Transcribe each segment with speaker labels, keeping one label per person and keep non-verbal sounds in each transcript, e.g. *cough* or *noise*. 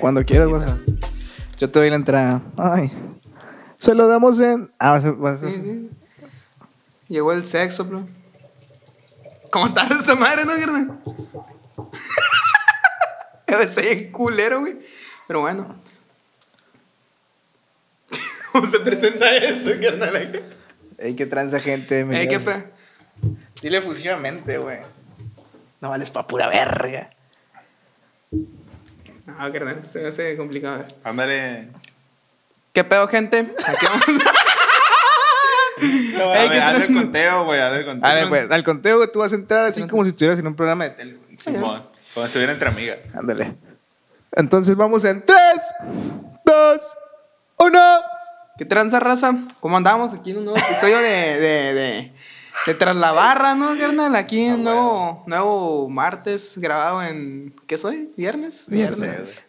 Speaker 1: Cuando quieras, WhatsApp. Yo te doy la entrada. Ay. Se lo damos en. Ah, vas a- vas a-
Speaker 2: Sí, sí. Llegó el sexo, bro. ¿Cómo tarda esta madre, no, carnal? *laughs* Debe ser bien culero, güey. Pero bueno. *laughs* ¿Cómo se presenta esto, carnal?
Speaker 1: Ey, qué tranza gente.
Speaker 2: Ey, qué
Speaker 1: bienvenidos.
Speaker 2: pe-
Speaker 1: Dile efusivamente, güey. No vales pa' pura verga.
Speaker 2: No, carnal, se me hace complicado. eh. güey.
Speaker 3: Ándale.
Speaker 2: ¿Qué pedo, gente? Aquí vamos.
Speaker 3: A
Speaker 2: Ey, ¿qué
Speaker 3: ver, Haz el
Speaker 2: trans-
Speaker 3: conteo, güey, haz el conteo.
Speaker 1: A ver, pues, al conteo, güey, tú vas a entrar así como si estuvieras en un programa de tele.
Speaker 2: pues.
Speaker 1: güey.
Speaker 3: Simón, como si estuviera entre amigas.
Speaker 1: Ándale. Entonces vamos en 3, 2, 1.
Speaker 2: ¿Qué tranza, raza? ¿Cómo andamos? Aquí en un nuevo episodio de, de, de, de Tras la Barra, ¿no, carnal? Aquí
Speaker 3: Ah,
Speaker 2: un nuevo, nuevo martes grabado en... ¿Qué soy? ¿Viernes? Viernes.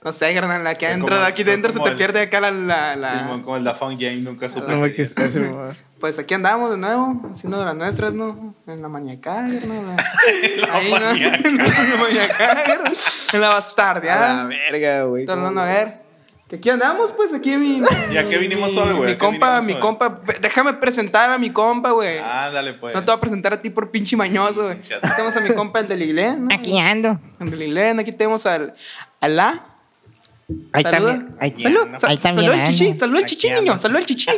Speaker 2: No
Speaker 3: sé,
Speaker 2: sé,
Speaker 3: güey.
Speaker 2: carnal. Aquí
Speaker 3: Son
Speaker 2: adentro,
Speaker 3: como-
Speaker 2: aquí
Speaker 3: son
Speaker 2: adentro se
Speaker 3: como
Speaker 2: te
Speaker 3: el-
Speaker 2: pierde acá la... la, la-
Speaker 3: Simón, como el da Funk James, nunca supe.
Speaker 1: No me
Speaker 3: qué
Speaker 1: quise hacer, *laughs* mamá.
Speaker 2: Pues aquí andamos de nuevo, haciendo de las nuestras, ¿no? En la
Speaker 3: *laughs*
Speaker 2: mañacá, ¿no?
Speaker 3: La
Speaker 2: Ahí, ¿no?
Speaker 3: mañaca.
Speaker 2: *laughs* en la mañacá, ¿no? En la bastardeada.
Speaker 1: verga, güey.
Speaker 2: Estoy hablando, a ver. Que aquí andamos, pues, aquí mi.
Speaker 3: ¿Y a qué vinimos
Speaker 2: mi-
Speaker 3: hoy, güey?
Speaker 2: Mi
Speaker 3: ¿A qué
Speaker 2: compa,
Speaker 3: vinimos
Speaker 2: mi
Speaker 3: hoy?
Speaker 2: compa. Déjame presentar a mi compa, güey.
Speaker 3: Ándale, pues.
Speaker 2: no te voy a presentar a ti por pinche mañoso, güey.
Speaker 3: Ya.
Speaker 2: Aquí tenemos a mi compa, el de Lilén. ¿no?
Speaker 4: Aquí ando.
Speaker 2: El de Lilén, aquí tenemos al. Alá.
Speaker 4: Ahí
Speaker 2: Saluda.
Speaker 4: también. Ahí,
Speaker 2: Salud, sa-
Speaker 4: ahí también.
Speaker 2: salud al
Speaker 4: ando.
Speaker 2: chichi, salud al chichi,
Speaker 3: Aquí ando.
Speaker 2: niño, salud al
Speaker 4: *laughs*
Speaker 2: chichi.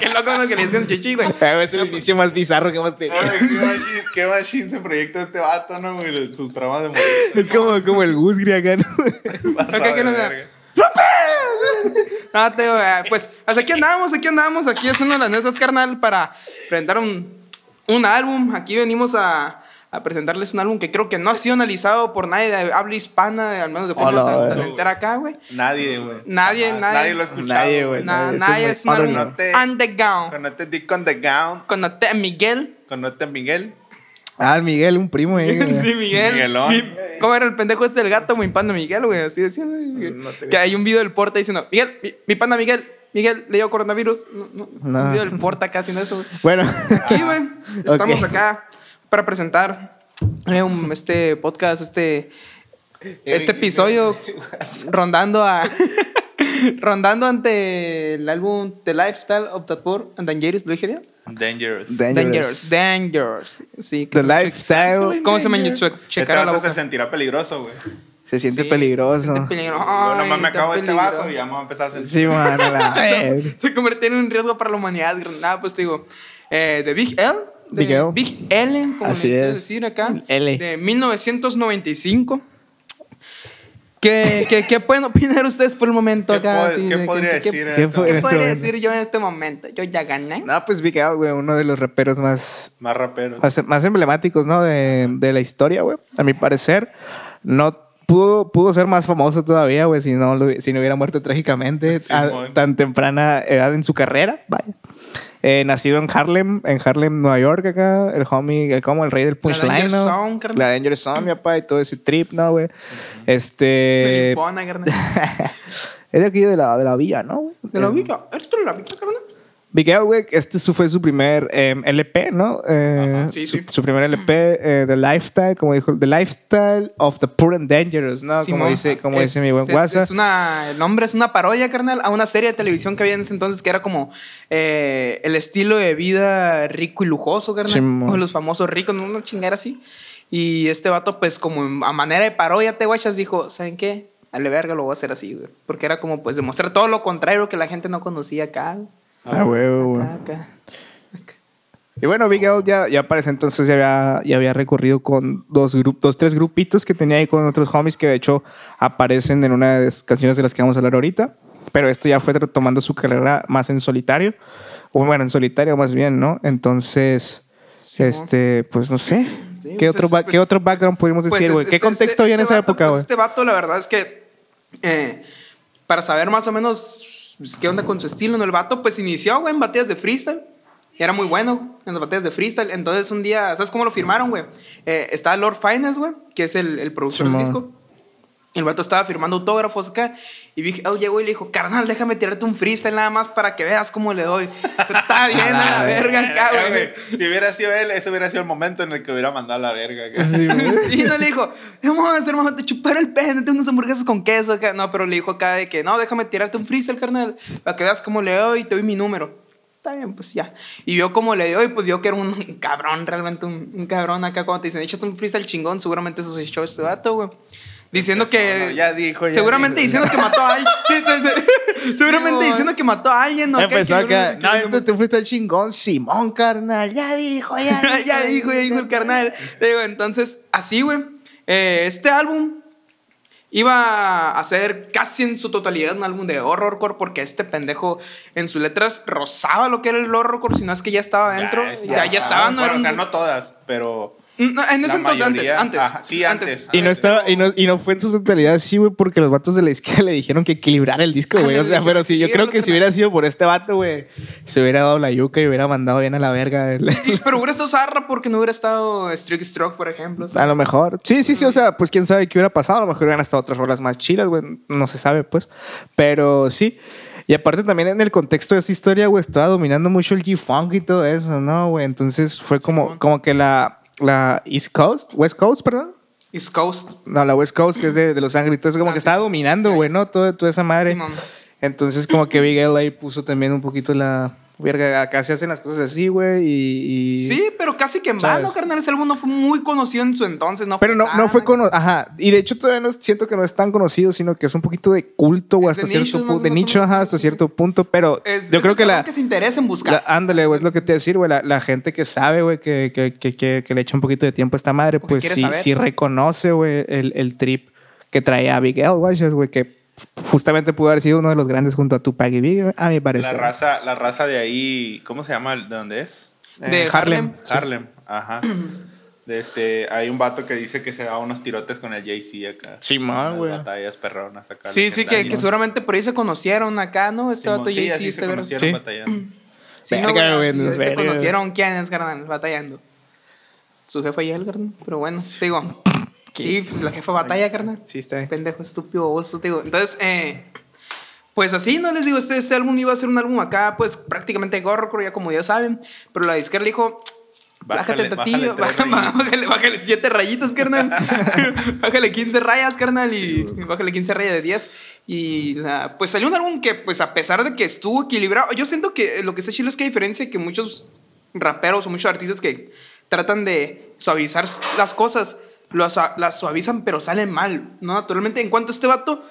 Speaker 2: Qué loco lo que le dicen
Speaker 1: *laughs*
Speaker 2: chichi, güey.
Speaker 1: Ah, Es el inicio más bizarro que hemos tenido.
Speaker 3: Ay, qué machín, qué machín se proyecta este vato, ¿no, güey? Sus tramas de
Speaker 2: *laughs*
Speaker 3: morir.
Speaker 1: Es como, como el Gusgri acá, ¿no? *laughs*
Speaker 3: Pasado
Speaker 2: Ok, que
Speaker 3: de
Speaker 2: no-
Speaker 3: verga.
Speaker 2: No, te digo, eh, pues, hasta aquí andamos, aquí andamos, aquí es una de las nuestras, carnal, para presentar un, un álbum. Aquí venimos a, a presentarles un álbum que creo que no ha sido analizado por nadie de habla hispana, de- al menos de forma
Speaker 1: Hola,
Speaker 2: tan- tan
Speaker 1: güey.
Speaker 2: entera acá, güey.
Speaker 3: Nadie, güey.
Speaker 2: Nadie,
Speaker 3: Ajá,
Speaker 2: nadie.
Speaker 3: Nadie lo ha escuchado.
Speaker 1: Nadie, güey.
Speaker 2: Na-
Speaker 1: este es
Speaker 2: Nadie
Speaker 1: muy
Speaker 2: es un álbum
Speaker 3: underground.
Speaker 2: underground.
Speaker 3: Con este Dick on the Gown,
Speaker 2: Con la T- Miguel.
Speaker 3: con este Miguel.
Speaker 1: Ah, el Miguel, un primo, eh.
Speaker 2: *laughs* Sí, Miguel.
Speaker 3: Miguelón.
Speaker 2: Mi- ¿Cómo era el pendejo este del gato, mi panda Miguel, güey? Así decía. güey. que hay un video del porta diciendo, Miguel, mi, mi panda Miguel, Miguel le dio coronavirus. No, no,
Speaker 1: No.
Speaker 2: Un video del porta acá haciendo eso, güey.
Speaker 1: *laughs* Bueno,
Speaker 2: Aquí, güey.
Speaker 3: *laughs*
Speaker 2: Estamos
Speaker 1: Ok.
Speaker 2: acá para presentar eh, un- este podcast, este,
Speaker 3: *laughs*
Speaker 2: este episodio rondando a. *laughs* rondando ante el álbum The Lifestyle of the Poor and Dangerous, ¿lo dije bien?
Speaker 3: Dangerous.
Speaker 1: Dangerous.
Speaker 2: Dangerous. Dangerous. Sí. que
Speaker 1: The
Speaker 2: se-
Speaker 1: Lifestyle
Speaker 2: ¿Cómo se me che-
Speaker 3: Este
Speaker 2: checaron la
Speaker 3: vato
Speaker 2: boca?
Speaker 3: se sentirá peligroso, güey.
Speaker 1: se siente
Speaker 2: Sí,
Speaker 1: peligroso.
Speaker 2: se siente peligroso.
Speaker 3: Yo nomás
Speaker 2: Ay,
Speaker 3: me acabo
Speaker 2: está
Speaker 3: este vaso
Speaker 2: peligroso.
Speaker 3: y ya me voy a empezar a sentir.
Speaker 1: Sí, man,
Speaker 2: *laughs*
Speaker 1: la verga.
Speaker 2: Se convirtió en un riesgo para la humanidad. Nada, pues te digo, eh, de Big L. de
Speaker 1: Big L.
Speaker 2: Big L, como
Speaker 1: Así
Speaker 2: le quieres
Speaker 1: es.
Speaker 2: decir acá.
Speaker 1: L.
Speaker 2: De 1995. ¿Qué, qué, qué pueden opinar ustedes por el momento
Speaker 3: ¿Qué, pod-
Speaker 2: acá? así
Speaker 3: qué
Speaker 2: de que-
Speaker 3: podría
Speaker 2: que-
Speaker 3: decir?
Speaker 2: ¿Qué,
Speaker 3: en
Speaker 1: ¿Qué
Speaker 3: esta-
Speaker 1: fue?
Speaker 2: qué
Speaker 1: Esto,
Speaker 2: podría
Speaker 1: bueno.
Speaker 2: decir yo en este momento? Yo ya gané.
Speaker 1: No, pues Big L, güey, uno de los raperos más,
Speaker 3: Más raperos.
Speaker 1: más, más emblemáticos, ¿no? De, de la historia, güey. A mi parecer, no pudo, pudo ser más famoso todavía, güey, si no, lo hubi- si no hubiera muerto
Speaker 2: Pues
Speaker 1: trágicamente a
Speaker 3: Simón.
Speaker 1: tan temprana edad en su carrera, vaya. Eh, nacido en Harlem, en Harlem, Nueva York, acá, el homie, eh, como el rey del punchline,
Speaker 2: Dangerous
Speaker 1: ¿no?
Speaker 2: Zone, carnal.
Speaker 1: La Dangerous Zone, mi papá, y todo ese trip, ¿no, güey? Este...
Speaker 2: Melipona, carnal.
Speaker 1: es de aquí, de la, de la villa, ¿no, güey?
Speaker 2: ¿De la
Speaker 1: Eh,
Speaker 2: villa? ¿Esto es la villa, carnal?
Speaker 1: Big L, güey, este su- fue su primer em, LP, ¿no? Eh,
Speaker 2: sí,
Speaker 1: su,
Speaker 2: sí.
Speaker 1: su primer LP, eh, The Lifestyle, como dijo, The Lifestyle of the Poor and Dangerous, ¿no?
Speaker 2: Simón. ah,
Speaker 1: como dice, como
Speaker 2: Es-
Speaker 1: dice mi buen
Speaker 2: es-
Speaker 1: WhatsApp.
Speaker 2: es una, el nombre es una parodia, carnal, a una serie de televisión que había en ese entonces que era como eh, el estilo de vida rico y lujoso, carnal.
Speaker 1: Simón.
Speaker 2: O los famosos ricos, no una chingar así. Y este vato, pues, como en- a manera de parodia, te guachas, dijo, ¿saben qué? Dale verga, lo voy a hacer así, güey. Porque era como, pues, demostrar todo lo contrario que la gente no conocía acá. güey.
Speaker 1: Ah, huevo, güey.
Speaker 2: Acá, acá.
Speaker 1: Y bueno, Big L ya, ya para ese entonces ya había, ya había recorrido con dos, gru- dos, tres grupitos que tenía ahí con otros homies que de hecho aparecen en una de las canciones de las que vamos a hablar ahorita. Pero esto ya fue tomando su carrera más en solitario. O bueno, en solitario más bien, ¿no? Entonces,
Speaker 2: Simón.
Speaker 1: este, pues no sé.
Speaker 2: Sí,
Speaker 1: ¿Qué,
Speaker 2: pues,
Speaker 1: otro
Speaker 2: es-
Speaker 1: ba-
Speaker 2: pues-
Speaker 1: ¿Qué otro background pudimos
Speaker 2: Pues,
Speaker 1: decir, güey?
Speaker 2: es-
Speaker 1: ¿Qué
Speaker 2: es-
Speaker 1: contexto
Speaker 2: este-
Speaker 1: había en
Speaker 2: este
Speaker 1: esa
Speaker 2: vato,
Speaker 1: época,
Speaker 2: pues,
Speaker 1: güey?
Speaker 2: Este vato, la verdad es que eh, para saber más o menos pues, qué onda con su estilo, ¿no? El vato pues inició, güey, en batallas de freestyle. Era muy bueno en las batallas de freestyle. Entonces un día, ¿sabes cómo lo firmaron, güey? Eh, está Lord Finance, güey, que es el, el productor del
Speaker 1: Simón.
Speaker 2: disco. El vato estaba firmando autógrafos acá y Big L llegó y le dijo, carnal, déjame tirarte un freestyle nada más para que veas cómo le doy.
Speaker 1: *laughs*
Speaker 2: Se está bien a la verga
Speaker 3: Ya,
Speaker 2: acá, güey.
Speaker 3: güey, Eh, Si hubiera sido él, ese hubiera sido el momento en el que hubiera mandado a la verga. güey.
Speaker 2: *laughs* y no le dijo, vamos a hacer, vamos a chupar el pene, tengo unas hamburguesas con queso acá. No, pero le dijo acá de que, no, déjame tirarte un freestyle, carnal, para que veas cómo le doy y te doy mi número. Está bien, pues ya. Y vio cómo le doy, pues vio que era un, *laughs* un cabrón, realmente un, un cabrón acá. Cuando te dicen, échate un freestyle chingón, seguramente eso se echó este vato, güey. Diciendo que.
Speaker 3: no, ya dijo, ya
Speaker 2: seguramente
Speaker 3: dijo.
Speaker 2: diciendo que mató a alguien. *laughs*
Speaker 3: *laughs*
Speaker 2: Entonces, seguramente diciendo que mató a alguien, ¿no? Acá,
Speaker 1: Empezó
Speaker 2: que-
Speaker 1: acá. No,
Speaker 2: que-
Speaker 1: este te fuiste al chingón, Simón, carnal. Ya dijo,
Speaker 2: *laughs*
Speaker 1: ya dijo.
Speaker 2: ya dijo, ya dijo el carnal. Te Digo, entonces, así, güey. eh, este álbum iba a ser casi en su totalidad un álbum de horrorcore porque este pendejo en sus letras rozaba lo que era el horrorcore, si no es que ya estaba dentro. Ya, ya, estaba, no
Speaker 3: Bueno,
Speaker 2: era un-
Speaker 3: o sea, no todas, pero.
Speaker 2: No, en
Speaker 3: la
Speaker 2: ese entonces, antes,
Speaker 3: mayoría-
Speaker 2: antes,
Speaker 3: ajá, sí, antes.
Speaker 1: Y no, estaba, y, no, y no fue en su totalidad así, güey, porque los vatos de la izquierda le dijeron que equilibrara el disco, güey. O sea, pero sí, yo creo que si hubiera sido por este vato, güey, se hubiera dado la yuca y hubiera mandado bien a la verga. el-
Speaker 2: Sí, pero hubiera estado zarra porque no hubiera estado Strict Stroke, por ejemplo. o sea.
Speaker 1: *laughs* A lo mejor. Sí, sí, sí. O sea, pues quién sabe qué hubiera pasado. A lo mejor hubieran estado otras rolas más chilas, güey. No se sabe, pues. Pero sí. Y aparte también en el contexto de esa historia, güey, estaba dominando mucho el G-Funk y todo eso, ¿no, güey? Entonces fue como, como que la, la East Coast, West Coast, perdón.
Speaker 2: East Coast.
Speaker 1: No, la West Coast, que es de, de Los Ángeles. Entonces como
Speaker 2: Ah,
Speaker 1: que
Speaker 2: sí.
Speaker 1: estaba dominando, güey, ¿no? Todo- toda esa madre.
Speaker 2: Simón.
Speaker 1: Entonces como que Big L ahí puso también un poquito la... Verga, acá se hacen las cosas así, güey, y... y-
Speaker 2: Sí, pero casi que en
Speaker 1: ¿Sabes?
Speaker 2: vano, carnal. Ese álbum no fue muy conocido en su entonces. No
Speaker 1: Pero no, no
Speaker 2: tan-
Speaker 1: fue conocido. Ajá. Y de hecho todavía no siento que no es tan conocido, sino que es un poquito de culto o
Speaker 2: Es de
Speaker 1: hasta cierto
Speaker 2: nicho, más-
Speaker 1: punto. De
Speaker 2: más o
Speaker 1: nicho,
Speaker 2: menos.
Speaker 1: ajá, hasta cierto punto. Pero
Speaker 2: Es-
Speaker 1: yo
Speaker 2: es
Speaker 1: creo
Speaker 2: el
Speaker 1: que
Speaker 2: cabrón
Speaker 1: la.
Speaker 2: que se interesa en buscar.
Speaker 1: la- ándale, güey, es lo que te iba a decir, güey. La, la gente que sabe, güey, que, que, que, que- que le echa un poquito de tiempo a esta madre,
Speaker 2: que
Speaker 1: pues
Speaker 2: quiere
Speaker 1: sí,
Speaker 2: saber.
Speaker 1: sí reconoce, güey, el, el trip que traía Big L, güey, güey, que justamente pudo haber sido uno de los grandes junto a Tupac y Big, a mi
Speaker 3: La
Speaker 1: parecer.
Speaker 3: raza, la raza de ahí. ¿Cómo se llama? ¿De dónde es?
Speaker 2: de
Speaker 1: eh,
Speaker 2: Harlem.
Speaker 1: Harlem.
Speaker 3: Harlem. Ajá. De este, hay un vato que dice que se da unos tirotes con el Jay-Z acá.
Speaker 1: Sí, ma,
Speaker 3: Unas
Speaker 1: güey.
Speaker 3: Batallas perronas acá.
Speaker 2: Sí, sí, que, que
Speaker 3: legendarias.
Speaker 2: seguramente por ahí se conocieron acá, ¿no? Este vato
Speaker 3: Simón, sí,
Speaker 2: Jay-Z,
Speaker 3: así
Speaker 2: este
Speaker 3: se
Speaker 2: verga.
Speaker 3: conocieron
Speaker 1: Sí.
Speaker 3: batallando.
Speaker 2: Sí, no,
Speaker 1: Verga,
Speaker 2: güey,
Speaker 1: güey,
Speaker 2: así Se
Speaker 1: verga.
Speaker 2: conocieron quiénes, carnal, batallando. Su jefa y él, carnal. Pero bueno, te digo. Sí, pues la jefa batalla, carnal.
Speaker 1: Sí, está bien.
Speaker 2: Pendejo, estúpido, oso, te digo. Entonces, eh, pues así, no les digo, este, este álbum iba a ser un álbum acá, pues prácticamente gorro, ya como ya saben. Pero la disquera le dijo, Bájale,
Speaker 3: Bájale,
Speaker 2: tatillo,
Speaker 3: bájale tres
Speaker 2: bájale, bájale, bájale siete rayitas,
Speaker 3: *laughs*
Speaker 2: carnal. bájale 15 rayas, carnal, y bájale 15 rayas de 10. Y la- pues salió un álbum que, pues a pesar de que estuvo equilibrado, yo siento que lo que está chido es que a diferencia de que muchos raperos o muchos artistas que tratan de suavizar las cosas, lo sa- las suavizan pero salen mal, ¿no? Naturalmente, en cuanto a este vato,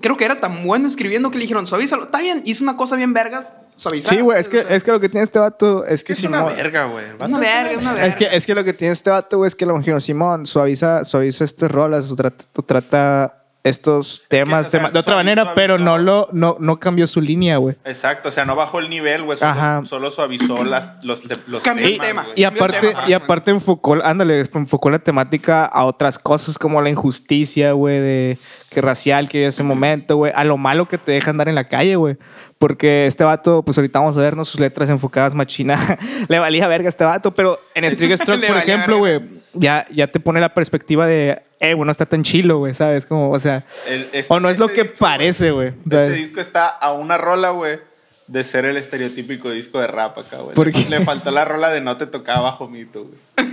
Speaker 2: creo que era tan bueno escribiendo que le dijeron, suavízalo, está bien, hizo una cosa bien vergas, suavizar.
Speaker 1: Sí, güey, es que, es que lo que tiene este vato es que
Speaker 3: Es
Speaker 1: si
Speaker 3: una
Speaker 1: no-
Speaker 3: verga, güey. El vato
Speaker 2: Una
Speaker 3: es una
Speaker 2: verga, una verga.
Speaker 1: Es que, es que lo que tiene este vato, güey, es que lo imagino, Simón, suaviza, suaviza estas rolas, o trata, o trata estos temas
Speaker 3: o sea,
Speaker 1: de ma- de otra
Speaker 3: suavi-
Speaker 1: manera, pero no
Speaker 3: suavizó.
Speaker 1: lo, no, no cambió su línea, güey.
Speaker 3: Exacto, o sea, no bajó el nivel, güey.
Speaker 1: Ajá.
Speaker 3: Solo, solo suavizó las, los, los
Speaker 2: Cambió el
Speaker 3: temas,
Speaker 2: tema.
Speaker 3: güey.
Speaker 1: Y
Speaker 2: Cambió el
Speaker 1: aparte,
Speaker 2: tema,
Speaker 1: y
Speaker 2: ajá.
Speaker 1: aparte enfocó, ándale, enfocó la temática a otras cosas como la injusticia, güey, de que racial que había en ese momento, güey, a lo malo que te deja andar en la calle, güey. Porque este vato, pues ahorita vamos a vernos sus letras enfocadas machina. *laughs* Le valía verga a este vato, pero
Speaker 2: *laughs*
Speaker 1: en Strict Stroke,
Speaker 2: Le
Speaker 1: por
Speaker 2: valía
Speaker 1: ejemplo,
Speaker 2: verga.
Speaker 1: güey, ya, ya te pone la perspectiva de, eh, güey, no está tan chilo, güey, ¿sabes? Como, o sea,
Speaker 3: El- este-
Speaker 1: o no es lo
Speaker 3: este
Speaker 1: que
Speaker 3: disco,
Speaker 1: parece, güey.
Speaker 3: Este
Speaker 1: ¿sabes?
Speaker 3: disco está a una rola, güey, de ser el estereotípico disco de rap acá, güey.
Speaker 1: ¿Por qué?
Speaker 3: Le faltó la rola de No te tocaba bajo mito, güey.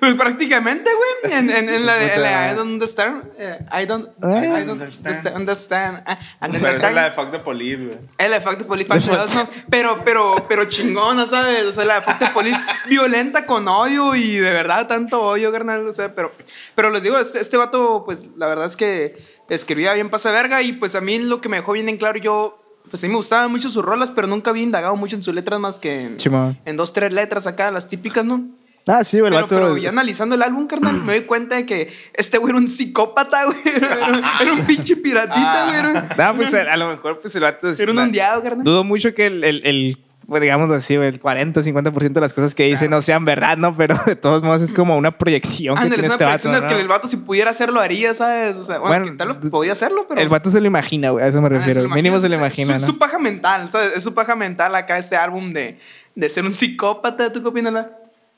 Speaker 2: Pues prácticamente, güey. En, en, en la de
Speaker 1: O
Speaker 2: en
Speaker 1: *laughs*
Speaker 2: la
Speaker 1: sea-
Speaker 2: I don't understand. eh, I don't,
Speaker 1: Ah.
Speaker 2: I don't understand.
Speaker 3: Understand.
Speaker 2: understand. ah, and
Speaker 3: Pero esa es la de
Speaker 2: understand.
Speaker 3: Fuck the Police, güey.
Speaker 2: Es la de Fact the Police parte dos, ¿no? Pero, pero, pero chingona, ¿sabes? O sea, la de Fact the Police violenta con odio y de verdad tanto odio, carnal. O sea, pero, pero les digo, este, este vato, pues la verdad es que escribía bien pasa verga y pues a mí lo que me dejó bien en claro, yo, pues a mí me gustaban mucho sus rolas, pero nunca había indagado mucho en sus letras más que en,
Speaker 1: Simón.
Speaker 2: en dos, tres letras acá, las típicas, ¿no?
Speaker 1: Ah, sí, güey, el
Speaker 2: Pero,
Speaker 1: vato. *laughs*
Speaker 2: pero ya analizando el álbum, carnal, me doy cuenta de que este güey era un psicópata, güey. *laughs* Era, era- era un pinche piratita, güey. Era,
Speaker 1: Ah,
Speaker 2: *laughs*
Speaker 1: pues a, a lo mejor, pues el vato. es-
Speaker 2: era un ondeado, carnal.
Speaker 1: Dudo mucho que el, el- el, pues, digamos así, el 40 50% de las cosas que dice no sean verdad, ¿no? Pero de todos modos es como una proyección que
Speaker 2: Ándale,
Speaker 1: tiene
Speaker 2: es una
Speaker 1: este vato,
Speaker 2: persona
Speaker 1: ¿no?
Speaker 2: que el vato si pudiera hacerlo haría, ¿sabes? O sea, bueno,
Speaker 1: Bueno,
Speaker 2: que tal vez podía hacerlo, pero...
Speaker 1: El vato se lo imagina, güey, a eso me
Speaker 2: Ah,
Speaker 1: refiero.
Speaker 2: lo
Speaker 1: mínimo se lo
Speaker 2: es- es
Speaker 1: imagina,
Speaker 2: su,
Speaker 1: ¿no?
Speaker 2: su paja mental, ¿sabes? Es su paja mental acá este álbum de, de ser un psicópata. ¿Tú qué opinas, la?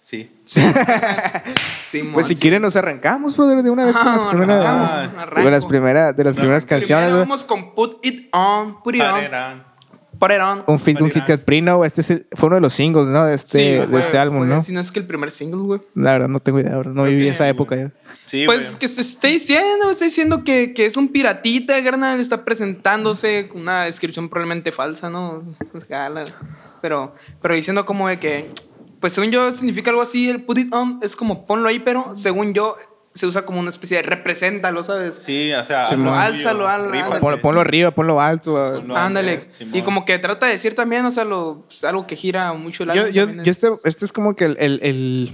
Speaker 3: Sí.
Speaker 2: Simón,
Speaker 1: Pues si
Speaker 2: sí.
Speaker 1: quieren nos arrancamos, brother, de una vez con las
Speaker 2: Ah,
Speaker 1: primeras,
Speaker 2: arrancamos,
Speaker 1: de las
Speaker 2: arranco.
Speaker 1: primeras, de las primeras canciones,
Speaker 2: Primero
Speaker 1: güey.
Speaker 2: vamos con Put It On, Put It On,
Speaker 3: Tararán.
Speaker 2: Put It On.
Speaker 1: Un fit, un Kit Kat Primo, güey. Este es el- fue uno de los singles, ¿no? De este,
Speaker 2: Sí,
Speaker 1: de
Speaker 2: fue-
Speaker 1: este álbum,
Speaker 2: fue-
Speaker 1: ¿no?
Speaker 2: Si no es que el primer single, güey.
Speaker 1: La verdad, no tengo idea, bro. No viví
Speaker 3: que
Speaker 1: esa
Speaker 3: sí,
Speaker 1: época yo.
Speaker 3: Sí,
Speaker 2: pues
Speaker 3: pues
Speaker 2: que se está diciendo, me está diciendo que, que es un piratita, carnal, está presentándose con una descripción probablemente falsa, ¿no? Pues, jala. Pero, pero diciendo como de que, pues según yo significa algo así, el put it on es como ponlo ahí, pero según yo se usa como una especie de represéntalo, ¿sabes?
Speaker 3: Sí, o sea,
Speaker 2: Simón.
Speaker 3: hazlo,
Speaker 2: Álzalo, al-
Speaker 3: rífate.
Speaker 1: Ponlo, ponlo arriba, ponlo alto. güey.
Speaker 3: Ponlo-
Speaker 2: Ándale.
Speaker 3: Simón.
Speaker 2: Y como que trata de decir también, o sea, lo, pues, algo que gira mucho el
Speaker 1: Yo,
Speaker 2: álbum
Speaker 1: yo,
Speaker 2: también
Speaker 1: yo
Speaker 2: es-
Speaker 1: este, este es como que el, el, el,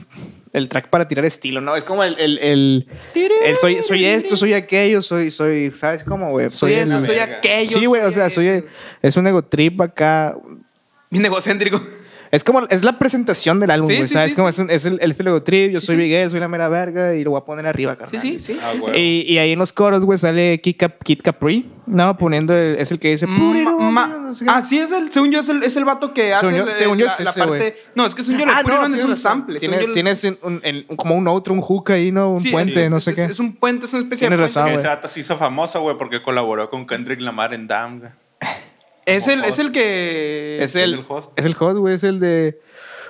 Speaker 1: el track para tirar estilo, ¿no? Es como el, el, el, el soy, soy esto, soy aquello, soy, soy, ¿sabes cómo, güey?
Speaker 2: Soy esto,
Speaker 1: el-
Speaker 2: soy
Speaker 3: verga.
Speaker 2: aquello.
Speaker 1: Sí, güey, o sea, soy,
Speaker 2: *laughs* ese.
Speaker 1: es un ego trip acá.
Speaker 2: Bien egocéntrico.
Speaker 1: Es como, es la presentación del álbum,
Speaker 2: Sí,
Speaker 1: güey,
Speaker 2: sí,
Speaker 1: ¿sabes?
Speaker 2: sí,
Speaker 1: como es, un- es el, es el ego trip, yo
Speaker 2: Sí,
Speaker 1: soy
Speaker 2: sí.
Speaker 1: Miguel, soy la mera verga y lo voy a poner arriba, carnal.
Speaker 2: Sí, sí, sí.
Speaker 3: Ah,
Speaker 2: sí, sí.
Speaker 3: güey.
Speaker 1: Y, y ahí en los coros, güey, sale Kid, Cap- Kid Capri, ¿no? Poniendo, el- es el que
Speaker 2: Mm,
Speaker 1: dice... "Put it on", no sé qué.
Speaker 2: así ah, es el, según yo es el, es el vato que hace
Speaker 1: Según yo-
Speaker 2: el-
Speaker 1: según
Speaker 2: el-
Speaker 1: yo
Speaker 2: la,
Speaker 1: es
Speaker 2: la
Speaker 1: ese,
Speaker 2: parte.
Speaker 1: güey.
Speaker 2: No, es que según yo el
Speaker 1: Ah,
Speaker 2: Put It On es
Speaker 1: tienes
Speaker 2: un
Speaker 1: razón.
Speaker 2: sample. según
Speaker 1: Tiene-
Speaker 2: yo el-
Speaker 1: Tienes en- un- en- como un outro, un hook ahí, ¿no? Un
Speaker 2: sí, es-
Speaker 1: puente,
Speaker 2: es-
Speaker 1: no sé
Speaker 2: es-
Speaker 1: qué.
Speaker 2: Es un puente, es una especie
Speaker 1: Tienes
Speaker 2: de
Speaker 1: razón,
Speaker 2: puente.
Speaker 1: ah, güey.
Speaker 3: Ese dato se hizo famoso, güey, porque colaboró con Kendrick Lamar en Damn. güey.
Speaker 2: Es el,
Speaker 3: Ojo.
Speaker 2: es el que.
Speaker 1: es, el,
Speaker 3: el host.
Speaker 1: Es el host, güey. Es el de...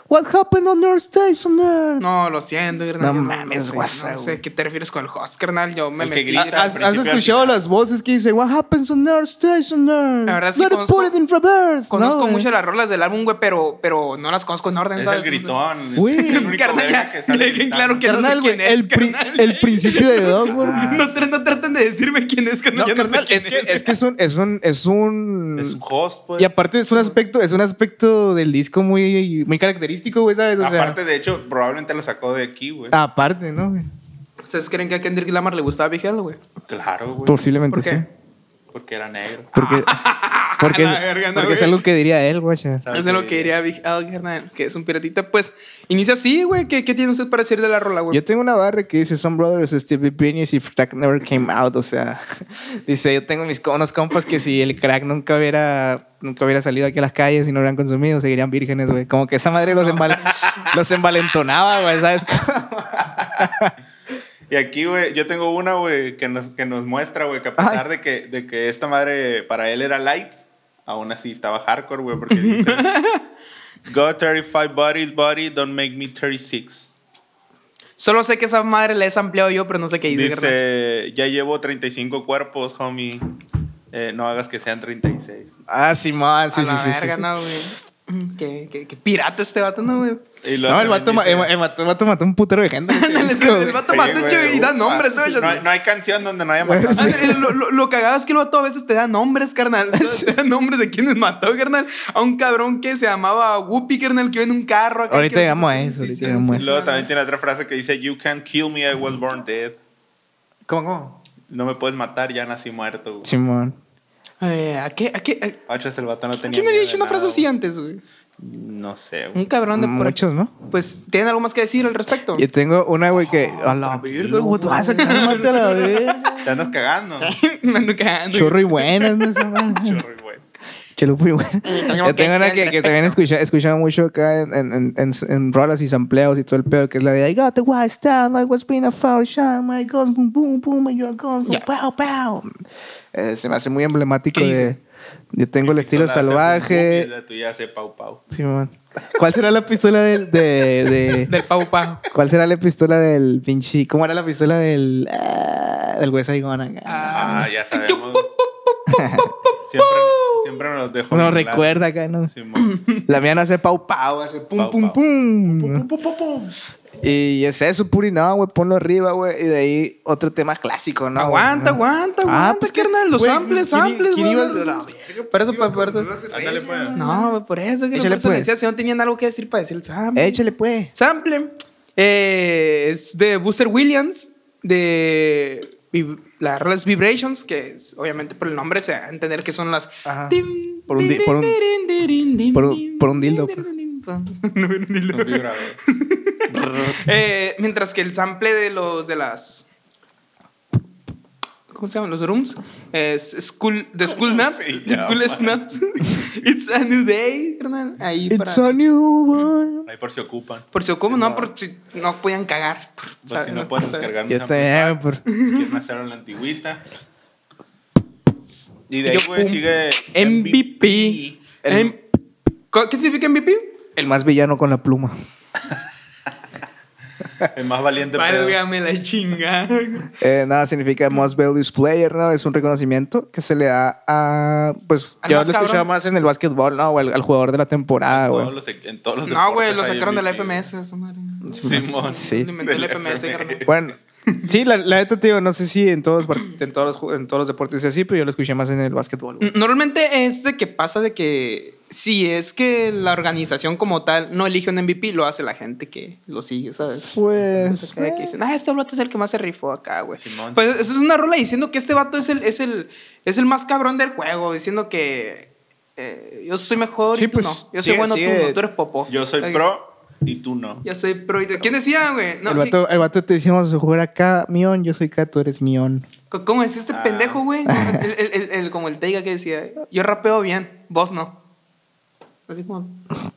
Speaker 1: What happened on Earth stays on Earth.
Speaker 2: No, lo siento, carnal.
Speaker 1: No
Speaker 2: yo
Speaker 1: mames,
Speaker 2: sé,
Speaker 1: guasa,
Speaker 2: No sé
Speaker 1: güey.
Speaker 2: qué te refieres con el host, carnal. Yo me
Speaker 3: El que
Speaker 2: metí.
Speaker 3: grita.
Speaker 2: Ah,
Speaker 1: ¿Has, has
Speaker 3: Al principio y al
Speaker 1: escuchado
Speaker 3: final.
Speaker 1: las voces que dicen What happens on Earth stays on Earth?
Speaker 2: La verdad sí
Speaker 1: Let it
Speaker 2: conozco-
Speaker 1: put it in reverse.
Speaker 2: Conozco
Speaker 1: No, eh.
Speaker 2: mucho
Speaker 1: güey.
Speaker 2: las rolas del álbum, güey, pero, pero no las conozco en orden,
Speaker 3: Es
Speaker 2: ¿sabes?
Speaker 3: el gritón.
Speaker 1: Güey.
Speaker 3: Es el único
Speaker 2: Carnal,
Speaker 3: verga
Speaker 2: ya,
Speaker 3: que sale
Speaker 2: dejen
Speaker 3: gritando.
Speaker 2: claro que- no sé
Speaker 1: Carnal, güey,
Speaker 2: quién es,
Speaker 1: el, pri-
Speaker 2: carnal. Ah,
Speaker 1: el principio de Dogwood.
Speaker 2: *laughs* No, tra- no traten de decirme quién es, carnal.
Speaker 1: Ah. No,
Speaker 2: yo no sé
Speaker 1: carnal,
Speaker 2: quién
Speaker 1: es que, es que es un, es un, es un,
Speaker 3: Es un host, pues.
Speaker 1: y aparte es un aspecto, es un aspecto del disco muy, muy característico, güey, ¿sabes? O sea, Ah.
Speaker 3: Aparte, de hecho, probablemente lo sacó de aquí, güey.
Speaker 1: aparte, ¿no? güey?
Speaker 2: ¿Ustedes creen que a Kendrick Lamar le gustaba Big Hell, güey?
Speaker 3: Claro, güey.
Speaker 1: Posiblemente
Speaker 2: ¿Por
Speaker 1: sí.
Speaker 2: qué?
Speaker 3: Porque era negro.
Speaker 1: Porque, porque,
Speaker 2: A la verga, no,
Speaker 1: porque es
Speaker 2: güey.
Speaker 1: algo que diría él, güey. o sea.
Speaker 3: Claro
Speaker 2: Es de lo
Speaker 3: que-
Speaker 2: que diría Big Al carnal, que es un piratita. Pues inicia así, güey. ¿Qué, qué tiene usted para decir de la rola, güey?
Speaker 1: Yo tengo una barra que dice Some Brothers, Steve Pinions y Crack Never Came Out. O sea, *laughs* dice, yo tengo mis co- unos compas que si el crack nunca hubiera, nunca hubiera salido aquí a las calles y no lo hubieran consumido, seguirían vírgenes, güey. Como que esa madre los, embal- los envalentonaba, güey, ¿sabes?
Speaker 3: Y aquí, güey, yo tengo una, güey, que nos, que nos muestra, güey, que a pesar de que, de que esta madre para él era light, aún así estaba hardcore, güey, porque
Speaker 1: *laughs*
Speaker 3: dice: Go 35 bodies, body, don't make me 36.
Speaker 2: Solo sé que esa madre la he ampliado yo, pero no sé qué dice, carnal.
Speaker 3: Dice: Ya llevo 35 cuerpos, homie. Eh, no hagas que sean 36.
Speaker 1: Ah, Simón, sí,
Speaker 2: a
Speaker 1: sí,
Speaker 2: la
Speaker 1: sí, sí,
Speaker 2: verga,
Speaker 1: sí.
Speaker 2: no, güey. Mm, Qué, qué- qué pirata este vato, ¿no, güey?
Speaker 3: Y luego
Speaker 1: No, el
Speaker 3: también
Speaker 1: vato, ma-
Speaker 3: dice-
Speaker 1: el vato- el vato mató un putero de gente. güey.
Speaker 2: Ándale,
Speaker 1: Es
Speaker 2: el-
Speaker 1: como-
Speaker 2: el vato
Speaker 3: Sí,
Speaker 2: mató
Speaker 3: güey,
Speaker 2: y da
Speaker 3: ufa.
Speaker 2: nombres, ¿no?
Speaker 3: No, hay- no hay canción donde no
Speaker 1: *laughs*
Speaker 3: haya
Speaker 1: Sí.
Speaker 3: matado.
Speaker 2: Ándale, Ah, lo, lo, lo cagado es que el vato a veces te da nombres, carnal. *laughs* Te da nombres de quienes mató, carnal. A un cabrón que se llamaba Whoopi, carnal, que iba en un carro. acá,
Speaker 1: Ahorita
Speaker 2: que-
Speaker 1: llegamos a eso,
Speaker 2: Sí,
Speaker 1: ahorita
Speaker 2: sí,
Speaker 1: llegamos a
Speaker 2: sí,
Speaker 3: Y
Speaker 1: eso.
Speaker 3: luego
Speaker 2: sí,
Speaker 3: también tiene otra frase que dice: You can't kill me, I was born dead.
Speaker 1: ¿Cómo, cómo?
Speaker 3: No me puedes matar, ya nací muerto, güey.
Speaker 1: Simón.
Speaker 2: Eh, ¿A qué? ¿A qué? a-
Speaker 3: Achas, el vato no tenía.
Speaker 2: ¿Quién había
Speaker 3: miedo
Speaker 2: dicho
Speaker 3: de
Speaker 2: una frase
Speaker 3: nada,
Speaker 2: así
Speaker 3: güey.
Speaker 2: antes, güey?
Speaker 3: No sé,
Speaker 2: Un
Speaker 3: güey.
Speaker 2: cabrón de por
Speaker 1: Muchos, ¿no?
Speaker 2: Pues, ¿tienen algo más que decir al respecto?
Speaker 1: Yo tengo una, güey, que. A la verga, güey, tú vas a cálmate a la verga.
Speaker 3: Te andas
Speaker 2: *laughs*
Speaker 3: cagando.
Speaker 2: Me ando cagando. *laughs*
Speaker 1: Churro y buenas, ¿no? Esa madre.
Speaker 3: Chorro, güey.
Speaker 1: Chalupa y bueno. Yo tengo una que, que también he escucha- he escuchado mucho acá en, en, en, en, en rolas y sampleos y todo el pedo, que es la de I got the white star, I was being a foul shot, my guns, boom, boom, boom, and your guns, boom, pow, pow. Eh, se me hace muy emblemático
Speaker 2: ¿Qué
Speaker 1: de... Yo tengo el estilo
Speaker 3: Pistola hace pum, pum,
Speaker 1: salvaje.
Speaker 3: Y la tuya hace pau pau.
Speaker 1: Simón. ¿Cuál será la pistola del... De, de-
Speaker 2: *laughs* Del Pau Pau.
Speaker 1: ¿Cuál será la pistola del pinche... ¿Cómo era la pistola del... ah, del West Side Gun acá?
Speaker 3: Ah, ya sabemos. güey. siempre, siempre nos dejó.
Speaker 1: Uno
Speaker 3: en claro.
Speaker 1: recuerda acá, ¿no?
Speaker 3: Simón.
Speaker 1: La mía no hace pau pau, hace pum
Speaker 3: Pau,
Speaker 1: pum,
Speaker 3: pau.
Speaker 1: Pum, Y es eso, puri, no, güey, ponlo arriba, güey. Y de ahí otro tema clásico, *laughs* ¿no? güey?
Speaker 2: Aguanta, aguanta, aguanta,
Speaker 1: pues,
Speaker 2: carnal. Los
Speaker 1: güey,
Speaker 2: samples,
Speaker 1: ¿quién-
Speaker 2: samples,
Speaker 1: quién iba a-
Speaker 2: güey.
Speaker 1: la verga,
Speaker 2: Por eso, pues, por eso.
Speaker 3: Ándale, pues.
Speaker 2: No, güey, por eso. Que
Speaker 1: Échale,
Speaker 2: por eso
Speaker 1: pues.
Speaker 2: le decía si no tenían algo que decir para decir el sample.
Speaker 1: Échale, pues.
Speaker 2: Sample eh, es de Booster Williams, de vi- las rolas Vibrations, que es, obviamente por el nombre se va a entender que son las...
Speaker 1: Ajá. Por un di- por un- por un- por un dildo, pues.
Speaker 2: No, por un dildo.
Speaker 3: Un
Speaker 2: *laughs*
Speaker 3: vibrador.
Speaker 2: Eh, mientras que el sample de los de las ¿Cómo se llaman? Los rooms es School The School Snaps
Speaker 3: se
Speaker 2: The
Speaker 3: llama?
Speaker 2: *laughs* Cool Snaps It's a New Day carnal. Ahí para
Speaker 1: It's a new one.
Speaker 3: Ahí Ahí por si ocupan.
Speaker 2: Por si ocupan,
Speaker 3: Sí,
Speaker 2: no,
Speaker 3: no.
Speaker 2: por si no podían cagar. por-
Speaker 3: Pues
Speaker 2: ¿sabes?
Speaker 3: si no pueden descargar mis
Speaker 1: Yo también,
Speaker 3: amplifiers,
Speaker 1: *laughs*
Speaker 3: si quieren hacerlo en la antigüita. Y de ahí,
Speaker 2: Yo,
Speaker 3: güey,
Speaker 2: pum.
Speaker 3: sigue
Speaker 2: MVP.
Speaker 1: El-
Speaker 2: Em- ¿Qué significa MVP?
Speaker 1: El más villano con la pluma.
Speaker 3: El más valiente. pedo.
Speaker 2: Válgame
Speaker 3: *laughs*
Speaker 2: la chinga.
Speaker 1: Eh, nada, significa Most Valued Player, ¿no? Es un reconocimiento que se le da a. Pues
Speaker 2: Al
Speaker 1: yo lo
Speaker 2: más
Speaker 1: escuchaba
Speaker 2: cabrón.
Speaker 1: más en el básquetbol, ¿no? O al, al jugador de la temporada,
Speaker 3: Todos
Speaker 1: güey.
Speaker 3: los- en todos los
Speaker 2: No, güey,
Speaker 3: deportes
Speaker 2: lo
Speaker 3: hay
Speaker 2: sacaron de la
Speaker 3: MVP,
Speaker 2: FMS. esa madre.
Speaker 3: güey. Simón.
Speaker 1: Sí.
Speaker 2: Lo inventó
Speaker 3: De
Speaker 2: la
Speaker 3: la
Speaker 2: FMS, carnal.
Speaker 1: Bueno, sí, la, la neta, te digo, no sé si en todos, par- en todos, los, ju- en todos los deportes es así, pero yo lo escuché más en el básquetbol. güey.
Speaker 2: N- Normalmente es de que pasa de que si es que la organización como tal no elige un MVP, lo hace la gente que lo sigue, ¿sabes?
Speaker 1: Pues.
Speaker 2: Acá de que dicen, ah, este vato es el que más se rifó acá, güey.
Speaker 3: Simón.
Speaker 2: Pues eso es una rola diciendo que este vato es el, es el, es el más cabrón del juego, diciendo que eh, yo soy mejor
Speaker 1: Sí,
Speaker 2: y tú
Speaker 1: pues,
Speaker 2: no. Yo soy
Speaker 1: sigue-
Speaker 2: bueno,
Speaker 1: sigue.
Speaker 2: tú no, tú eres popo.
Speaker 3: Yo soy
Speaker 2: Ay,
Speaker 3: pro y tú no.
Speaker 2: Yo soy pro. y tú- ¿Quién decía, güey? No,
Speaker 1: el, vato, el vato te decimos jugar acá, Mion, yo soy acá, tú eres Mion.
Speaker 2: ¿qué- ¿Cómo es este
Speaker 3: Ah.
Speaker 2: pendejo, güey?
Speaker 1: *laughs*
Speaker 2: El, el- el- el- como el Teiga que decía, yo rapeo bien, vos no. Así como...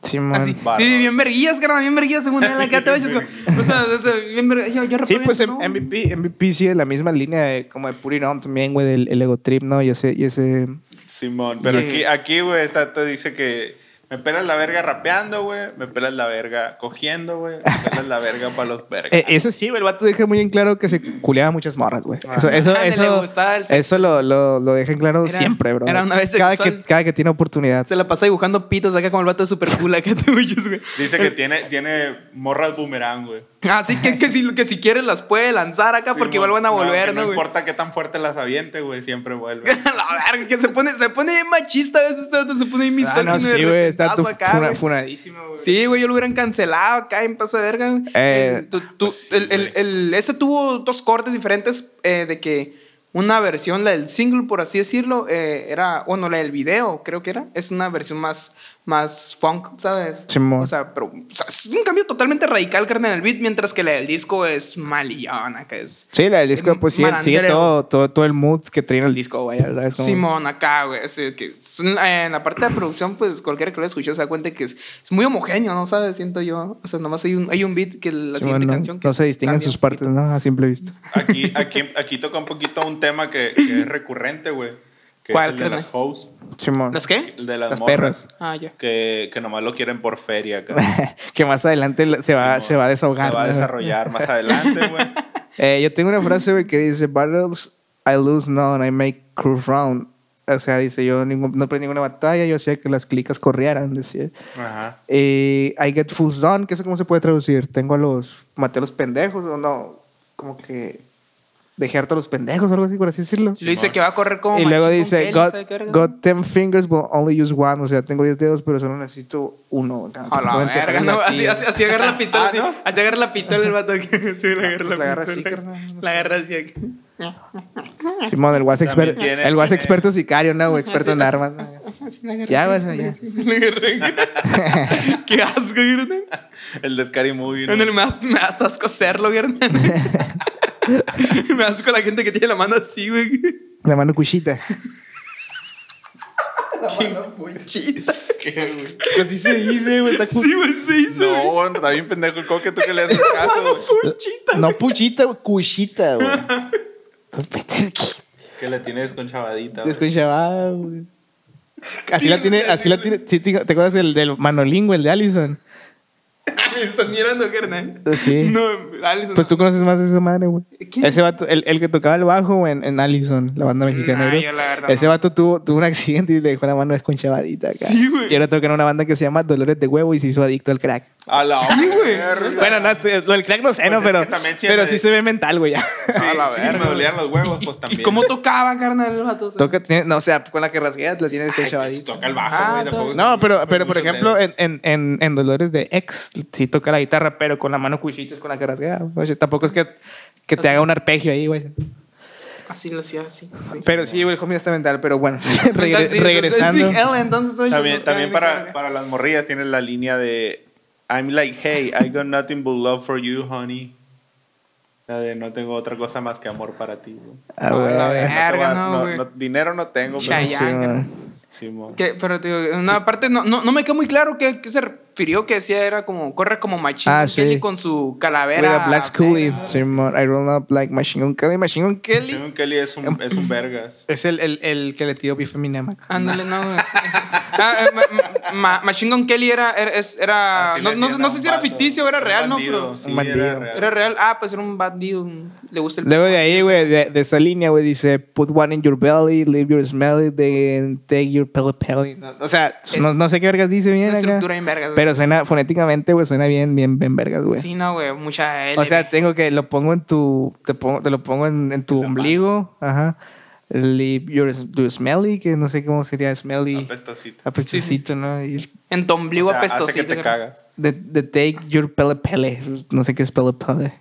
Speaker 1: Simón.
Speaker 2: Así.
Speaker 3: Bárbaro.
Speaker 2: Ah, Sí, bien verguillas, carnal, bien verguillas,
Speaker 3: *laughs*
Speaker 2: según él acá te vayas. O sea, o sea, bien verguillas. Yo, yo
Speaker 1: Sí,
Speaker 2: rapeo
Speaker 1: pues
Speaker 2: bien,
Speaker 1: em-
Speaker 2: ¿no?
Speaker 1: MVP, MVP sigue la misma línea de, como de Put It On también, güey, del el ego trip, ¿no? Yo sé, yo sé.
Speaker 3: Simón. Pero
Speaker 1: Yeah.
Speaker 3: aquí, aquí, güey, esta te dice que me pelas la verga rapeando, güey. Me pelas la verga cogiendo, güey. Me pelas la verga para los vergas.
Speaker 1: Eh, eso sí, güey, el vato deja muy en claro que se culeaba muchas morras, güey. Eso, eso,
Speaker 2: Ándale, le
Speaker 1: eso,
Speaker 2: gustaba el sexo.
Speaker 1: eso lo, lo, lo deja en claro
Speaker 2: Era-
Speaker 1: siempre, bro.
Speaker 2: era una vez
Speaker 1: cada
Speaker 2: sexual.
Speaker 1: que, cada que tiene oportunidad.
Speaker 2: Se la pasa dibujando pitos acá como el vato de super cool acá *laughs* te huyes, güey.
Speaker 3: Dice que tiene, tiene morras boomerang, güey.
Speaker 2: Así que, que, si, que si quieres las puede lanzar acá Ah, porque
Speaker 3: Simón.
Speaker 2: igual van a
Speaker 3: No,
Speaker 2: volver,
Speaker 3: que
Speaker 2: ¿no,
Speaker 3: No
Speaker 2: güey?
Speaker 3: importa qué tan fuerte las aviente, güey. Siempre vuelve.
Speaker 2: *laughs* la verga, que se pone, se pone bien machista a veces, este vato se pone bien
Speaker 1: Ah,
Speaker 2: misógino.
Speaker 1: no,
Speaker 2: de
Speaker 1: sí, güey, está
Speaker 2: repentazo
Speaker 1: tu
Speaker 2: acá,
Speaker 1: funa-
Speaker 2: güey.
Speaker 1: funadísimo, güey.
Speaker 2: Sí, güey, yo lo hubieran cancelado acá en pasa de verga. güey.
Speaker 1: Eh,
Speaker 2: El- tu- tu-
Speaker 3: pues sí,
Speaker 2: el-
Speaker 3: güey.
Speaker 2: el- el- ese tuvo dos cortes diferentes eh, de que una versión, la del single, por así decirlo, eh, era, bueno, la del video, creo que era, es una versión más, más funk, ¿sabes?
Speaker 1: Simón.
Speaker 2: O sea, pero o sea, es un cambio totalmente radical, carnal, en el beat, mientras que la del disco es malillona, que es...
Speaker 1: Sí, la del disco, pues sí,
Speaker 2: Malandreo.
Speaker 1: sigue todo, todo, todo el mood que trae en el disco, güey. ¿sabes cómo?
Speaker 2: Simón, acá, güey. así que es un- en la parte de producción, pues cualquiera que lo escuchó se da cuenta que es, es muy homogéneo, ¿no sabes? Siento yo. O sea, nomás hay un, hay un beat que la
Speaker 1: Simón,
Speaker 2: siguiente
Speaker 1: no,
Speaker 2: canción. que
Speaker 1: no se distinguen
Speaker 2: cambia
Speaker 1: sus
Speaker 2: un poquito.
Speaker 1: partes, ¿no? A simple vista.
Speaker 3: Aquí, aquí, aquí toca un poquito un tema que, que es recurrente, güey. Que
Speaker 2: ¿Cuál,
Speaker 3: es el de
Speaker 2: carnal?
Speaker 3: las hoes.
Speaker 1: Simón.
Speaker 2: ¿Las qué?
Speaker 3: El de las,
Speaker 1: Las
Speaker 3: morras.
Speaker 1: perras.
Speaker 2: Ah, ya.
Speaker 3: Que, que nomás lo quieren
Speaker 1: *laughs*
Speaker 3: por feria, cara.
Speaker 1: *laughs* que más adelante lo- se va,
Speaker 3: Simón.
Speaker 1: se va a desahogar.
Speaker 3: Se va a
Speaker 1: ¿no?
Speaker 3: desarrollar más adelante, güey.
Speaker 1: Eh, yo tengo una frase, güey, que dice: Battles I lose none, I make crew round. O sea, dice: Yo ningún- no perdí ninguna batalla, yo hacía que las clicas corrieran, decía.
Speaker 3: *laughs* Ajá.
Speaker 1: Eh, I get fools done, que eso cómo se puede traducir. Tengo a los. Maté a los pendejos, o no. Como que. Dejé harto a los pendejos, o algo así, por así decirlo.
Speaker 2: Y lo dice que va a correr como.
Speaker 1: y luego
Speaker 2: Machine
Speaker 1: dice:
Speaker 2: Gun Kelly,
Speaker 1: got,
Speaker 2: ¿sabe qué verga?
Speaker 1: got 10 fingers, but only use one. O sea, tengo 10 dedos, pero solo necesito uno.
Speaker 2: A la
Speaker 1: Entonces,
Speaker 2: verga,
Speaker 1: la
Speaker 2: no, así,
Speaker 1: chida.
Speaker 2: así, así agarra la pistola,
Speaker 1: Ah,
Speaker 2: así,
Speaker 1: ¿no?
Speaker 2: así agarra la pistola el vato. que- Sí, la agarra
Speaker 1: Pues la agarra así, carnal, no
Speaker 2: La agarra así. aquí. *laughs*
Speaker 1: Simón, el was,
Speaker 3: También
Speaker 1: exper-
Speaker 3: tiene-
Speaker 1: el was
Speaker 3: tiene-
Speaker 1: experto sicario, ¿no? güey? Experto en armas. ¿no?
Speaker 2: Así la agarra.
Speaker 1: Ya, güey, eso ya.
Speaker 2: La agarra. *laughs* Qué asco, güey.
Speaker 3: El de Scary Movie. ¿no?
Speaker 2: En el me das, me das asco
Speaker 1: *laughs*
Speaker 2: hacerlo, güey. me das con la gente que tiene la mano así, güey.
Speaker 1: *laughs* La mano cuchita.
Speaker 2: Chita.
Speaker 3: ¿Qué, güey?
Speaker 1: Así Pues se dice, güey.
Speaker 2: Sí, güey, se hizo. güey. Ah,
Speaker 3: No, está bien pendejo. ¿Cómo que tú que le haces caso, güey?
Speaker 2: Puchita.
Speaker 1: No puchita, güey, cuchita, güey. Tú vete aquí.
Speaker 3: Que la tiene desconchavadita, güey.
Speaker 1: Desconchada, güey. Así
Speaker 2: Sí,
Speaker 1: la tiene,
Speaker 2: güey,
Speaker 1: así
Speaker 2: sí,
Speaker 1: la
Speaker 2: güey.
Speaker 1: tiene. sí, ¿Te te acuerdas del, del manolín, güey, el de Allison?
Speaker 2: *laughs* Me están mirando, carnal.
Speaker 1: Eh, Sí.
Speaker 2: No, Alison.
Speaker 1: Pues tú conoces más de esa madre, güey.
Speaker 2: ¿Quién?
Speaker 1: Ese vato, el, el que tocaba el bajo güey, en, en Allison, la banda mexicana.
Speaker 2: Nah,
Speaker 1: güey.
Speaker 2: yo la verdad
Speaker 1: Ese
Speaker 2: no.
Speaker 1: vato tuvo, tuvo un accidente y le dejó la mano desconchadita acá.
Speaker 2: Sí, güey.
Speaker 1: Y ahora toca en una banda que se llama Dolores de Huevo y se hizo adicto al crack.
Speaker 3: A la
Speaker 2: güey.
Speaker 3: verga.
Speaker 1: Bueno, no, estoy- lo del crack no sé,
Speaker 3: Pues
Speaker 1: no,
Speaker 3: es
Speaker 1: pero,
Speaker 3: que también siempre-
Speaker 1: pero sí se ve mental, güey.
Speaker 2: *laughs*
Speaker 1: ya.
Speaker 3: Sí,
Speaker 2: A la
Speaker 3: sí,
Speaker 2: verga,
Speaker 3: me dolían los huevos, pues
Speaker 2: ¿Y
Speaker 3: también.
Speaker 2: cómo tocaba, carnal, el vato?
Speaker 1: Toca, tiene- no, o sea, con la que rasgueas la tienes
Speaker 3: Ay,
Speaker 1: desconchadita.
Speaker 3: que toca el bajo,
Speaker 2: Ah,
Speaker 3: güey.
Speaker 2: todo.
Speaker 3: tampoco-
Speaker 1: No, pero,
Speaker 3: con
Speaker 1: pero por
Speaker 3: muchos
Speaker 1: ejemplo,
Speaker 3: dedos.
Speaker 1: en, en, en, en Dolores de Ex, sí toca la guitarra, pero con la mano cuchillas con la que rasguea. güey. Tampoco es que, que te haga un arpegio ahí, güey.
Speaker 2: Así lo hacía, así. sí.
Speaker 1: Pero sí, güey, el homie está mental, pero bueno, regre-
Speaker 2: *laughs* Entonces, sí, es- oh,
Speaker 1: regresando.
Speaker 2: Es Big L, entonces. ¿no?
Speaker 3: También,
Speaker 2: Yo-
Speaker 3: también
Speaker 2: yo-
Speaker 3: para, para las morrillas tienes la línea de I'm like, hey, I got nothing but love for you, honey. La de no tengo otra cosa más que amor para ti. güey.
Speaker 1: Ah, güey.
Speaker 2: A oh, la
Speaker 3: No te
Speaker 2: Verga,
Speaker 3: voy a-
Speaker 2: no, güey.
Speaker 3: dinero no tengo, pero
Speaker 2: Chayanne,
Speaker 1: Sí,
Speaker 2: carnal.
Speaker 1: güey.
Speaker 3: sí, mo.
Speaker 2: Que- pero te digo, en una parte no, no, no me queda muy claro qué, qué se, re- refirió que decía era como, corre como Machine
Speaker 1: Ah,
Speaker 2: Gun Kelly
Speaker 1: sí.
Speaker 2: con su
Speaker 1: With
Speaker 2: calavera.
Speaker 1: a Black Coolie. Simón, I roll up like Machine Gun Kelly. Machine Gun Kelly.
Speaker 3: Sean Kelly es un, es un vergas.
Speaker 1: Es el, el, el que le tiró bife a mi Nema.
Speaker 2: Ándale, no, güey. Ah, eh, ma- ma- ma- Machine Gun Kelly era, era, es- era-
Speaker 3: Así
Speaker 2: Ah, no,
Speaker 3: le
Speaker 2: no-
Speaker 3: decían
Speaker 2: no
Speaker 3: a
Speaker 2: sé
Speaker 3: un
Speaker 2: si era
Speaker 3: vato,
Speaker 2: ficticio o era
Speaker 3: un
Speaker 2: real, ¿no?
Speaker 3: bandido,
Speaker 2: Pero
Speaker 3: sí,
Speaker 1: Un bandido.
Speaker 3: Era real.
Speaker 2: era real. Ah, pues era un bandido. Le gusta el...
Speaker 1: Luego de ahí, güey, de, de esa línea, güey, dice: Put one in your belly, leave your smelly, then take your pelly pelly. No, o sea,
Speaker 2: Es-
Speaker 1: no, no sé qué vergas dice
Speaker 2: es
Speaker 1: bien.
Speaker 2: una
Speaker 1: acá,
Speaker 2: estructura en vergas.
Speaker 1: Pero suena fonéticamente, güey, suena bien, bien, bien vergas, güey.
Speaker 2: Sí, no, güey, mucha L.
Speaker 1: O sea, tengo que lo pongo en tu. Te, pongo- te lo pongo en, en tu
Speaker 3: la
Speaker 1: ombligo. Ajá. Leave your, your smelly, que no sé cómo sería smelly.
Speaker 3: Apestosito.
Speaker 1: Apestecito, ¿no? Y
Speaker 2: en tu ombligo
Speaker 3: O sea, hace
Speaker 2: apestosito.
Speaker 3: que te
Speaker 2: güey.
Speaker 3: cagas.
Speaker 1: de, de take your pele pele. No sé qué es pele pele.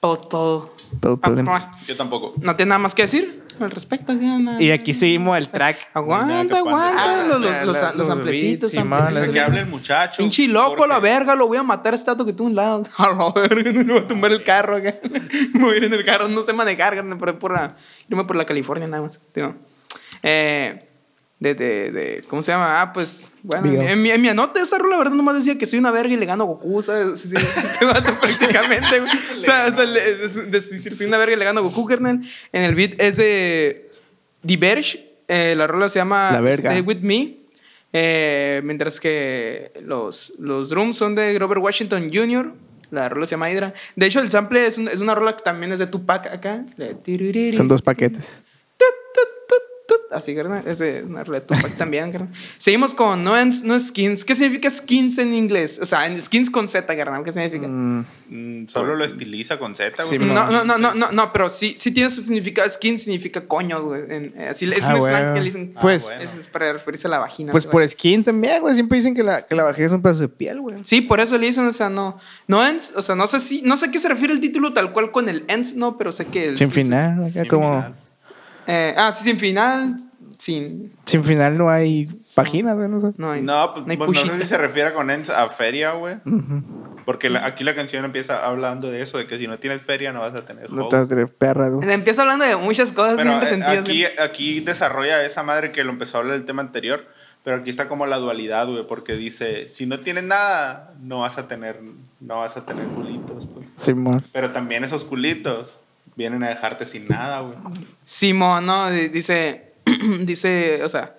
Speaker 2: Todo, todo.
Speaker 1: Pele pele.
Speaker 2: Ah,
Speaker 3: Yo tampoco.
Speaker 2: No tiene nada más que decir al respecto. ya, nada.
Speaker 1: Y aquí seguimos el track.
Speaker 3: Nada que
Speaker 2: Aguanta,
Speaker 3: pandear.
Speaker 2: aguanta. Los, los,
Speaker 1: Ah,
Speaker 2: los,
Speaker 1: los
Speaker 2: los, amplecitos.
Speaker 1: beats, Simón,
Speaker 2: amplecitos.
Speaker 1: las
Speaker 3: Que hable el muchacho.
Speaker 2: Pinche loco, a la
Speaker 3: Jorge.
Speaker 2: verga, lo voy a matar esta que tú a un lado. *laughs* A la verga, me voy a tumbar el carro acá. *laughs* Me voy a ir en el carro, no sé manejar, carnal, pero por la, irme por la California nada más. tío. Eh, de, de, de- ¿cómo se llama? Ah, pues, bueno,
Speaker 1: Miguel.
Speaker 2: en mi, en mi anote esta rola, la verdad, nomás decía que soy una verga y le gano a Goku, ¿sabes? Sí, *laughs* sí, este vato prácticamente, güey. O sea, o sea, le- es- decir soy una verga y le gano a Goku, carnal. En el beat es de Diverge, eh, la rola se llama
Speaker 1: La verga.
Speaker 2: Stay With Me. Eh, mientras que los, los drums son de Grover Washington Jr. La rola se llama Hydra. De hecho, el sample es, un- es una rola que también es de Tupac acá. La de tiririri,
Speaker 1: Son dos paquetes.
Speaker 2: tut, tut, tut, tut. Así, carnal. Es, de- es una rola de Tupac *laughs* también, carnal. Seguimos con no, en- no skins. ¿Qué significa skins en inglés? O sea, en skins con Z, carnal. ¿Qué significa?
Speaker 3: Mm, Solo lo estiliza con Z,
Speaker 1: Sí,
Speaker 3: güey.
Speaker 2: No, no, no, no, no, no, pero sí, sí tiene su significado. Skin significa coño, güey. En- eh, así, es
Speaker 1: Ah,
Speaker 2: un slang
Speaker 1: bueno.
Speaker 2: que le dicen.
Speaker 1: Ah, Pues-
Speaker 3: bueno.
Speaker 2: Es para referirse a la vagina.
Speaker 1: Pues
Speaker 2: güey.
Speaker 1: por skin también, güey. Siempre dicen que la, que la vagina es un pedazo de piel, güey.
Speaker 2: Sí, por eso le dicen, o sea, no. No ends, o sea, no sé si, no sé a qué se refiere el título tal cual con el ends, no, pero sé que el.
Speaker 1: Sin
Speaker 2: sí, sí,
Speaker 1: final. acá
Speaker 3: Sin
Speaker 1: como.
Speaker 3: final.
Speaker 2: sí. Eh, ah, sí, sin final, sin.
Speaker 1: Sin final no hay páginas, güey. No sé.
Speaker 2: No hay.
Speaker 3: No, pues,
Speaker 2: hay
Speaker 3: pues, no sé
Speaker 2: pushita.
Speaker 3: si se refiere con Ents a feria, güey. Porque la- aquí la canción empieza hablando de eso, de que si no tienes feria no vas a tener
Speaker 1: No
Speaker 3: hope.
Speaker 1: te vas a tener perras, güey.
Speaker 2: *laughs* Empieza hablando de muchas cosas,
Speaker 3: Pero
Speaker 2: siempre
Speaker 3: eh,
Speaker 2: sentidas.
Speaker 3: aquí, aquí desarrolla esa madre que lo empezó a hablar el tema anterior, pero aquí está como la dualidad, güey, porque dice, si no tienes nada, no vas a tener, no vas a tener culitos, pues.
Speaker 1: Simón.
Speaker 3: Pero también esos culitos vienen a dejarte sin nada, güey.
Speaker 2: Simón, ¿no? D- Dice, *clears throat* dice, o sea,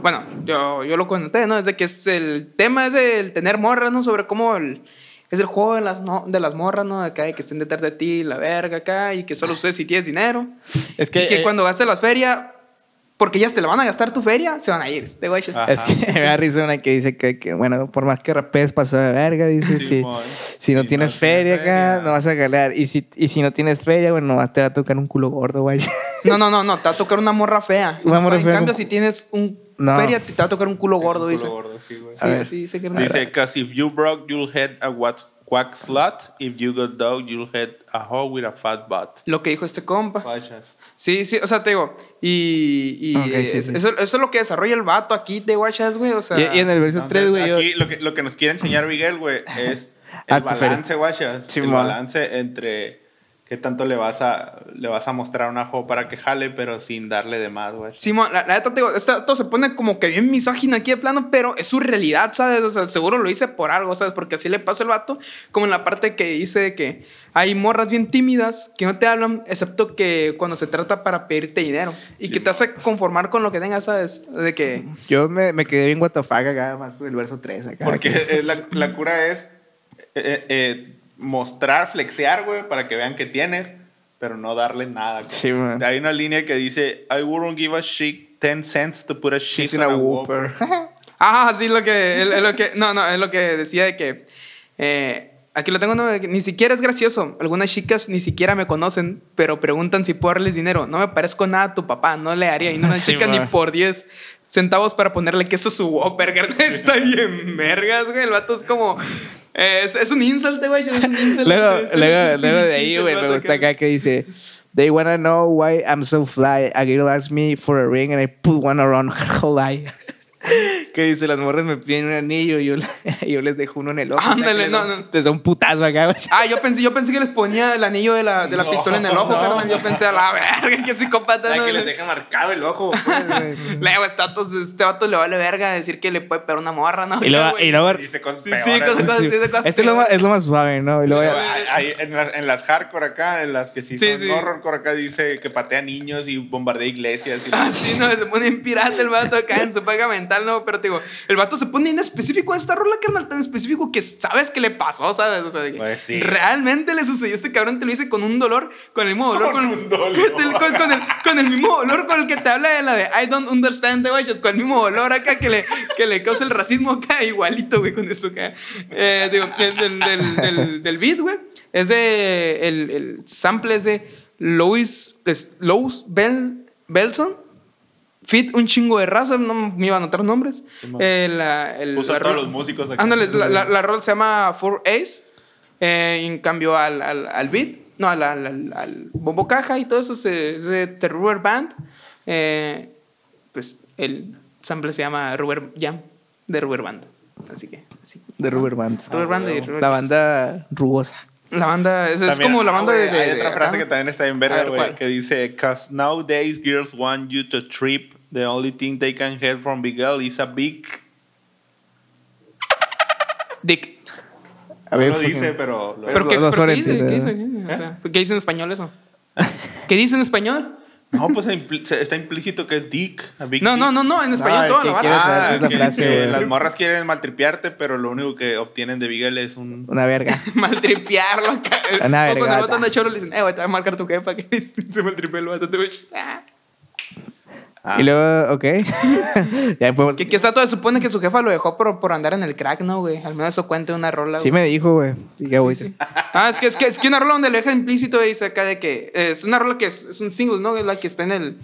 Speaker 2: bueno, yo, yo lo conté, ¿no? Es de que es el tema es el tener morras, ¿no? Sobre cómo el- es el juego de las, no, de las morras, ¿no? Acá, de que estén detrás de ti, la verga acá, y que solo
Speaker 3: Ah.
Speaker 2: ustedes si tienes dinero.
Speaker 1: Es que,
Speaker 2: Y que
Speaker 1: eh,
Speaker 2: cuando gastes la feria, porque ellas te la van a gastar tu feria, se van a ir, de guayas.
Speaker 3: Ah.
Speaker 1: Es que *laughs* me da risa una que dice que, que, bueno, por más que rapees, pasada de verga, dice, si,
Speaker 3: Simón.
Speaker 1: si no
Speaker 3: Si
Speaker 1: tienes
Speaker 3: no tienes
Speaker 1: feria acá,
Speaker 3: feria.
Speaker 1: no vas a ganar. Y si, y si no tienes feria, bueno, nomás te va a tocar un culo gordo, güey. *laughs*
Speaker 2: No, no, no, no, te va a tocar una morra fea.
Speaker 1: Una morra
Speaker 2: en
Speaker 1: fea
Speaker 2: cambio,
Speaker 1: con-
Speaker 2: si tienes un
Speaker 1: No.
Speaker 2: feria, te va a tocar un culo
Speaker 3: Un culo
Speaker 2: gordo, dice.
Speaker 3: gordo, sí, güey.
Speaker 1: A
Speaker 2: Sí,
Speaker 1: ver.
Speaker 2: sí, dice que no.
Speaker 3: Dice, cause if you broke, you'll head a what- quack slut. If you got dog, you'll head a hoe with a fat butt.
Speaker 2: Lo que dijo este compa.
Speaker 3: Vayas.
Speaker 2: Sí, sí, o sea, te digo, y, y
Speaker 1: Ok, sí,
Speaker 2: es-
Speaker 1: sí.
Speaker 2: Eso, eso es lo que desarrolla el vato aquí, te guachas, güey, o sea...
Speaker 1: Y, y en el verso 3,
Speaker 3: Entonces,
Speaker 1: güey, yo-
Speaker 3: aquí lo que, lo que nos quiere enseñar Miguel, güey, es
Speaker 1: Haz
Speaker 3: el
Speaker 1: tu feria.
Speaker 3: balance, guachas. el
Speaker 1: Simón.
Speaker 3: balance entre qué tanto le vas a le vas a mostrar a una jo para que jale, pero sin darle de más, güey.
Speaker 2: Simón, la la neta te digo, esta- todo se pone como que bien misógino aquí de plano, pero es su realidad, ¿sabes? O sea, seguro lo hice por algo, ¿sabes? Porque así le pasó el vato, como en la parte que dice de que hay morras bien tímidas que no te hablan, excepto que cuando se trata para pedirte dinero y que te hace conformar con lo que tengas, ¿sabes? De que...
Speaker 1: yo me, me quedé bien guatafaga acá, más por el verso 3 acá.
Speaker 3: Porque
Speaker 1: que-
Speaker 3: es la, la cura es eh, eh, mostrar, flexear, güey, para que vean que tienes, pero no darle nada. güey.
Speaker 1: *laughs* Sí, man.
Speaker 3: Hay una línea que dice, I wouldn't give a shit 10 cents to put a shit
Speaker 1: She's
Speaker 3: in
Speaker 1: in a
Speaker 3: a whopper.
Speaker 1: whooper.
Speaker 2: Ah, sí, lo que, es- es lo que. No, no, es lo que decía de que. eh, aquí lo tengo, no, de que ni siquiera es gracioso. Algunas chicas ni siquiera me conocen, pero preguntan si puedo darles dinero. No me parezco nada a tu papá, no le haría. Y no
Speaker 1: *laughs*
Speaker 2: una
Speaker 1: Sí,
Speaker 2: chica
Speaker 1: va.
Speaker 2: ni por 10 centavos para ponerle queso a su Whopper, *laughs* carnal. Está bien, vergas, güey. El vato es como. eh, es, es un insult, güey. Es un *laughs* insult.
Speaker 1: luego,
Speaker 2: Este
Speaker 1: luego,
Speaker 2: pinche
Speaker 1: luego de
Speaker 2: insult,
Speaker 1: ahí,
Speaker 2: el
Speaker 1: güey, me
Speaker 2: vato
Speaker 1: gusta
Speaker 2: que-
Speaker 1: acá que dice, They wanna know why I'm so fly. A girl asked me for a ring and I put one around her whole eye. *laughs* que dice, las morras me piden un anillo y yo, *laughs* yo les dejo uno en el ojo.
Speaker 2: Ándale,
Speaker 1: O sea, que
Speaker 2: no,
Speaker 1: les-
Speaker 2: no.
Speaker 1: Les da un putazo acá, güey. *laughs*
Speaker 2: Ah, yo pensé, yo pensé que les ponía el anillo de la, de la
Speaker 3: No,
Speaker 2: pistola en el ojo,
Speaker 3: no.
Speaker 2: carnal. Yo pensé, a la verga, qué psicópata.
Speaker 3: O sea,
Speaker 2: ¿no?
Speaker 1: *laughs*
Speaker 3: que les deja marcado el ojo. pues,
Speaker 2: Luego, este vato, este vato le vale verga decir que le puede pegar una morra, ¿no?
Speaker 1: Y luego, Ah, y luego-
Speaker 3: Y dice cosas
Speaker 2: Sí, sí,
Speaker 3: peores.
Speaker 2: cosas-
Speaker 3: güey.
Speaker 2: cosas- dice cosas
Speaker 1: Este es lo,
Speaker 2: peores.
Speaker 1: más, es lo más suave, ¿no? Y luego ya-
Speaker 3: Ahí- ahí en, las, en las hardcore acá, en las que sí,
Speaker 2: Sí,
Speaker 3: son
Speaker 2: sí.
Speaker 3: horrorcore acá, dice que patea niños y bombardea iglesias. Y
Speaker 2: *laughs* Ah, sí, no, se pone bien pirata el vato acá en su paga mental, no, pero te digo, el vato se pone bien específico en esta rola, carnal, tan específico que sabes que le pasó, ¿sabes? O sea, de que
Speaker 3: Pues sí.
Speaker 2: realmente le sucedió este cabrón, te lo dice con un dolor, con el mismo dolor,
Speaker 3: Con
Speaker 2: el-
Speaker 3: un dolor.
Speaker 2: Con, el, con- con el- con el mismo dolor con el que te habla de la de I don't understand the whites, con el mismo dolor acá que le, que le causa el racismo acá, igualito, güey, con eso acá. Eh, digo, del, del, del, del- del beat, güey, es de, el, el sample es de Louis, es Louis Bell, Belson. Fit, un chingo de raza, no me iba a anotar nombres.
Speaker 3: man.
Speaker 2: Eh, la, el,
Speaker 3: Puso
Speaker 2: la
Speaker 3: a todos
Speaker 2: rola-
Speaker 3: los músicos acá.
Speaker 2: Ándale, la, la, la rola se llama Four Ace. eh, en cambio al, al, al beat, no, al, al, al- al bombo caja y todo eso se- es de The Rubber Band. Eh, pues el sample se llama Rubber Jam, de Rubber Band. Así que, así.
Speaker 1: de Rubber Band.
Speaker 2: Rubber
Speaker 3: Ah,
Speaker 2: Band y Rubber
Speaker 1: La
Speaker 2: Jam.
Speaker 1: banda rugosa.
Speaker 2: La banda, es, es
Speaker 3: También-
Speaker 2: como la banda
Speaker 3: ah,
Speaker 2: de,
Speaker 3: güey,
Speaker 2: de-
Speaker 3: Hay
Speaker 2: de
Speaker 3: otra
Speaker 2: acá,
Speaker 3: frase
Speaker 2: ¿no?
Speaker 3: que también está en
Speaker 2: A
Speaker 3: verga,
Speaker 2: ver,
Speaker 3: güey,
Speaker 2: ¿cuál?
Speaker 3: que dice: Cause nowadays girls want you to trip. The only thing they can get from big girl is a big.
Speaker 2: Dick.
Speaker 1: A
Speaker 3: No
Speaker 1: ver,
Speaker 3: lo
Speaker 1: fucking-
Speaker 3: dice, pero. lo-
Speaker 2: ¿Pero
Speaker 1: Lo-
Speaker 2: qué,
Speaker 1: lo
Speaker 2: pero
Speaker 1: suele
Speaker 2: qué dice? ¿Qué dice?
Speaker 1: entender,
Speaker 2: O sea, ¿qué dice en
Speaker 3: *laughs*
Speaker 2: español eso? ¿Qué dice en español?
Speaker 3: No, pues impl- se- está implícito que es dick. a big
Speaker 2: No,
Speaker 3: dick.
Speaker 2: no, no, no, en
Speaker 1: No,
Speaker 2: español
Speaker 1: el
Speaker 2: toda
Speaker 1: que
Speaker 2: la
Speaker 1: quiere
Speaker 2: banda.
Speaker 1: saber.
Speaker 3: Ah,
Speaker 1: es la
Speaker 3: que-
Speaker 1: frase,
Speaker 3: que
Speaker 1: güey.
Speaker 3: las morras quieren maltripearte, pero lo único que obtienen de Bigel es un.
Speaker 1: Una verga.
Speaker 2: *laughs* Ah, Maltripearlo acá.
Speaker 1: Una
Speaker 2: o cuando el
Speaker 1: vergata.
Speaker 2: vato anda choro le dicen, eh, güey, te va a marcar tu jefa. *laughs* Que se maltripea el vato. te voy a-
Speaker 3: Ah.
Speaker 1: Y luego, ok. *laughs* ya podemos.
Speaker 2: Que, que está todo, supone que su jefa lo dejó por, por andar en el crack, ¿no, güey? Al menos eso cuenta una rola,
Speaker 1: Sí
Speaker 2: güey.
Speaker 1: me dijo, güey. Y ya, güey.
Speaker 2: Ah, es que, es que es que una rola donde le deja implícito dice acá de que. eh, Es una rola que es, es un single, ¿no? Es la que está en el.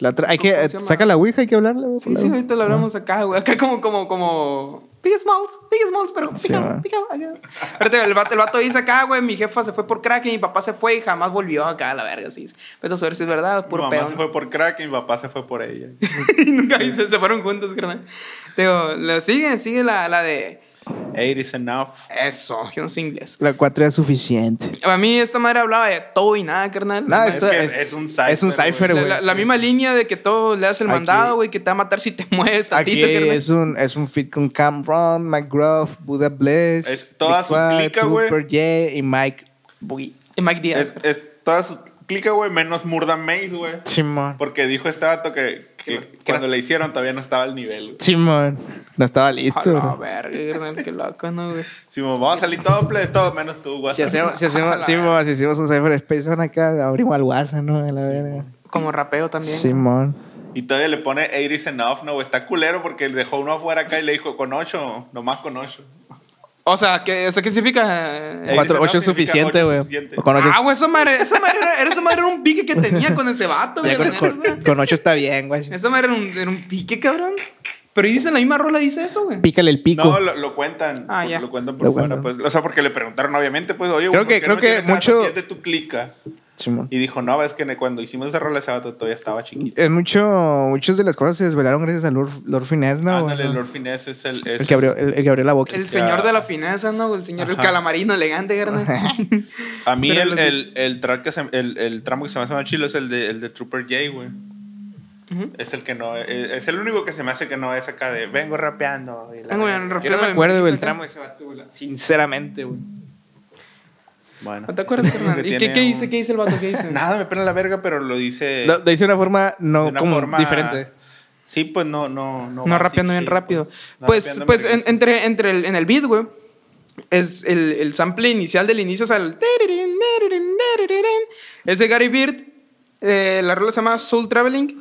Speaker 1: La otra- hay que,
Speaker 2: ¿Cómo se
Speaker 1: eh,
Speaker 2: llama?
Speaker 1: saca la ouija, hay que hablarla. güey,
Speaker 2: Sí,
Speaker 1: por la
Speaker 2: sí,
Speaker 1: ouija.
Speaker 2: ahorita lo hablamos acá, güey. Acá como, como, como. Big Smalls, Big Smalls, pero
Speaker 1: Sí,
Speaker 2: pícalo,
Speaker 1: va.
Speaker 2: pícalo, acá. Espérate, el vato, el vato dice acá, güey, mi jefa se fue por crack y mi papá se fue y jamás volvió acá a la verga, sí. Vete a saber si es verdad,
Speaker 3: Mi
Speaker 2: puro
Speaker 3: mamá
Speaker 2: pedo.
Speaker 3: se fue por crack y mi papá se fue por ella.
Speaker 2: *laughs* y nunca y se, se fueron juntos, carnal. Digo, la- sigue, sigue la, la de.
Speaker 3: Eight is enough.
Speaker 2: Eso, yo no sé inglés.
Speaker 1: La cuatro es suficiente.
Speaker 2: A mí esta madre hablaba de todo y nada, carnal.
Speaker 1: Nada,
Speaker 2: La-
Speaker 3: es
Speaker 1: esto
Speaker 3: que es un cipher,
Speaker 1: Es un
Speaker 3: güey.
Speaker 1: cipher,
Speaker 2: la,
Speaker 1: güey.
Speaker 2: la- la misma línea de que todo le das el
Speaker 1: Aquí-
Speaker 2: mandado, güey, que te va a matar si te mueves
Speaker 1: Aquí
Speaker 2: tantito, carnal.
Speaker 1: es un, es un fit con Cameron, McGraw, Buddha Bless.
Speaker 3: Es toda
Speaker 1: Big
Speaker 3: su
Speaker 1: Quad,
Speaker 3: clica, güey.
Speaker 1: Trooper J y Mike Boogie.
Speaker 2: Y Mike Díaz.
Speaker 3: Es, es toda su clica, güey, menos Murda Maze, güey.
Speaker 1: Simón.
Speaker 3: Porque dijo este vato que, que cuando le hicieron todavía no estaba al nivel. güey.
Speaker 1: Simón. No estaba
Speaker 2: A
Speaker 1: listo.
Speaker 2: la
Speaker 1: bro.
Speaker 2: verga, carnal, qué loco, ¿no, güey?
Speaker 3: Si me vamos a salir todo, play, todo menos tú, güey.
Speaker 1: Si hacemos, si hacemos, sí, mo, si hicimos un cipher space on acá, abrimos al WhatsApp, ¿no? A la verga.
Speaker 2: Como rapeo también.
Speaker 1: Simón.
Speaker 3: Y todavía le pone eight is enough, no, güey. Está culero porque le dejó uno afuera acá y le dijo con ocho, nomás con ocho.
Speaker 2: O sea, ¿qué, o sea, ¿qué significa?
Speaker 3: Eh,
Speaker 1: Cuatro,
Speaker 3: dice,
Speaker 1: ocho
Speaker 3: no,
Speaker 1: es
Speaker 3: significa
Speaker 1: suficiente,
Speaker 3: ocho
Speaker 1: güey.
Speaker 3: es suficiente.
Speaker 1: Con ocho,
Speaker 2: ah, güey, esa madre, esa madre, era, era- esa madre era un pique que tenía con ese vato, güey.
Speaker 1: ya con,
Speaker 2: la neta, o sea.
Speaker 1: con- con ocho está bien, güey.
Speaker 2: Esa madre era un, era un pique, cabrón. Pero dice la misma rola, dice eso, güey.
Speaker 1: Pícale el pico.
Speaker 3: No, lo, lo cuentan.
Speaker 2: Ah,
Speaker 3: por-
Speaker 2: ya.
Speaker 3: Lo cuentan por
Speaker 1: Lo
Speaker 3: fuera.
Speaker 1: cuentan.
Speaker 3: Pues, o sea, porque le preguntaron, obviamente, pues, oye,
Speaker 1: Creo
Speaker 3: ¿por
Speaker 1: que-
Speaker 3: qué
Speaker 1: creo que
Speaker 3: tienes tanto
Speaker 1: mucho-
Speaker 3: si es de tu clica.
Speaker 1: Simón.
Speaker 3: Y dijo, no, es que ne- cuando hicimos esa rola, ese vato todavía estaba chiquito.
Speaker 1: En mucho, muchas de las cosas se desvelaron gracias a Lord, Lord Finesse, ¿no?
Speaker 3: Ándale,
Speaker 1: Bueno,
Speaker 3: Lord Finesse es el. es
Speaker 1: el, que abrió, el, el que abrió la boca.
Speaker 2: El señor de la finanza, ¿no? El señor, el
Speaker 3: Ajá.
Speaker 2: calamarino elegante, carnal.
Speaker 3: *laughs* A mí
Speaker 2: Pero
Speaker 3: el,
Speaker 2: lo que-
Speaker 3: el, el track que se- el, el tramo que se me hace más chilo es el de, el de Trooper J, güey. Es el que no es, es el único que se me hace que no es acá de vengo rapeando. y la
Speaker 2: Vengo
Speaker 3: verga".
Speaker 2: bien
Speaker 1: Yo no
Speaker 2: rapeando
Speaker 1: me
Speaker 2: de
Speaker 1: acuerdo, güey, el
Speaker 2: Misa,
Speaker 1: tramo de ese vato, güey, Sinceramente, güey.
Speaker 3: Bueno.
Speaker 2: ¿No
Speaker 3: *laughs*
Speaker 2: te acuerdas,
Speaker 3: Creo
Speaker 2: carnal?
Speaker 3: que
Speaker 2: ¿Y qué,
Speaker 3: tiene
Speaker 2: qué
Speaker 3: un-
Speaker 2: dice? ¿Qué dice el vato? ¿Qué dice?
Speaker 3: *laughs* Nada, me pena la verga, pero lo dice
Speaker 1: Lo, lo hice de una forma no
Speaker 3: de una
Speaker 1: como
Speaker 3: forma
Speaker 1: diferente.
Speaker 3: Sí, pues no no no
Speaker 2: No
Speaker 3: básica,
Speaker 2: rapeando bien
Speaker 3: sí,
Speaker 2: rápido.
Speaker 3: no
Speaker 2: Pues,
Speaker 3: rapeando
Speaker 2: pues en-
Speaker 3: verguísimo.
Speaker 2: entre, entre el, en el beat, güey, es el, el sample inicial del inicio, es el... tirirín, tirirín, tirirín. Es de Gary Beard. Eh, la rola se llama Soul Traveling,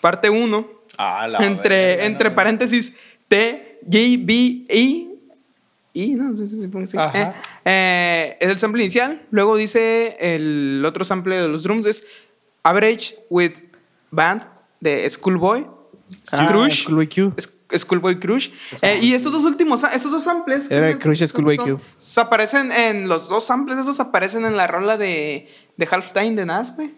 Speaker 2: parte 1.
Speaker 3: Ah, la
Speaker 2: Entre,
Speaker 3: verga,
Speaker 2: entre
Speaker 3: no.
Speaker 2: paréntesis, T, J, B, I. I, no sé si se pone así. Eh,
Speaker 3: Ajá.
Speaker 2: eh, es el sample inicial. Luego dice el otro sample de los drums: es Average with Band de Schoolboy.
Speaker 1: Ah,
Speaker 2: Crush.
Speaker 1: Schoolboy Q.
Speaker 2: Es- Schoolboy Crush. Eh, y estos dos últimos, sa- estos dos samples.
Speaker 1: Era el Crush,
Speaker 2: son-
Speaker 1: Schoolboy
Speaker 2: son-
Speaker 1: Q.
Speaker 2: se aparecen en los dos samples, esos aparecen en la rola de, de Halftime de Nas, güey.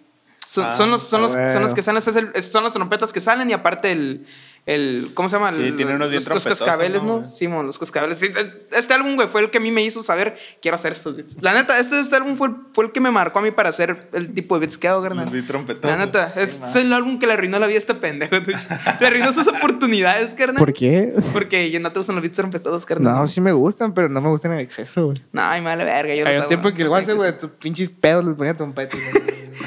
Speaker 2: Son,
Speaker 3: Ah,
Speaker 2: son los, son, los,
Speaker 1: bueno.
Speaker 2: son los que salen, es el- son las trompetas que salen y aparte el. el ¿Cómo se llama?
Speaker 3: Sí,
Speaker 2: El-
Speaker 3: tiene unos bien
Speaker 2: los, los
Speaker 3: trompetosos,
Speaker 2: cascabeles,
Speaker 3: ¿no,
Speaker 2: ¿no?
Speaker 3: güey?
Speaker 2: Simón, los cascabeles. Sí, este álbum, güey, fue el que a mí me hizo saber, quiero hacer estos beats. La neta, este, este álbum fue, fue el que me marcó a mí para hacer el tipo de beats que hago, carnal.
Speaker 3: Los beats trompetosos.
Speaker 2: La neta,
Speaker 3: Sí,
Speaker 2: es,
Speaker 3: ma.
Speaker 2: es el álbum que le arruinó la vida a este pendejo. tú. Le arruinó sus oportunidades, carnal.
Speaker 1: ¿Por
Speaker 2: *laughs*
Speaker 1: qué?
Speaker 2: Porque yo no te gustan los beats trompetosos, carnal.
Speaker 1: No, sí me gustan, pero no me gustan en exceso, güey.
Speaker 2: No, ay, mala verga.
Speaker 1: Había
Speaker 2: Yo los
Speaker 1: un
Speaker 2: hago,
Speaker 1: tiempo
Speaker 2: ¿no?
Speaker 1: en que el
Speaker 2: Los
Speaker 1: guase,
Speaker 2: beats
Speaker 1: güey, tus pinches pedos les ponía trompetas. *laughs*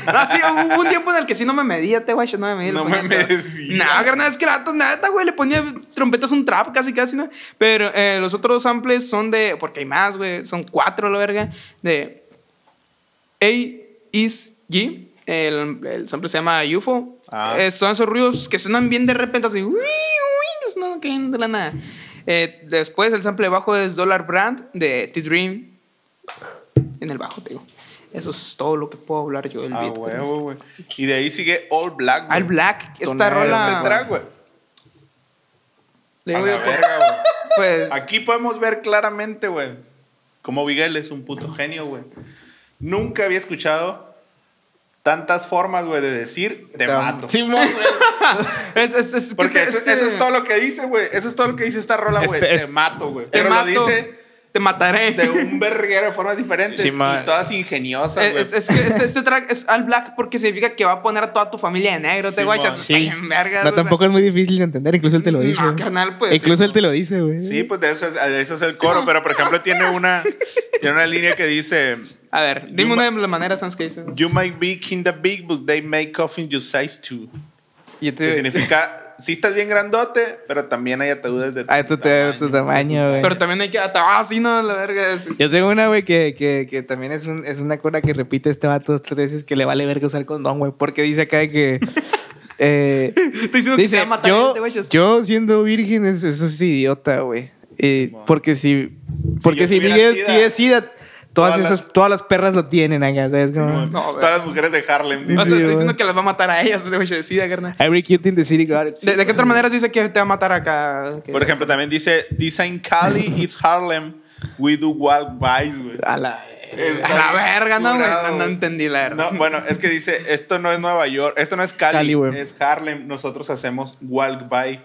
Speaker 2: No, sí, hubo un tiempo en el que sí no me medía, te guacho, no me medía.
Speaker 3: No
Speaker 2: le ponía
Speaker 3: me
Speaker 2: todo.
Speaker 3: medía.
Speaker 2: No, carnal, es que la neta, güey, le ponía trompetas un trap casi, casi, ¿no? Pero eh, los otros samples son de, porque hay más, güey, son cuatro, la verga, de A is G. El, el sample se llama UFO.
Speaker 3: Ah.
Speaker 2: Eh, son esos ruidos que suenan bien de repente, así, uy, uy, que suenan que de la nada. Eh, después el sample de bajo es Dollar Brand de T-Dream en el bajo, te digo. Eso es todo lo que puedo hablar yo del
Speaker 3: Ah,
Speaker 2: beat. carnal.
Speaker 3: huevo, güey. Y de ahí sigue All Black. güey.
Speaker 2: Al Black, esta
Speaker 1: Tonal,
Speaker 2: rola.
Speaker 3: Este track, güey.
Speaker 2: Le
Speaker 3: A
Speaker 2: digo
Speaker 3: la
Speaker 2: yo,
Speaker 3: verga, güey.
Speaker 2: pues.
Speaker 3: Aquí podemos ver claramente, güey, cómo Miguel es un puto genio, güey. Nunca había escuchado tantas formas, güey, de decir te mato.
Speaker 1: Simón,
Speaker 2: Es, es, es,
Speaker 3: Porque
Speaker 2: es-
Speaker 3: eso, eso es todo lo que dice, güey. Eso es todo lo que dice esta rola, güey.
Speaker 1: Este
Speaker 3: te
Speaker 1: es-
Speaker 3: mato, güey.
Speaker 2: Te
Speaker 3: Pero
Speaker 2: mato.
Speaker 3: lo dice
Speaker 2: Te mataré.
Speaker 3: de
Speaker 2: *laughs*
Speaker 3: un verguero de formas diferentes
Speaker 1: Sí,
Speaker 3: y
Speaker 1: ma-
Speaker 3: todas ingeniosas, güey.
Speaker 2: Eh, Es, es que es- este track es al black porque significa que va a poner a toda tu familia de negro, te
Speaker 3: Sí,
Speaker 2: guachas.
Speaker 3: mon.
Speaker 2: Está bien vergas,
Speaker 1: No,
Speaker 2: o sea.
Speaker 1: tampoco es muy difícil de entender, incluso él te lo
Speaker 2: No,
Speaker 1: dice. güey.
Speaker 2: carnal, pues,
Speaker 1: Incluso él te lo dice, güey.
Speaker 3: Sí, pues de eso, es, de eso es el coro. Pero, por ejemplo, tiene una, tiene una línea que dice...
Speaker 2: A ver, dime
Speaker 3: You
Speaker 2: una de las maneras, ¿sabes qué dice?
Speaker 3: You might be in the big, but they may coffin your size too.
Speaker 1: Y tú,
Speaker 3: Que significa, si estás bien grandote, pero también hay ataúdes de tu
Speaker 1: ah, tu, te- tu tamaño, güey.
Speaker 2: Pero también hay que. Ah, sí, no, la verga. es- es-
Speaker 1: Yo tengo una, güey, que, que, que también es, un, es una cosa que repite este vato dos, tres veces que le vale verga usar condón, güey, porque dice acá
Speaker 2: *laughs*
Speaker 1: que... eh,
Speaker 2: Estoy diciendo que
Speaker 1: dice,
Speaker 2: te va a matar
Speaker 1: yo,
Speaker 2: te guachas.
Speaker 1: yo siendo virgen, es- eso es idiota, güey. Eh, porque si... Porque
Speaker 3: yo
Speaker 1: si,
Speaker 3: tuviera
Speaker 1: Miguel
Speaker 3: sida,
Speaker 1: tiene sida, todas,
Speaker 3: todas las-
Speaker 1: esas, todas las perras lo tienen acá, ¿sabes? Como,
Speaker 2: No, a ver.
Speaker 3: Todas las mujeres de Harlem.
Speaker 2: O sea,
Speaker 1: Sí,
Speaker 3: Dice.
Speaker 2: estoy
Speaker 1: güey.
Speaker 2: diciendo que las va a matar a ellas, te guachas. Decida, carnal.
Speaker 1: Every cute in the city got it.
Speaker 2: ¿De, de qué otra manera dice que te va a matar acá? Que-
Speaker 3: Por ejemplo, también dice, Design Cali, it's Harlem, we do wild vibes, güey.
Speaker 1: A la...
Speaker 3: Está
Speaker 2: A la
Speaker 3: bien
Speaker 2: verga, no, güey.
Speaker 3: Pues, curado,
Speaker 2: No, no
Speaker 3: güey.
Speaker 2: entendí la verdad.
Speaker 3: No, bueno, es que dice, esto no es Nueva York, esto no es Cali,
Speaker 1: Cali, güey.
Speaker 3: es Harlem. Nosotros hacemos walk-by.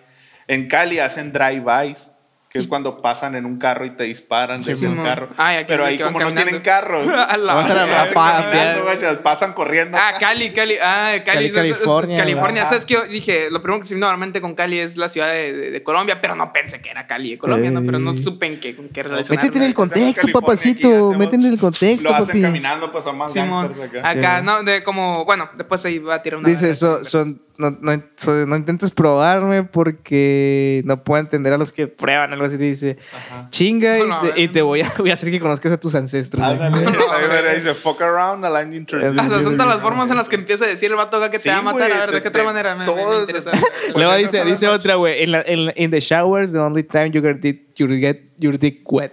Speaker 3: En Cali hacen drive-bys, que es cuando pasan en un carro y te disparan
Speaker 2: Sí,
Speaker 3: desde un
Speaker 2: mon.
Speaker 3: carro.
Speaker 2: Ay, Ah, aquí
Speaker 3: Pero
Speaker 2: dice
Speaker 3: ahí
Speaker 2: que van
Speaker 3: como no
Speaker 2: caminando.
Speaker 3: tienen carro,
Speaker 2: *laughs* A la
Speaker 1: Vamos a la
Speaker 2: verga.
Speaker 1: Ah, pa-
Speaker 3: caminando, güey, pasan corriendo.
Speaker 2: Ah, Cali, Cali. Ah, Cali.
Speaker 1: Cali,
Speaker 2: eso- eso- eso es
Speaker 1: California,
Speaker 2: California.
Speaker 1: ajá.
Speaker 2: ¿Sabes qué? Yo Dije, lo primero que se me vino a la mente con Cali es la ciudad de, de- de Colombia, pero no pensé que era Cali de Colombia, ¿no? Pero no
Speaker 1: Ey.
Speaker 2: supe en qué, con qué relacionarlo.
Speaker 1: Métete en el contexto,
Speaker 3: California, aquí
Speaker 1: papacito.
Speaker 3: hacemos-
Speaker 1: Métete en el contexto,
Speaker 3: Lo hacen
Speaker 1: papi.
Speaker 3: caminando, pues son más
Speaker 2: Simón.
Speaker 3: gangsters acá.
Speaker 2: Acá,
Speaker 1: Sí,
Speaker 2: no, de como, bueno, después ahí va a tirar una.
Speaker 1: Dice, so- son- no, no, so- no intentes probarme porque no puedo entender a los que prueban algo así. Dice, chinga y
Speaker 2: No,
Speaker 1: te,
Speaker 2: no,
Speaker 1: y te voy, a, voy a hacer que conozcas a tus ancestros. ¿eh?".
Speaker 2: *laughs*
Speaker 3: Ándale,
Speaker 1: güey.
Speaker 3: está bien, verga, dice fuck around, I'll introduce.
Speaker 2: *laughs* O sea, son todas las formas en las que empieza a decir el vato acá que
Speaker 3: Sí,
Speaker 2: te va a matar.
Speaker 3: güey,
Speaker 2: a ver, ¿de
Speaker 3: te-
Speaker 2: qué otra
Speaker 3: te-
Speaker 2: manera? Me, me- me
Speaker 3: todo-
Speaker 2: interesa.
Speaker 1: *laughs* Luego dice,
Speaker 3: Porque esas son
Speaker 1: dice
Speaker 3: las
Speaker 1: otra, güey. En la- en la- in the showers, the only time you get, it- you get your dick wet.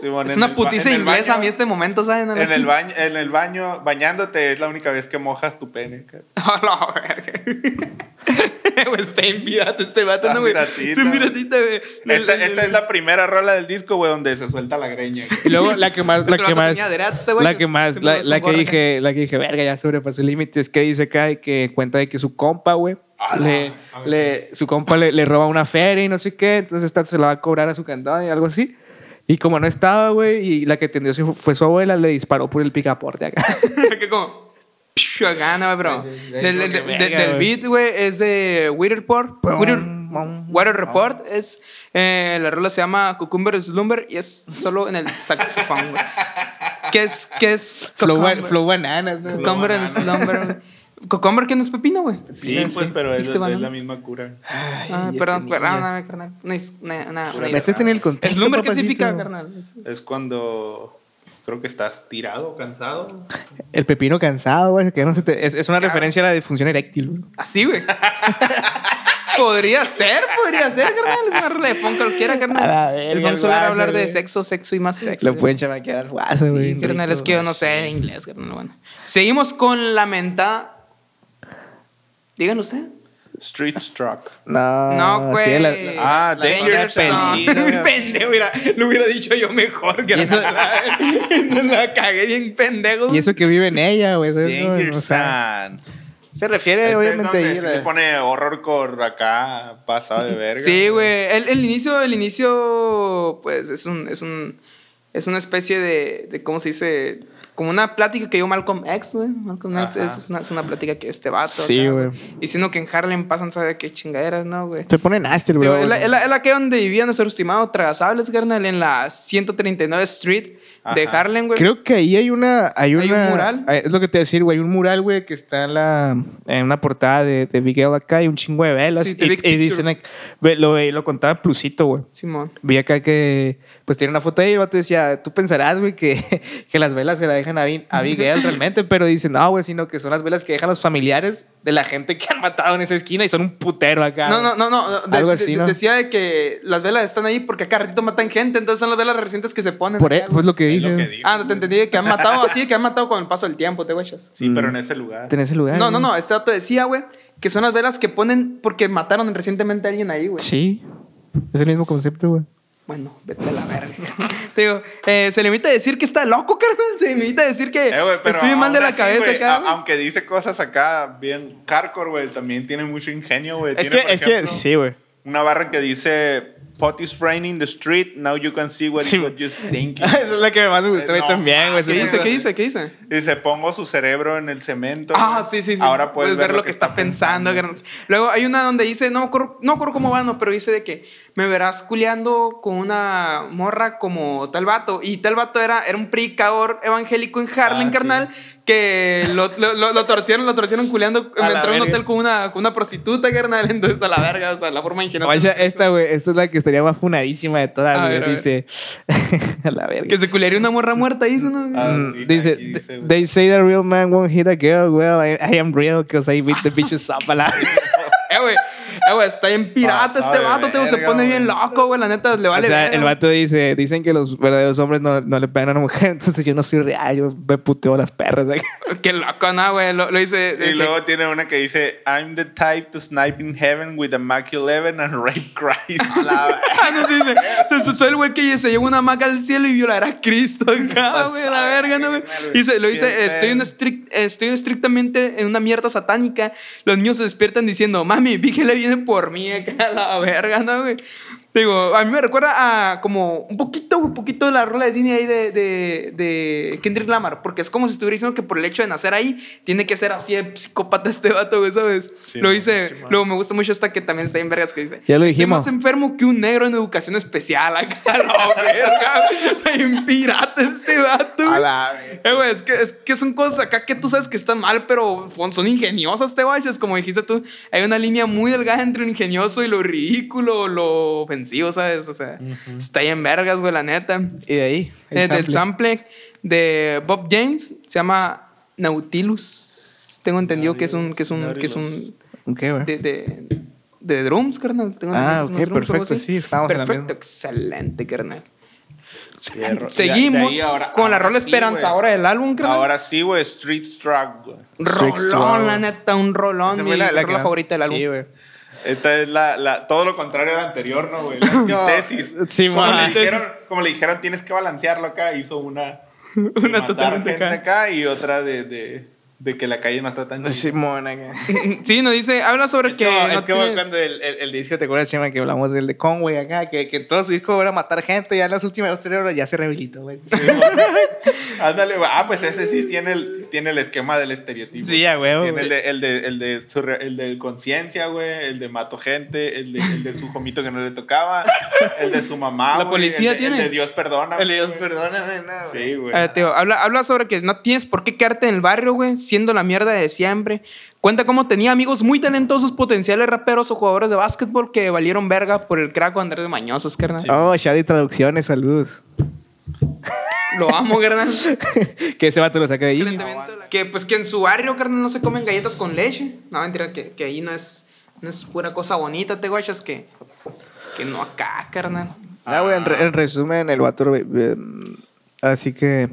Speaker 3: Simón,
Speaker 2: Es
Speaker 3: en
Speaker 2: una
Speaker 3: el ba-
Speaker 2: putiza
Speaker 3: en el
Speaker 2: inglesa a
Speaker 3: baño-
Speaker 2: mí este momento, ¿saben?
Speaker 3: En el, baño, en el baño, bañándote es la única vez que mojas tu pene. cara.
Speaker 2: *laughs* A la verga. *laughs* Güey, está en pirata este vato,
Speaker 3: Está
Speaker 2: ¿no, güey?
Speaker 3: piratita,
Speaker 2: Está en piratita, güey.
Speaker 3: Esta, esta es la primera rola del disco, güey, donde se suelta la greña. güey.
Speaker 1: Y *laughs* luego la que más, la
Speaker 2: Pero
Speaker 1: que
Speaker 2: la
Speaker 1: más,
Speaker 2: tenía de rato, este güey,
Speaker 1: la
Speaker 2: que
Speaker 1: que más,
Speaker 2: siempre
Speaker 1: la,
Speaker 2: vas
Speaker 1: la
Speaker 2: con
Speaker 1: que
Speaker 2: gorra,
Speaker 1: dije, la que dije, verga, ya sobrepasó el límite. Es que dice acá de que cuenta de que su compa, güey,
Speaker 3: Ala,
Speaker 1: le,
Speaker 3: a ver.
Speaker 1: le- su compa le, le roba una feria y no sé qué, entonces esta se la va a cobrar a su cantón y algo así. Y como no estaba, güey, y la que tendió se fu- fue su abuela, le disparó por el picaporte
Speaker 2: *laughs*
Speaker 1: acá.
Speaker 2: que como. psh, Acá, no, güey, bro. Del, del-
Speaker 1: que
Speaker 2: del-
Speaker 1: verga,
Speaker 2: del
Speaker 1: güey.
Speaker 2: beat, güey, es de Weird Report.
Speaker 1: Pum,
Speaker 2: Weird,
Speaker 1: pum,
Speaker 2: Water Report es. eh, la rola se llama Cucumber Slumber y es solo en el saxofón,
Speaker 3: *laughs*
Speaker 2: güey. ¿Qué es? ¿Qué es?
Speaker 1: flow, ba-
Speaker 2: Cucumber-
Speaker 1: flow bananas, ¿no?
Speaker 2: Cucumber and Slumber. güey. Cucumber que no es pepino, güey.
Speaker 3: Sí, pues, pero es,
Speaker 2: Este
Speaker 3: es
Speaker 2: banano.
Speaker 3: la misma cura.
Speaker 2: Ah,
Speaker 1: este
Speaker 2: perdón, perdóname, carnal. No es nada. No, no, no,
Speaker 1: Métete en este el contexto,
Speaker 2: Slumber, ¿qué
Speaker 1: papacito.
Speaker 2: significa, carnal?
Speaker 3: Es cuando creo que estás tirado, cansado.
Speaker 1: El pepino cansado, güey, que no se te- es, es una referencia a la disfunción eréctil, güey.
Speaker 2: Así, güey. podría ser, podría ser, carnal. Es una rola de funk cualquiera,
Speaker 1: A la
Speaker 2: carnal.
Speaker 1: verga,
Speaker 2: El Gonzalo
Speaker 1: el
Speaker 2: era
Speaker 1: guasa,
Speaker 2: hablar de
Speaker 1: güey.
Speaker 2: sexo, sexo y más sexo.
Speaker 1: Lo pueden chamaquear al guaso, güey.
Speaker 2: Sí, carnal, es
Speaker 1: rico,
Speaker 2: que yo
Speaker 1: güey.
Speaker 2: no sé de inglés, carnal. Bueno. Seguimos con la menta. Díganlo usted.
Speaker 3: Street struck.
Speaker 1: No,
Speaker 2: No, pues. güey.
Speaker 1: sí, la- la-
Speaker 3: Ah,
Speaker 2: La
Speaker 3: Danger
Speaker 2: Zone.
Speaker 1: Zone. Pendejo. *laughs*
Speaker 2: Pendejo, mira. Lo hubiera dicho yo mejor, carnal.
Speaker 1: eso-
Speaker 2: la cagué bien pendejo.
Speaker 1: Y eso que vive en ella, güey. eso es, güey,
Speaker 3: Danger
Speaker 1: o sea,
Speaker 3: Zone.
Speaker 1: Se refiere,
Speaker 3: Este es
Speaker 1: obviamente,
Speaker 3: donde
Speaker 1: ahí
Speaker 3: sí
Speaker 1: a la-
Speaker 3: le pone horrorcore acá, pasado de verga.
Speaker 2: Sí, güey. El, el inicio, el inicio, pues es un, es un, es una especie de, de ¿cómo se dice? Como una plática que dio Malcolm X, güey. Malcolm X
Speaker 3: Ajá.
Speaker 2: es, es una, es una plática que este vato.
Speaker 1: Sí,
Speaker 2: acá,
Speaker 1: güey.
Speaker 2: Diciendo que en Harlem pasan, ¿sabe qué chingaderas, no, güey?
Speaker 1: Se pone nasty el
Speaker 2: Digo,
Speaker 1: bro.
Speaker 2: Es la, es la- es la que donde vivía nuestro estimado Tragasables, carnal, en la 139 Street de
Speaker 3: Ajá.
Speaker 2: Harlem, güey.
Speaker 1: Creo que ahí hay una. Hay,
Speaker 2: un
Speaker 1: una-
Speaker 2: mural.
Speaker 1: hay- es lo que te voy a decir, güey. Hay un mural, güey, que está en, la, en una portada de, de Big L acá y un chingo de velas.
Speaker 2: Sí,
Speaker 1: y,
Speaker 2: The Big
Speaker 1: y
Speaker 2: Picture.
Speaker 1: dicen. ac- ve, Lo, lo contaba Plusito, güey.
Speaker 2: Simón.
Speaker 1: Vi acá que, pues, tiene una foto ahí y el vato decía, tú pensarás, güey, que, *laughs* que las velas se la dejan a, Vin- a Big L realmente, pero dicen, no, güey, sino que son las velas que dejan los familiares de la gente que han matado en esa esquina y son un putero acá.
Speaker 2: No,
Speaker 1: güey.
Speaker 2: no, no, no. de-
Speaker 1: Algo
Speaker 2: de-
Speaker 1: así, ¿no?
Speaker 2: Decía de que las velas están ahí porque a cada ratito matan gente, entonces son las velas recientes que se ponen.
Speaker 1: Por e-
Speaker 2: acá,
Speaker 1: pues
Speaker 2: güey.
Speaker 1: lo que
Speaker 3: Es
Speaker 1: dije.
Speaker 3: lo que
Speaker 1: güey.
Speaker 3: digo.
Speaker 2: Ah, no te entendí, que han matado así, que han matado con el paso del tiempo, te güeyes.
Speaker 3: Sí, pero
Speaker 1: mm.
Speaker 3: en ese lugar.
Speaker 1: En ese lugar.
Speaker 2: No, no,
Speaker 1: güey.
Speaker 2: no, este dato decía, güey, que son las velas que ponen porque mataron recientemente a alguien ahí, güey.
Speaker 1: Sí. Es el mismo concepto, güey.
Speaker 2: Bueno, vete a la verga. *laughs* Te digo, eh, se limita a decir que está loco, *laughs* carnal. Se limita a decir que
Speaker 3: Eh, güey, pero
Speaker 2: estoy mal de
Speaker 3: aún
Speaker 2: la
Speaker 3: así,
Speaker 2: cabeza
Speaker 3: güey,
Speaker 2: acá.
Speaker 3: a-
Speaker 2: güey.
Speaker 3: Aunque dice cosas acá bien hardcore, güey, también tiene mucho ingenio, güey.
Speaker 1: Es
Speaker 3: Tiene,
Speaker 1: que,
Speaker 3: por
Speaker 1: es que,
Speaker 3: ejemplo,
Speaker 1: sí,
Speaker 3: *laughs*
Speaker 1: güey.
Speaker 3: Una barra que dice, pot is raining the street, now you can see what
Speaker 1: Sí,
Speaker 3: you were
Speaker 1: güey.
Speaker 3: just
Speaker 1: *laughs*
Speaker 3: thinking.
Speaker 1: Esa es la que más me gustó a mí
Speaker 3: Eh, No,
Speaker 1: también, güey.
Speaker 2: ¿Qué dice? ¿Qué dice? ¿Qué dice?
Speaker 3: Dice, pongo su cerebro en el cemento.
Speaker 2: Ah,
Speaker 3: güey.
Speaker 2: sí, sí, sí.
Speaker 3: Ahora puedes, ver, lo que está
Speaker 2: pensando. gran- Luego hay una donde dice, no me acuerdo, no me acuerdo cómo va, no, pero dice de que me verás culeando con una morra como tal vato. Y tal vato era, era un predicador evangélico en Harlem,
Speaker 3: Ah, sí.
Speaker 2: carnal, que lo, lo, lo- lo torcieron, lo torcieron culeando,
Speaker 3: A la
Speaker 2: entró a un
Speaker 3: verga.
Speaker 2: hotel con una, con una prostituta, carnal. Entonces, a la verga, o sea, la forma ingeniosa.
Speaker 1: O sea, esta, güey, esta es la que estaría más funadísima de todas,
Speaker 2: A
Speaker 1: güey.
Speaker 2: ver, a ver.
Speaker 1: Dice, *laughs* a la verga.
Speaker 2: que se culearía una morra muerta, dice, ¿no?
Speaker 3: Ah,
Speaker 1: Mm,
Speaker 3: sí,
Speaker 1: dice,
Speaker 3: aquí dice, güey.
Speaker 1: they say the real man won't hit a girl. Well, I, I am real because I beat the bitches up a *laughs* la
Speaker 2: Eh, güey. Eh, güey, está bien pirata
Speaker 3: Pasado
Speaker 2: este
Speaker 3: de
Speaker 2: vato, te digo, se
Speaker 3: verga,
Speaker 2: pone bien
Speaker 3: güey.
Speaker 2: loco, güey, la neta, le
Speaker 1: O
Speaker 2: vale.
Speaker 1: sea,
Speaker 2: verga,
Speaker 1: el
Speaker 2: güey.
Speaker 1: vato dice, dicen que los verdaderos hombres no, no le pegan a una mujer, *laughs* entonces yo no soy real, yo me puteo a las perras. acá.
Speaker 2: Qué loco, no, güey. Lo, lo hice.
Speaker 3: Y luego tiene una que dice, I'm the type to snipe in heaven with a Mac 11 and rape Christ. La-
Speaker 2: *laughs* Ah, no, sí, se, se, se- soy el güey que se llevó una maca al cielo y violará a Cristo acá, güey, a la verga, no, güey. Y se- lo dice,
Speaker 3: Bien,
Speaker 2: estoy, en
Speaker 3: bien.
Speaker 2: estric- estoy estrictamente en una mierda satánica. Los niños se despiertan diciendo, mami, vi que le viene por mí acá, *laughs* a la verga, no, güey. Digo, a mí me recuerda a como un poquito, un poquito de la rola de Disney ahí de, de, de Kendrick Lamar, porque es como si estuviera diciendo que por el hecho de nacer ahí, tiene que ser así de psicópata este vato, güey, ¿sabes?
Speaker 3: Sí,
Speaker 2: lo
Speaker 3: man,
Speaker 2: dice,
Speaker 3: sí, man.
Speaker 2: luego me gusta mucho esta que también está en vergas que dice. "Este
Speaker 1: Ya lo
Speaker 2: "Estoy
Speaker 1: dijimos.
Speaker 2: más enfermo que un negro en educación especial acá, *laughs* a la verga. güey. Está bien pirata este vato. güey.
Speaker 3: A la verga.
Speaker 2: Eh, güey, es que, es que son cosas acá que tú sabes que están mal, pero fon- son ingeniosas, te vayas. Como dijiste tú, hay una línea muy delgada entre lo ingenioso y lo ridículo, o lo ofensivo, ¿sabes? O sea, está ahí en vergas, güey, la neta.
Speaker 1: Y de ahí. el
Speaker 2: Eh, del
Speaker 1: sample.
Speaker 2: sample de Bob James se llama Nautilus. Tengo entendido que es un, que es un, que es un,
Speaker 1: Ok, güey.
Speaker 2: de, de, de drums, carnal. Tengo
Speaker 1: Ah,
Speaker 2: entendido
Speaker 1: ok,
Speaker 2: que son los drums, algo
Speaker 1: perfecto,
Speaker 2: así.
Speaker 1: sí, estábamos en la
Speaker 2: Perfecto,
Speaker 1: misma.
Speaker 2: excelente, carnal.
Speaker 3: Fierro.
Speaker 2: Seguimos
Speaker 3: De ahí ahora-
Speaker 2: con la
Speaker 3: ahora
Speaker 2: rola
Speaker 3: sí,
Speaker 2: esperanzadora del álbum, carnal.
Speaker 3: Ahora sí, güey, Street Struck, güey.
Speaker 1: Straight Straw,
Speaker 2: Rolón, la
Speaker 1: güey.
Speaker 2: neta, un rolón.
Speaker 1: Esa
Speaker 2: Mi
Speaker 1: fue
Speaker 2: la,
Speaker 1: que-
Speaker 2: favorita del álbum.
Speaker 1: Sí, güey.
Speaker 3: Esta es la, la- todo lo contrario a la anterior, ¿no, güey? La tesis.
Speaker 1: Sí,
Speaker 3: como,
Speaker 1: man.
Speaker 3: le dijeron, como le dijeron, tienes que balancearlo acá, hizo una. de
Speaker 2: Una
Speaker 3: matar
Speaker 2: totalmente
Speaker 3: gente
Speaker 2: acá.
Speaker 3: acá. y otra de, de, de que la calle no está tan. chida.
Speaker 1: Simón, acá. *laughs*
Speaker 2: *laughs* sí, nos dice, habla sobre
Speaker 1: Es
Speaker 2: que.
Speaker 1: como,
Speaker 2: no
Speaker 1: es como
Speaker 2: tienes-
Speaker 1: cuando el, el- el disco, ¿te acuerdas, Chema, que hablamos del de Conway acá? Que, que todo su disco era matar gente, ya en las últimas dos, tres horas ya se rehabilitó, güey.
Speaker 3: Ándale, va. Ah, pues ese sí tiene el, tiene el esquema del estereotipo.
Speaker 1: Sí, a huevo,
Speaker 3: Tiene
Speaker 1: güey.
Speaker 3: el de, el de, el de, surre- el de conciencia, güey. El de mato gente. El de, el de su jomito que no le tocaba. El de su mamá.
Speaker 2: La
Speaker 3: güey,
Speaker 2: policía
Speaker 3: el de,
Speaker 2: tiene.
Speaker 3: El de Dios perdona.
Speaker 1: *laughs* El Dios,
Speaker 3: güey.
Speaker 1: perdóname, no, güey.
Speaker 3: Sí, güey.
Speaker 2: A ver, te digo, eh, habla, habla sobre que no tienes por qué quedarte en el barrio, güey, siendo la mierda de siempre. Cuenta cómo tenía amigos muy talentosos, potenciales raperos o jugadores de básquetbol que valieron verga por el crack o Andrés de Mañosos, carnal.
Speaker 1: Oh, Shadi Traducciones, saludos.
Speaker 2: Lo amo, carnal.
Speaker 3: *laughs*
Speaker 1: *laughs* que ese vato lo saca de ahí.
Speaker 2: que pues que en su barrio, carnal, no se comen galletas con leche. No, mentira, que, que ahí no es, no es pura cosa bonita, te guachas, que, que no acá, carnal.
Speaker 1: Ah, güey, en, re- en resumen, el vato. güey, eh, Así que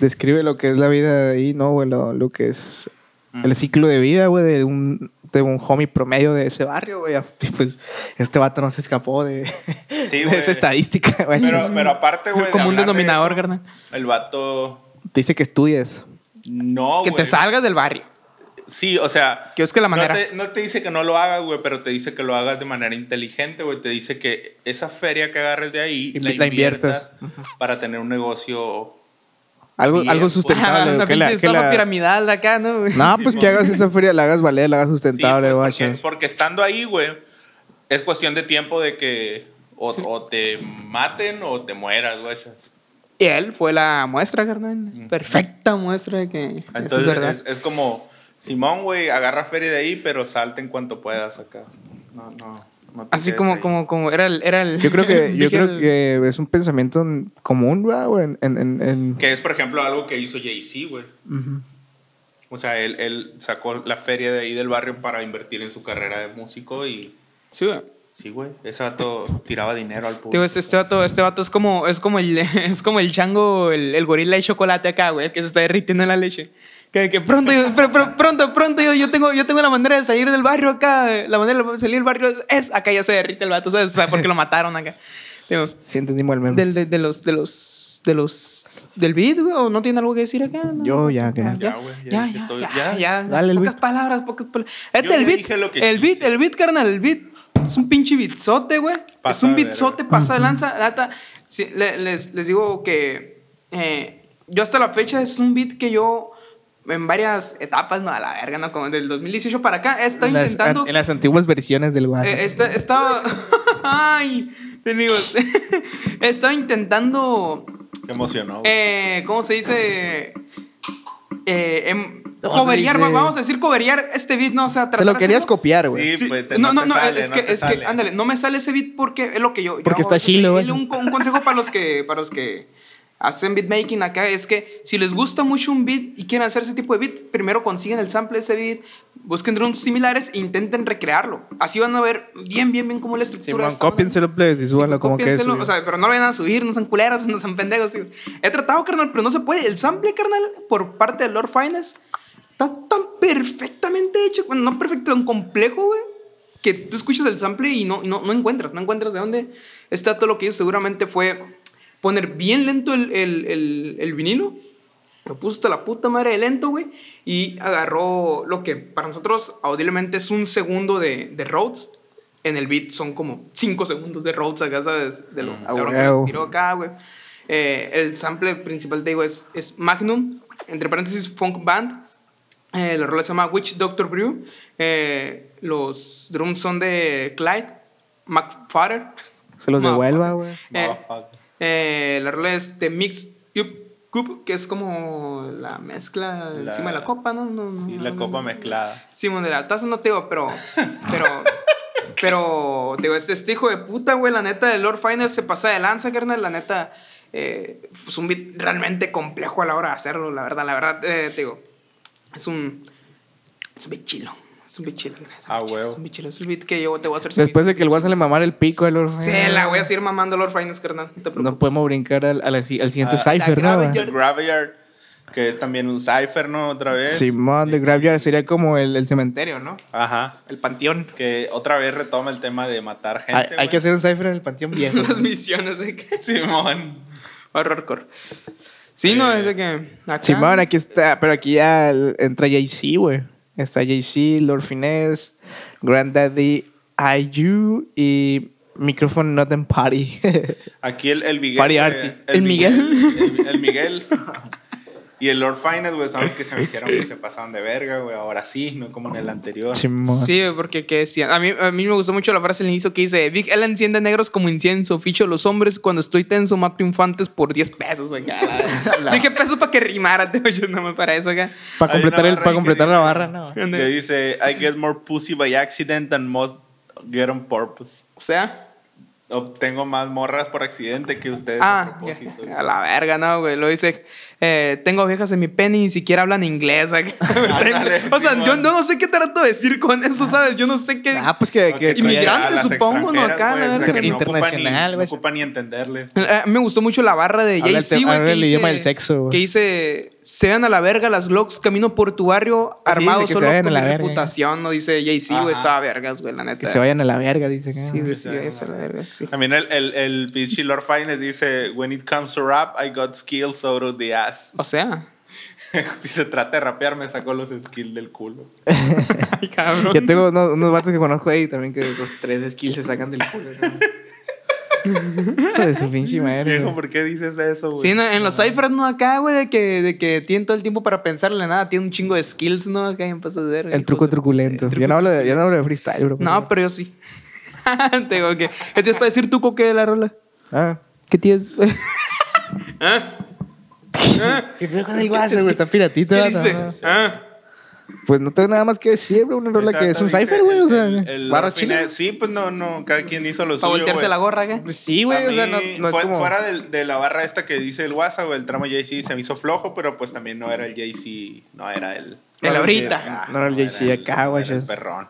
Speaker 1: describe lo que es la vida de ahí, ¿no, güey? Lo, lo que es
Speaker 3: Mm.
Speaker 1: el ciclo de vida, güey, de un, de un homie promedio de ese barrio, güey. *laughs* Y Pues este vato no se escapó de,
Speaker 3: *laughs* Sí,
Speaker 1: de
Speaker 3: güey.
Speaker 1: esa estadística, *laughs* güey.
Speaker 3: Pero, pero aparte, güey. de
Speaker 2: Como un
Speaker 3: hablar de
Speaker 2: denominador,
Speaker 3: eso,
Speaker 2: carnal.
Speaker 3: El vato.
Speaker 1: Te dice que estudies.
Speaker 3: No,
Speaker 2: que
Speaker 3: güey.
Speaker 2: te salgas del barrio.
Speaker 3: Sí, o sea.
Speaker 2: Que es que la manera.
Speaker 1: *laughs*
Speaker 3: No te, no te dice que no lo hagas, güey, pero te dice que lo hagas de manera inteligente, güey. Te dice que esa feria que agarres de ahí
Speaker 1: Invi-
Speaker 3: la,
Speaker 1: la inviertas.
Speaker 3: inviertas para tener un negocio.
Speaker 1: Algo,
Speaker 3: Bien,
Speaker 1: algo
Speaker 3: pues. *laughs*
Speaker 1: sustentable.
Speaker 2: una
Speaker 1: güey, que la-
Speaker 2: pinche
Speaker 1: que
Speaker 2: estafa
Speaker 1: la-
Speaker 2: piramidal de acá, ¿no? güey?
Speaker 1: *laughs* No, pues que hagas esa feria, la hagas valer, la hagas
Speaker 3: Sí,
Speaker 1: sustentable,
Speaker 3: pues,
Speaker 1: guacho.
Speaker 3: porque, porque estando ahí, güey, es cuestión de tiempo de que o, o te maten o te mueras, güey.
Speaker 2: Y él fue la muestra, carnal. Perfecta muestra de que eso es
Speaker 3: Mm. Entonces
Speaker 2: verdad.
Speaker 3: es, es como, Simón, güey, agarra feria de ahí, pero salte en cuanto puedas acá. No, no. no te
Speaker 2: Así
Speaker 3: quedes
Speaker 2: como,
Speaker 3: ahí.
Speaker 2: como, como, era el, era el.
Speaker 1: Yo creo
Speaker 3: *laughs*
Speaker 2: *laughs*
Speaker 1: que, yo
Speaker 2: dije
Speaker 1: creo
Speaker 2: el-
Speaker 1: que es un pensamiento común, ¿verdad, güey, en- en- en- en-
Speaker 3: Que es, por ejemplo, algo que hizo Jay-Z, güey. O sea, él, él sacó la feria de ahí del barrio para invertir en su carrera de músico y...
Speaker 2: Sí, güey.
Speaker 3: Sí, güey. Ese vato tiraba dinero al público.
Speaker 2: Digo, este, este vato, este vato es como, es como el, *laughs* es como el chango, el, el gorila de chocolate acá, güey, el que se está derritiendo en la leche. Que, que pronto, yo- pero- pero pronto, pronto, yo, yo tengo, yo tengo la manera de salir del barrio acá, la manera de salir del barrio es, es- acá ya se derrite el vato, ¿sabes? O sea, porque lo mataron acá. Digo,
Speaker 1: Sí, entendimos el meme.
Speaker 2: del, de, de los, de los, de los, del beat, güey, ¿o no tiene algo que decir acá? No.
Speaker 1: Yo ya, que-
Speaker 2: Ah,
Speaker 3: Ya,
Speaker 2: Ya,
Speaker 3: güey, ya
Speaker 2: ya,
Speaker 3: dije
Speaker 2: ya,
Speaker 3: todo.
Speaker 2: ya,
Speaker 3: Ya,
Speaker 2: ya.
Speaker 1: dale el
Speaker 2: Pocas
Speaker 1: beat.
Speaker 2: palabras, pocas palabras.
Speaker 3: Yo
Speaker 2: Este, el
Speaker 3: ya
Speaker 2: beat,
Speaker 3: dije lo que
Speaker 2: el beat,
Speaker 3: quise.
Speaker 2: el beat, carnal, el beat. Es un pinche beatzote, güey.
Speaker 3: Pasa
Speaker 2: Es un
Speaker 3: de verga.
Speaker 2: beatzote, pasa de lanza. La neta, sí, le- les, les digo que eh, yo hasta la fecha es un beat que yo en varias etapas, no, a la verga, no, como del 2018 para acá, he estado
Speaker 1: en las,
Speaker 2: intentando...
Speaker 1: an- en las antiguas versiones del WhatsApp.
Speaker 2: Eh, esta- estaba... *laughs* Ay, amigos. *laughs* estaba intentando
Speaker 3: Te emocionó, güey.
Speaker 2: eh, ¿Cómo se dice? Eh, em,
Speaker 1: ¿Cómo se
Speaker 2: coverear,
Speaker 1: dice?
Speaker 2: va- vamos a decir coverear este beat, no, o sea,
Speaker 1: te
Speaker 2: tratar
Speaker 1: lo
Speaker 2: de
Speaker 1: querías
Speaker 2: hacerlo-
Speaker 1: copiar, güey.
Speaker 3: Sí, pues, te-
Speaker 2: no,
Speaker 3: no
Speaker 2: no,
Speaker 3: te
Speaker 2: no,
Speaker 3: sale,
Speaker 2: es
Speaker 3: no
Speaker 2: que,
Speaker 3: te
Speaker 2: es que,
Speaker 3: sale.
Speaker 2: ándale, no me sale ese beat porque es lo que yo. yo
Speaker 1: Porque
Speaker 2: hago,
Speaker 1: está
Speaker 2: entonces,
Speaker 1: chilo,
Speaker 2: y-
Speaker 1: güey.
Speaker 2: y Un, un consejo para los que, para los que hacen beatmaking acá es que si les gusta mucho un beat y quieren hacer ese tipo de beat, primero consiguen el sample de ese beat, busquen drums similares e intenten recrearlo. Así van a ver bien, bien, bien cómo es la estructura. de
Speaker 1: Simón,
Speaker 2: esta onda.
Speaker 1: cópienselo, please, y
Speaker 2: Sí,
Speaker 1: súbanlo como que es.
Speaker 2: cópienselo,
Speaker 1: güey.
Speaker 2: O sea, pero no lo vayan a subir, no sean culeros, no sean pendejos. digo. He tratado, carnal, pero no se puede. El sample, carnal, por parte de Lord Finance, está tan perfectamente hecho, bueno, no perfecto, tan complejo, güey, que tú escuchas el sample y no, y no, no encuentras, no encuentras de dónde está todo lo que hizo. Seguramente fue poner bien lento el, el- el- el vinilo. Lo puso hasta la puta madre de lento, güey. Y agarró lo que para nosotros audiblemente es un segundo de, de Rhodes. En el beat son como cinco segundos de Rhodes acá, ¿sabes? De lo,
Speaker 1: Ah,
Speaker 2: cabrón que
Speaker 1: huevo.
Speaker 2: les tiró acá, güey. Eh, el sample principal, te digo, es, es Magnum, entre paréntesis, Funk Band. Eh, la rola se llama Witch Doctor Brew. Eh, los drums son de Clyde McFadder.
Speaker 1: Se los
Speaker 2: Ma-
Speaker 1: devuelva, güey.
Speaker 2: eh,
Speaker 3: Motherfucker.
Speaker 2: eh, la rola es de Mix Up Cup, que es como la mezcla
Speaker 3: La-
Speaker 2: encima de la copa, ¿no? no, no
Speaker 3: Sí, la
Speaker 2: no,
Speaker 3: copa
Speaker 2: no.
Speaker 3: mezclada.
Speaker 2: Simón de la taza no te digo, pero. Pero. pero, te digo, este, este hijo de puta, güey, la neta de Lord Finance se pasa de lanza, carnal, la neta. eh, es un beat realmente complejo a la hora de hacerlo, la verdad, la verdad, eh, te digo. Es un. Es un beat chilo. Es un beat chilo, carnal, es un
Speaker 3: Ah,
Speaker 2: beat chilo,
Speaker 3: huevo.
Speaker 2: Es un beat chilo, es el beat que yo te voy a hacer. sin
Speaker 1: Después de que el WhatsApp le mamara el pico al Lord
Speaker 2: mis- Sí, la voy a seguir mamando Lord Finance, carnal. No te
Speaker 1: No
Speaker 2: preocupes.
Speaker 1: podemos brincar al, al- al siguiente
Speaker 3: Ah,
Speaker 1: cipher, ¿no?
Speaker 2: grave
Speaker 1: güey?
Speaker 2: yo-
Speaker 3: The Graveyard, que es también un cipher, ¿no? Otra vez.
Speaker 1: Simón de Graveyard sería como el, el cementerio, ¿no?
Speaker 3: Ajá.
Speaker 1: El panteón.
Speaker 3: Que otra vez retoma el tema de matar gente.
Speaker 1: Hay, hay
Speaker 3: güey.
Speaker 1: que hacer un cipher en el panteón viejo.
Speaker 2: *laughs* *laughs* Las misiones de que. *laughs*
Speaker 3: Simón.
Speaker 2: Horrorcore. Sí, no,
Speaker 3: Eh,
Speaker 2: es de que. acá-
Speaker 1: Simón, aquí está, pero aquí ya el- entra Jay-Z, güey. Está Jay-Z, Lord Finesse, Granddaddy IU y Microphone Not in Party.
Speaker 3: Aquí el, el Miguel.
Speaker 1: Party
Speaker 3: güey,
Speaker 1: Arty.
Speaker 2: El
Speaker 3: Miguel, el, el
Speaker 2: *laughs*
Speaker 3: Miguel. Y el Lord Finance, güey, son los que se me hicieron que se pasaron de verga, güey. Ahora sí, no como en el
Speaker 1: *laughs*
Speaker 3: anterior.
Speaker 1: Simón.
Speaker 2: Sí, porque que decían. A mí, a mí me gustó mucho la frase al inicio que dice: Big L enciende negros como incienso, ficho a los hombres cuando estoy tenso, mato infantes por 10 pesos. Acá.
Speaker 3: *laughs*
Speaker 2: *laughs* Dije pesos para que rimara, *laughs* te yo no me para eso acá.
Speaker 1: Para
Speaker 3: Hay
Speaker 1: completar,
Speaker 3: una
Speaker 1: el,
Speaker 3: barra
Speaker 1: para
Speaker 3: ahí que
Speaker 1: completar
Speaker 3: dice-
Speaker 1: la barra, ¿no?
Speaker 3: Que dice, I get more pussy by accident than most get on purpose.
Speaker 2: O sea.
Speaker 3: Obtengo más morras por accidente que ustedes a
Speaker 2: Ah,
Speaker 3: propósito.
Speaker 2: ya, a la verga, no, güey. Lo dice, eh, tengo viejas en mi pene y ni siquiera hablan inglés. acá. *laughs*
Speaker 3: *laughs* Ándale,
Speaker 2: o sea, yo
Speaker 3: Simón. Ah.
Speaker 2: no sé qué trato de decir con eso, ¿sabes? Yo no sé qué...
Speaker 1: Ah, pues que, que-
Speaker 3: Ok,
Speaker 2: Inmigrantes,
Speaker 3: a las
Speaker 2: supongo, ¿no? Acá,
Speaker 3: extranjeras, güey, o
Speaker 2: la
Speaker 3: sea,
Speaker 1: verga.
Speaker 3: que no ocupan
Speaker 1: Internacional,
Speaker 3: ni- No
Speaker 1: güey.
Speaker 3: ocupan ni entenderle.
Speaker 2: Eh, Me gustó mucho la barra de
Speaker 1: Habla el
Speaker 2: Jay-Z,
Speaker 1: tema-
Speaker 2: güey.
Speaker 1: habla
Speaker 2: que
Speaker 1: el
Speaker 2: dice-
Speaker 1: idioma del sexo, güey.
Speaker 2: Que dice, se vean a la verga las locks, camino por tu barrio,
Speaker 1: Ah, Sí,
Speaker 2: armado
Speaker 1: de que se
Speaker 2: solo
Speaker 1: vayan
Speaker 2: con
Speaker 1: a la
Speaker 2: mi
Speaker 1: verga.
Speaker 2: reputación, ¿no? Dice Jay-Z, güey,
Speaker 3: Ajá.
Speaker 2: estaba vergas, güey, la neta.
Speaker 1: que se vayan a la verga, dice. que-
Speaker 2: Sí, güey, sí,
Speaker 3: se vayan
Speaker 2: es a la verga, sí.
Speaker 3: También el, el, el pinche Lord Finance dice, When it comes to rap, I got skills out of the ass.
Speaker 1: *laughs*
Speaker 2: O sea,
Speaker 3: *laughs* si se trata de rapear, me sacó los skills del culo.
Speaker 2: Ay, cabrón.
Speaker 1: Yo tengo unos, unos vatos que conozco ahí también que los tres skills se sacan del culo. *laughs* ¿no? de su pinche madre.
Speaker 3: Dijo,
Speaker 1: güey.
Speaker 3: ¿por qué dices eso, güey?
Speaker 2: Sí, no, en los cifras, ¿no? Acá, güey, de que, de que tienen todo el tiempo para pensarle nada. Tiene un chingo de skills, ¿no? Acá ya pasas a ver.
Speaker 1: El truco truculento. yo, no hablo de, yo no hablo de freestyle, bro.
Speaker 2: No, pero yo sí. *laughs* tengo que... ¿Qué tienes para decir tú, Coque, de la rola?
Speaker 1: Ah.
Speaker 2: ¿Qué tienes? *laughs*
Speaker 3: Pues ¿Ah?
Speaker 1: ¿Qué pedo con el guaso, güey? Está piratita.
Speaker 2: ¿Qué
Speaker 1: ¿no?
Speaker 2: dice? Ah.
Speaker 1: Pues no tengo nada más que decir, bro. Una rola
Speaker 3: Está-
Speaker 1: que es
Speaker 3: está
Speaker 1: un
Speaker 3: bien,
Speaker 1: cipher,
Speaker 3: el-
Speaker 1: güey. O sea,
Speaker 3: el- el
Speaker 1: barra
Speaker 3: al
Speaker 1: chile.
Speaker 3: final- Sí, pues no, no. Cada quien hizo lo
Speaker 2: Para
Speaker 3: suyo.
Speaker 2: voltearse
Speaker 3: güey.
Speaker 2: la gorra acá.
Speaker 1: Pues sí,
Speaker 3: A
Speaker 1: güey. O sea,
Speaker 3: mí,
Speaker 1: no, no es
Speaker 3: fue-
Speaker 1: como.
Speaker 3: Fuera del- de, la barra esta que dice el WhatsApp, güey, el tramo Jay-Z se me hizo flojo, pero pues también no era el Jay-Z, no era el.
Speaker 2: El ahorita.
Speaker 3: acá,
Speaker 1: No era el Jay-Z acá,
Speaker 3: no
Speaker 1: güey,
Speaker 3: era el
Speaker 1: ya.
Speaker 3: perrón.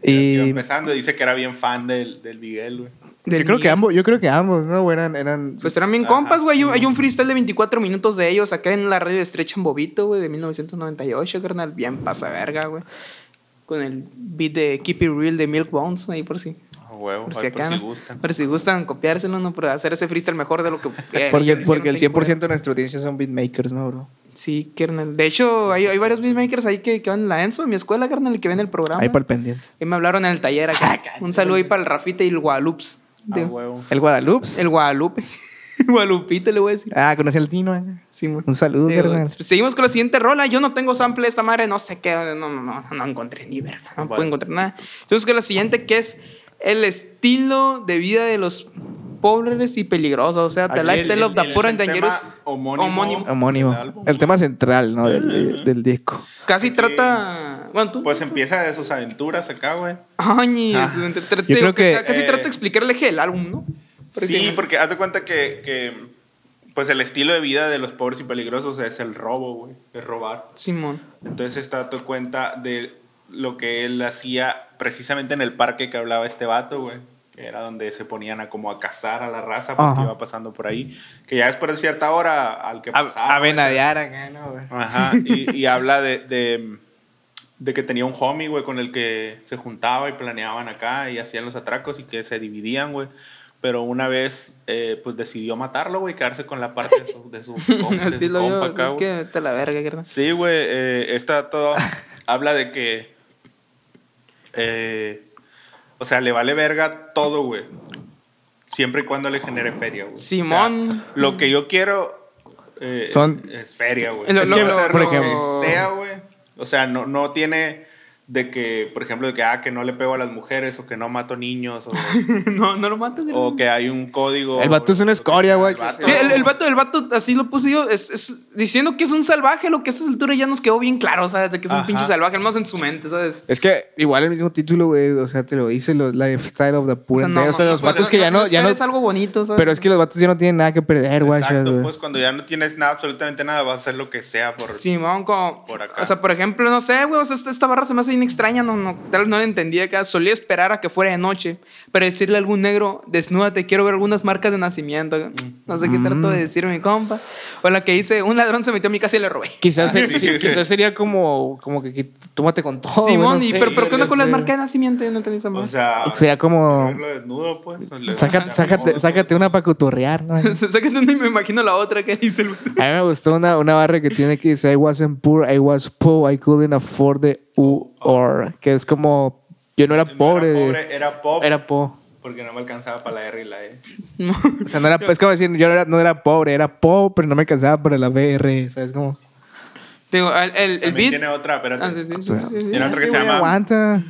Speaker 3: Iba
Speaker 1: Y.
Speaker 3: empezando, dice que era bien fan del, del Miguel, güey.
Speaker 1: Yo creo que ambos, yo creo que ambos, ¿no? güey? Eran, eran
Speaker 2: Pues eran bien
Speaker 3: Ajá.
Speaker 2: compas, güey. Hay un- Hay un freestyle de 24 minutos de ellos acá en la radio de Estrecha en Bobito, güey, de 1998, carnal. Bien pasa verga, güey. Con el beat de Keep It Real de Milk Bones, ahí por si.
Speaker 3: A huevo,
Speaker 2: Por
Speaker 3: ay,
Speaker 2: si acá.
Speaker 3: por si
Speaker 2: ¿no?
Speaker 3: gustan.
Speaker 2: Por si gustan copiárselo, ¿no? Para hacer ese freestyle mejor de lo que. eh,
Speaker 1: Porque,
Speaker 2: ellos
Speaker 1: porque
Speaker 2: hicieron,
Speaker 1: el
Speaker 2: tengo por ahí.
Speaker 1: 100% de nuestra audiencia son beatmakers, ¿no, bro?
Speaker 2: Sí, carnal. De hecho, hay, hay varios beatmakers ahí que, que van en la ENSO, en mi escuela, carnal, y que ven el programa.
Speaker 1: Ahí para el pendiente.
Speaker 2: Y me hablaron en el taller acá. un saludo ahí para el Rafita y el Guadalupe.
Speaker 3: A huevo.
Speaker 1: El Guadalupe.
Speaker 2: El *laughs* Guadalupe. Guadalupito, le voy a decir.
Speaker 1: Ah, conocí al Tino. eh.
Speaker 2: Simón.
Speaker 1: Un saludo,
Speaker 2: Digo,
Speaker 1: carnal.
Speaker 2: Seguimos con la siguiente rola. Yo no tengo sample de esta madre, no sé qué. No, no, no, no encontré ni verga. No
Speaker 3: Vale.
Speaker 2: puedo encontrar nada. Entonces, que la siguiente que es el estilo de vida de los pobres y peligrosos. O sea, The
Speaker 3: Aquí
Speaker 2: Lifestyle of the
Speaker 3: es
Speaker 2: Poor
Speaker 3: el
Speaker 2: and
Speaker 3: tema
Speaker 2: Dangerous.
Speaker 3: Homónimo.
Speaker 2: homónimo.
Speaker 1: Homónimo.
Speaker 3: del álbum.
Speaker 1: El tema central, ¿no? Del,
Speaker 3: *laughs*
Speaker 1: del- del disco.
Speaker 2: Casi
Speaker 3: Aquí-
Speaker 2: trata. Bueno, tú.
Speaker 3: Pues empieza de sus aventuras acá, güey.
Speaker 2: Ay, eso, te- te- te-
Speaker 1: creo que,
Speaker 2: Casi
Speaker 3: eh,
Speaker 2: trata de explicar el eje del álbum, ¿no?
Speaker 3: Sí, porque haz de cuenta que, que, pues el estilo de vida de los pobres y peligrosos es el robo, güey, es robar.
Speaker 2: Simón.
Speaker 3: Entonces está dando cuenta de lo que él hacía precisamente en el parque que hablaba este vato, güey. Que era donde se ponían a como a cazar a la raza pues,
Speaker 1: Ajá.
Speaker 3: que iba pasando por ahí. Que ya después de cierta hora al que pasaba.
Speaker 1: A, a
Speaker 3: güey,
Speaker 1: venadear acá, ¿no, güey?
Speaker 3: Ajá. Y, y habla de, de, de que tenía un homie, güey, con el que se juntaba y planeaban acá y hacían los atracos y que se dividían, güey. Pero una vez, eh, pues decidió matarlo, güey, y quedarse con la parte de su, de
Speaker 2: *laughs*
Speaker 3: su, com- de
Speaker 2: Así
Speaker 3: su
Speaker 2: lo veo.
Speaker 3: compa
Speaker 2: así
Speaker 3: acá,
Speaker 2: Es
Speaker 3: güey.
Speaker 2: que te la verga, carnal. *laughs*
Speaker 3: Sí, güey, eh,
Speaker 1: *laughs*
Speaker 3: esta todo habla de que, eh, o sea, le vale verga todo, güey. Siempre y cuando le genere feria, güey. O sea,
Speaker 2: Simón.
Speaker 3: lo que yo quiero eh,
Speaker 1: Son-
Speaker 3: es feria, güey.
Speaker 2: Lo-
Speaker 3: Es
Speaker 2: lo-
Speaker 3: que,
Speaker 2: lo-
Speaker 3: o sea,
Speaker 1: por
Speaker 3: lo que
Speaker 2: ejemplo.
Speaker 3: sea, güey. O sea, no, no tiene de que, por ejemplo, de que, ah, que no le pego a las mujeres o que no mato
Speaker 1: *laughs*
Speaker 3: niños o,
Speaker 2: no, no lo mato, carnal.
Speaker 3: o que hay un código.
Speaker 1: El vato es una
Speaker 3: o lo que
Speaker 1: escoria,
Speaker 3: sea,
Speaker 1: güey.
Speaker 3: el vato-
Speaker 2: Sí, el, el vato, el vato, así lo puse yo, es, es- diciendo que es un salvaje, lo que a estas alturas ya nos quedó bien claro, ¿sabes? De que es un
Speaker 3: Ajá.
Speaker 2: pinche salvaje, al menos en su mente, ¿sabes?
Speaker 1: Es que igual el mismo título, güey, o sea, te lo dice lo- Lifestyle of the Poor. and Dangerous. O sea, los
Speaker 2: pues,
Speaker 1: vatos que ya no, ya no.
Speaker 2: esperes algo bonito, ¿sabes?
Speaker 1: Pero es que los vatos ya no tienen nada que perder, güey.
Speaker 3: Exacto,
Speaker 1: güey.
Speaker 3: pues cuando ya no tienes nada, absolutamente nada, vas a hacer lo que sea por,
Speaker 2: Simón, como.
Speaker 3: Por acá.
Speaker 2: O sea, por ejemplo, no sé, güey, o sea, esta, esta barra se me hace bien extraña, no, no, tal vez no la entendía acá. Solía esperar a que fuera de noche para decirle a algún negro, desnúdate, quiero ver algunas marcas de nacimiento. No sé qué trato
Speaker 1: Mm.
Speaker 2: de decir mi compa. O la que dice, un ladrón se metió a mi casa y le robé.
Speaker 1: Quizás,
Speaker 3: Ah,
Speaker 1: se-
Speaker 3: sí.
Speaker 1: sí, quizás sería como, como que, que tómate con todo. güey,
Speaker 2: Simón,
Speaker 1: no
Speaker 2: y,
Speaker 1: sé,
Speaker 2: pero, pero ¿qué onda
Speaker 1: Oh, yo
Speaker 2: con las
Speaker 1: sé.
Speaker 2: marcas de nacimiento? Yo no entendí esa
Speaker 3: O
Speaker 2: madre.
Speaker 3: sea,
Speaker 1: Sería como.
Speaker 3: verlo desnudo, pues. le-
Speaker 1: Sácate,
Speaker 3: le-
Speaker 1: sácate, sácate una para cotorrear, ¿no? A
Speaker 2: *laughs* Se saca donde me imagino la otra que dice el vato.
Speaker 1: mí me gustó una, una barra que tiene que dice I wasn't poor, I was poor, I couldn't afford the U or que es como yo no era
Speaker 3: No
Speaker 1: pobre,
Speaker 3: Era pobre, era pop.
Speaker 1: era po.
Speaker 3: Porque no me alcanzaba para la R y la E.
Speaker 2: No.
Speaker 1: O sea, no era, es como decir, yo no era, no era pobre, era po, pero no me alcanzaba para la BR, ¿sabes cómo?
Speaker 2: Digo, el, el, el
Speaker 3: También
Speaker 2: beat.
Speaker 3: tiene otra,
Speaker 2: Ah, sí,
Speaker 3: espérate.
Speaker 2: sí, sí, sí, sí.
Speaker 3: Tiene otra que se
Speaker 1: Güey,
Speaker 3: llama
Speaker 1: Aguanta.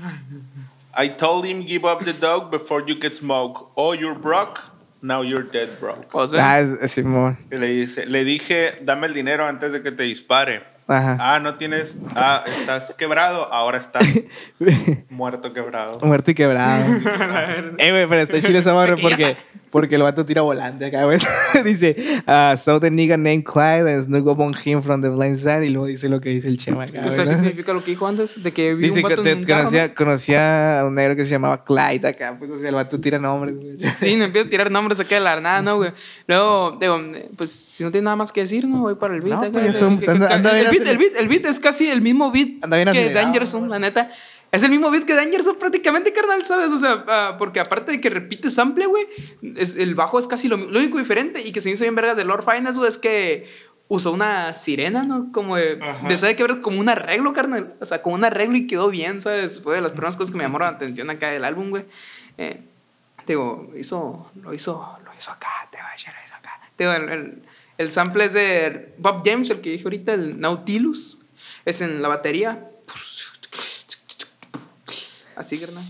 Speaker 3: I told him give up the dog before you get smoke. Oh, you're broke. Now you're dead broke.
Speaker 2: O sea,
Speaker 1: Ah, es, es Simón.
Speaker 3: Y le dice, le dije, dame el dinero antes de que te dispare.
Speaker 1: Ajá.
Speaker 3: Ah, no tienes. Ah, estás quebrado.
Speaker 1: *laughs*
Speaker 3: Ahora estás Ah. muerto quebrado.
Speaker 1: Muerto y
Speaker 2: *laughs*
Speaker 1: quebrado. eh, güey, pero está chile esa barra
Speaker 2: Tequila.
Speaker 1: porque, porque el vato tira volante acá, güey. *laughs* dice, ah, so the nigga named Clyde and snuck up on him from the blind side. Y luego dice lo que dice el chema acá,
Speaker 2: o sea,
Speaker 1: güey,
Speaker 2: ¿qué
Speaker 1: ¿no?
Speaker 2: significa lo que dijo antes? De Ah, que vi
Speaker 1: Dice
Speaker 2: un
Speaker 1: que
Speaker 2: vato
Speaker 1: te-
Speaker 2: en un carro,
Speaker 1: conocía, conocía a un negro que se llamaba Clyde acá. Pues, o sea, el vato tira nombres, güey.
Speaker 2: ¿no? Sí, me empiezo a tirar nombres acá de la nada, ¿no, güey? Luego, digo, pues si no tiene nada más que decir, ¿no? Voy para el beat.
Speaker 1: No,
Speaker 2: acá.
Speaker 1: pues, ya
Speaker 2: Que-
Speaker 1: todo-
Speaker 2: que-
Speaker 1: anda-
Speaker 2: que-
Speaker 1: anda
Speaker 2: el,
Speaker 1: bien
Speaker 2: beat, el, beat, el beat es casi el mismo beat
Speaker 1: Anda bien
Speaker 2: que
Speaker 1: acelerado,
Speaker 2: Dangerson, la neta. Es el mismo beat que Dangerson prácticamente, carnal, ¿sabes? O sea, ah, porque aparte de que repite sample, güey, es- el bajo es casi lo, mi- lo único diferente y que se hizo bien vergas de Lord Finance, güey, es que usó una sirena, ¿no? Como de,
Speaker 3: Ajá.
Speaker 2: de sabe que ver como un arreglo, carnal. O sea, como un arreglo y quedó bien, ¿sabes? Fue de las primeras cosas que me llamaron la atención acá del álbum, güey. Eh, te digo, hizo, lo hizo, lo hizo acá, te vaya, lo hizo acá. Te digo, el, el, el sample es de Bob James, el que dije ahorita, el Nautilus. Es en la batería. Así, carnal.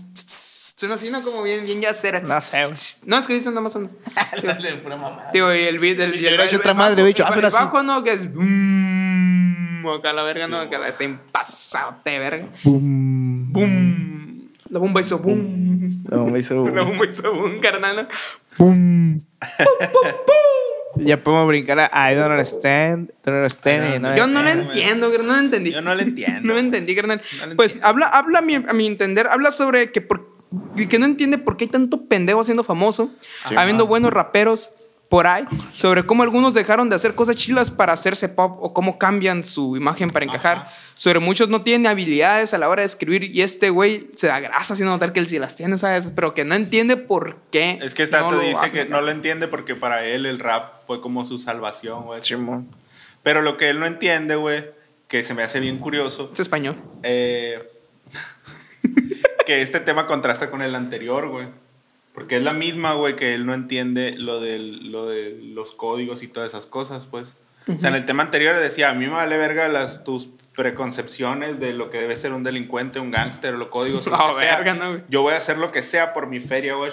Speaker 2: Suena así, ¿no? Como bien, bien ya
Speaker 1: No sé, güey.
Speaker 2: No, es que dicen nada más o menos.
Speaker 1: *laughs*
Speaker 3: Dale, pura mamada.
Speaker 2: Digo, y el beat, el,
Speaker 1: Y
Speaker 2: y
Speaker 1: se
Speaker 2: el-
Speaker 1: hubiera hecho
Speaker 2: el
Speaker 1: otra
Speaker 2: bajo-
Speaker 1: madre, bicho,
Speaker 2: el-
Speaker 1: hazlo
Speaker 2: el
Speaker 1: así.
Speaker 2: bajo no, que es. mm, Acá la verga, no, acá la está impasate, verga.
Speaker 1: Boom.
Speaker 2: Boom. La bomba hizo boom.
Speaker 1: No, me hizo
Speaker 2: La
Speaker 1: boom.
Speaker 2: bomba hizo boom, carnal. ¿no?
Speaker 1: Boom. Ya podemos brincar a I don't understand. Don't understand. y no
Speaker 2: Yo no la
Speaker 1: understand.
Speaker 2: entiendo, carnal, no la entendí.
Speaker 3: Yo no la entiendo.
Speaker 2: *laughs* no la entendí, carnal.
Speaker 3: No la
Speaker 2: pues habla, habla a mi, a mi entender, habla sobre que, por, que no entiende por qué hay tanto pendejo haciendo famoso,
Speaker 3: Sí,
Speaker 2: habiendo
Speaker 3: ma.
Speaker 2: buenos raperos por ahí, sobre cómo algunos dejaron de hacer cosas chilas para hacerse pop o cómo cambian su imagen para encajar, sobre muchos no tienen habilidades a la hora de escribir y este güey se da grasa haciendo notar que él sí las tiene, ¿sabes? Pero que no entiende por qué.
Speaker 3: Es que
Speaker 2: no
Speaker 3: Stato
Speaker 2: lo
Speaker 3: dice
Speaker 2: hacen,
Speaker 3: que no
Speaker 2: carnal.
Speaker 3: lo entiende porque para él el rap fue como su salvación, güey.
Speaker 1: Simón.
Speaker 3: Pero lo que él no entiende, güey, que se me hace bien curioso,
Speaker 2: Es español.
Speaker 3: eh, *laughs* que este tema contrasta con el anterior, güey. Porque es la misma, güey, que él no entiende lo, del, lo de los códigos y todas esas cosas, pues. O sea, en el tema anterior decía, a mí me vale verga las, tus preconcepciones de lo que debe ser un delincuente, un gángster, los
Speaker 2: *laughs*
Speaker 3: códigos. lo
Speaker 2: No,
Speaker 3: que sea.
Speaker 2: verga, no, güey.
Speaker 3: Yo voy a hacer lo que sea por mi feria, güey.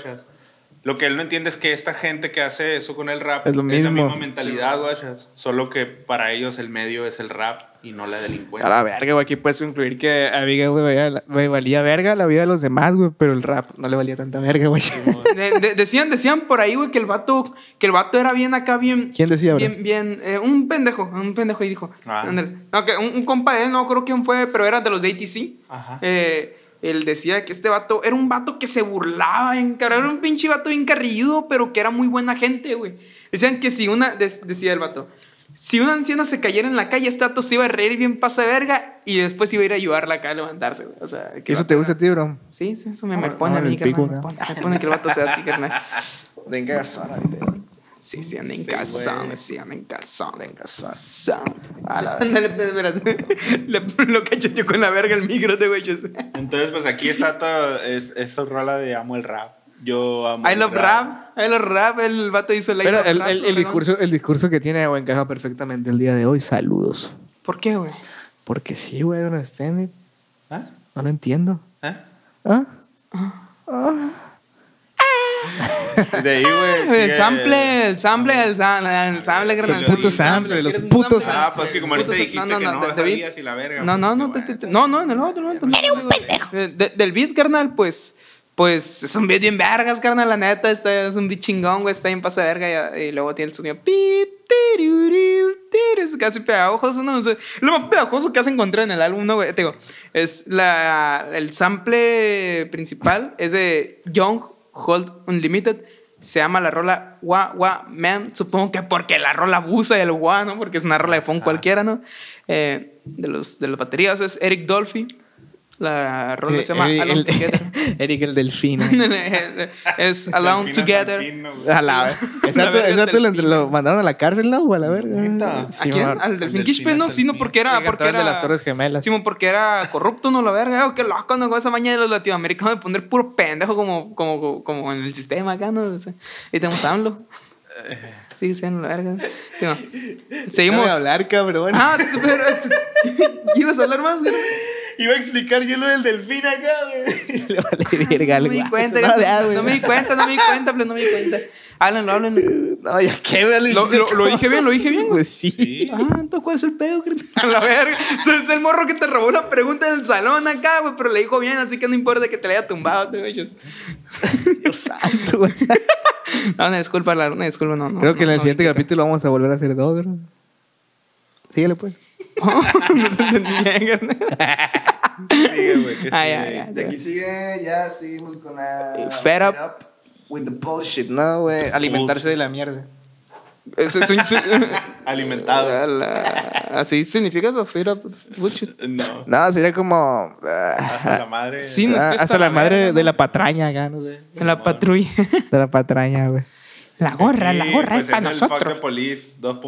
Speaker 3: Lo que él no entiende es que esta gente que hace eso con el rap
Speaker 1: Es lo
Speaker 3: la
Speaker 1: mismo.
Speaker 3: misma mentalidad, guachas. Solo que para ellos el medio es el rap y no la
Speaker 1: A
Speaker 3: delincuencia.
Speaker 1: la verga, güey. Aquí puedes concluir que a Abigail le valía, le valía verga la vida de los demás, güey. Pero el rap no le valía tanta verga, güey.
Speaker 2: De- de- decían, decían por ahí, güey, que el vato, que el vato era bien acá, bien.
Speaker 1: ¿Quién decía, bro?
Speaker 2: Bien, bien, eh, un pendejo, un pendejo ahí dijo.
Speaker 3: Ah.
Speaker 2: Ándale. No, que un, un compa de él, no creo quién fue, pero era de los de ATC.
Speaker 3: Ajá.
Speaker 2: Eh, él decía que este vato era un vato que se burlaba, bien cabrón, era un pinche vato bien carrilludo, pero que era muy buena gente, güey. Decían que si una, de- decía el vato, si una anciana se cayera en la calle, este vato se iba a reír bien pasa de verga y después iba a ir a ayudarla acá a levantarse, güey. O sea, que
Speaker 1: *laughs* ¿Eso te gusta a ti, bro?
Speaker 2: Sí, sí, eso me,
Speaker 1: No,
Speaker 2: me pone a
Speaker 1: no,
Speaker 2: mí,
Speaker 1: el pico,
Speaker 2: carnal. Me
Speaker 1: ¿no?
Speaker 2: pone, me pone que el vato sea así, *laughs* carnal.
Speaker 1: Venga, gasona,
Speaker 2: Sí, sí, anda en
Speaker 3: güey.
Speaker 2: calzón, sí, anda en calzón, en
Speaker 1: calzón.
Speaker 2: calzón.
Speaker 1: A
Speaker 2: *laughs*
Speaker 1: la
Speaker 2: Ándale, pues, espérate. *laughs* Le, lo cacheteó con la verga el micro este de güeyes.
Speaker 3: Entonces, pues aquí está todo. Es, esa rola de amo el rap. Yo amo.
Speaker 2: I
Speaker 3: el
Speaker 2: love rap, I love rap, el vato hizo la
Speaker 1: Pero el, el- el discurso, el discurso que tiene güey, encaja perfectamente el día de hoy. Saludos.
Speaker 2: ¿Por qué, güey?
Speaker 1: Porque sí, güey, no understand.
Speaker 3: ¿Ah?
Speaker 1: No lo entiendo.
Speaker 2: *laughs*
Speaker 3: ¿Ah?
Speaker 1: ¿Ah?
Speaker 3: De ahí, güey.
Speaker 2: El
Speaker 3: sigue-
Speaker 2: sample, el sample, el sample, el sample, carnal.
Speaker 1: Los putos
Speaker 2: el
Speaker 1: sample, los
Speaker 2: ¿quieres un
Speaker 1: putos
Speaker 2: sample?
Speaker 3: Ah, pues que como ahorita
Speaker 2: Putos-
Speaker 3: dijiste que no
Speaker 2: de- de
Speaker 3: sabías
Speaker 2: beats.
Speaker 3: y la verga,
Speaker 2: No,
Speaker 3: pues,
Speaker 2: no,
Speaker 3: qué
Speaker 2: no, te-
Speaker 3: bueno.
Speaker 2: te- te- no, no, en el otro, en el otro. ¡Eres un pendejo! del beat, carnal, pues, pues es un beat bien vergas, carnal, la neta. Este es un beat chingón, güey, está bien pasa de verga. Y, y luego tiene el sonido pip, tiruriu, tiru, es casi pegajoso, ¿no? O sea, lo más pegajoso que has encontrado en el álbum, ¿no, güey? Te digo, es la, el sample principal, es de Young Hold Unlimited. Se llama la rola Wa Wa Man. Supongo que porque la rola abusa del Wa, ¿no? Porque es una rola de funk cualquiera, ¿no? Eh, de, los, de las baterías es Eric Dolphy. La rola se llama Alone
Speaker 1: Eric, *laughs*
Speaker 2: Together.
Speaker 1: el,
Speaker 2: *laughs*
Speaker 1: Eric el delfín.
Speaker 2: es
Speaker 3: Delfín
Speaker 2: Alone
Speaker 3: hasta el
Speaker 2: Together.
Speaker 3: fin, ¿no,
Speaker 1: *laughs*
Speaker 3: güey?
Speaker 1: A la
Speaker 2: *laughs* La
Speaker 1: Exacto,
Speaker 2: verga
Speaker 1: exacto lo,
Speaker 2: delfín.
Speaker 1: lo mandaron a la cárcel, ¿no? O a la verga.
Speaker 3: Neta.
Speaker 2: ¿A
Speaker 1: Sí,
Speaker 2: quién?
Speaker 1: man.
Speaker 2: Al Delfín
Speaker 3: Delfín
Speaker 2: Quispe, no,
Speaker 3: hasta el
Speaker 2: sino
Speaker 3: fin.
Speaker 2: porque era.
Speaker 1: El
Speaker 2: Porque
Speaker 1: gato
Speaker 2: era
Speaker 1: de las Torres Gemelas.
Speaker 2: Simón, porque era corrupto, no la verga. Oh, qué loco, no con esa maña de los latinoamericanos de poner puro pendejo como, como, como en el sistema acá, ¿no? O sea, y tenemos
Speaker 1: *laughs*
Speaker 2: a AMLO. Sí, sí, en la verga. Simón.
Speaker 1: Déjame
Speaker 2: Seguimos.
Speaker 1: hablar, cabrón.
Speaker 2: Ah, *laughs* pero. ¿Ibas a hablar más, güey?
Speaker 3: Iba a explicar yo lo del delfín acá, güey.
Speaker 1: *laughs* Le vale verga al
Speaker 2: No me di
Speaker 1: guaso.
Speaker 2: cuenta,
Speaker 1: No, ya,
Speaker 2: no,
Speaker 1: güey.
Speaker 2: no me di cuenta, no me di cuenta, pero no me di cuenta. Háblenlo, háblenlo.
Speaker 1: No, ya qué, güey, le
Speaker 2: Lo,
Speaker 1: hice
Speaker 2: lo- lo dije bien, lo dije bien,
Speaker 1: *laughs*
Speaker 2: güey.
Speaker 1: Pues sí.
Speaker 3: Sí.
Speaker 2: Ah, entonces, ¿cuál es el pedo, carnal? *laughs* A la verga. Ese Es el morro que te robó la pregunta del salón acá, güey, pero le dijo bien, así que no importa que te la haya tumbado, te güey.
Speaker 1: Dios santo, güey.
Speaker 2: *laughs* No, una disculpa, la, una disculpa, no, no.
Speaker 1: Creo que en
Speaker 2: no,
Speaker 1: el
Speaker 2: no,
Speaker 1: siguiente
Speaker 2: no,
Speaker 1: capítulo vamos a volver a hacer dos, ¿verdad? Síguele, pues.
Speaker 2: *laughs* No te entendí bien, carnal.
Speaker 3: *laughs* Sigue, güey. que
Speaker 2: Ah, ya,
Speaker 3: sigue.
Speaker 2: ya,
Speaker 4: De
Speaker 2: ya. Eh,
Speaker 4: aquí sigue, ya seguimos con la.
Speaker 2: Fed up.
Speaker 4: With the bullshit.
Speaker 1: No, güey. Alimentarse de la mierda.
Speaker 2: Eso es un-
Speaker 4: *laughs*
Speaker 2: su-
Speaker 3: Alimentado.
Speaker 2: A la- Así significa eso, fed up bullshit.
Speaker 3: No.
Speaker 1: No, sería como. ah,
Speaker 3: Hasta la madre.
Speaker 2: Sí, no, es
Speaker 1: ah,
Speaker 2: que
Speaker 1: hasta la madre
Speaker 2: verga,
Speaker 1: de
Speaker 2: ¿no?
Speaker 1: la patraña acá, no sé.
Speaker 2: En la patrulla.
Speaker 1: De la patraña, güey.
Speaker 2: La gorra, la
Speaker 3: Y,
Speaker 2: gorra
Speaker 3: pues,
Speaker 2: es para
Speaker 3: el Fuck
Speaker 2: nosotros.
Speaker 3: the Police 2.0.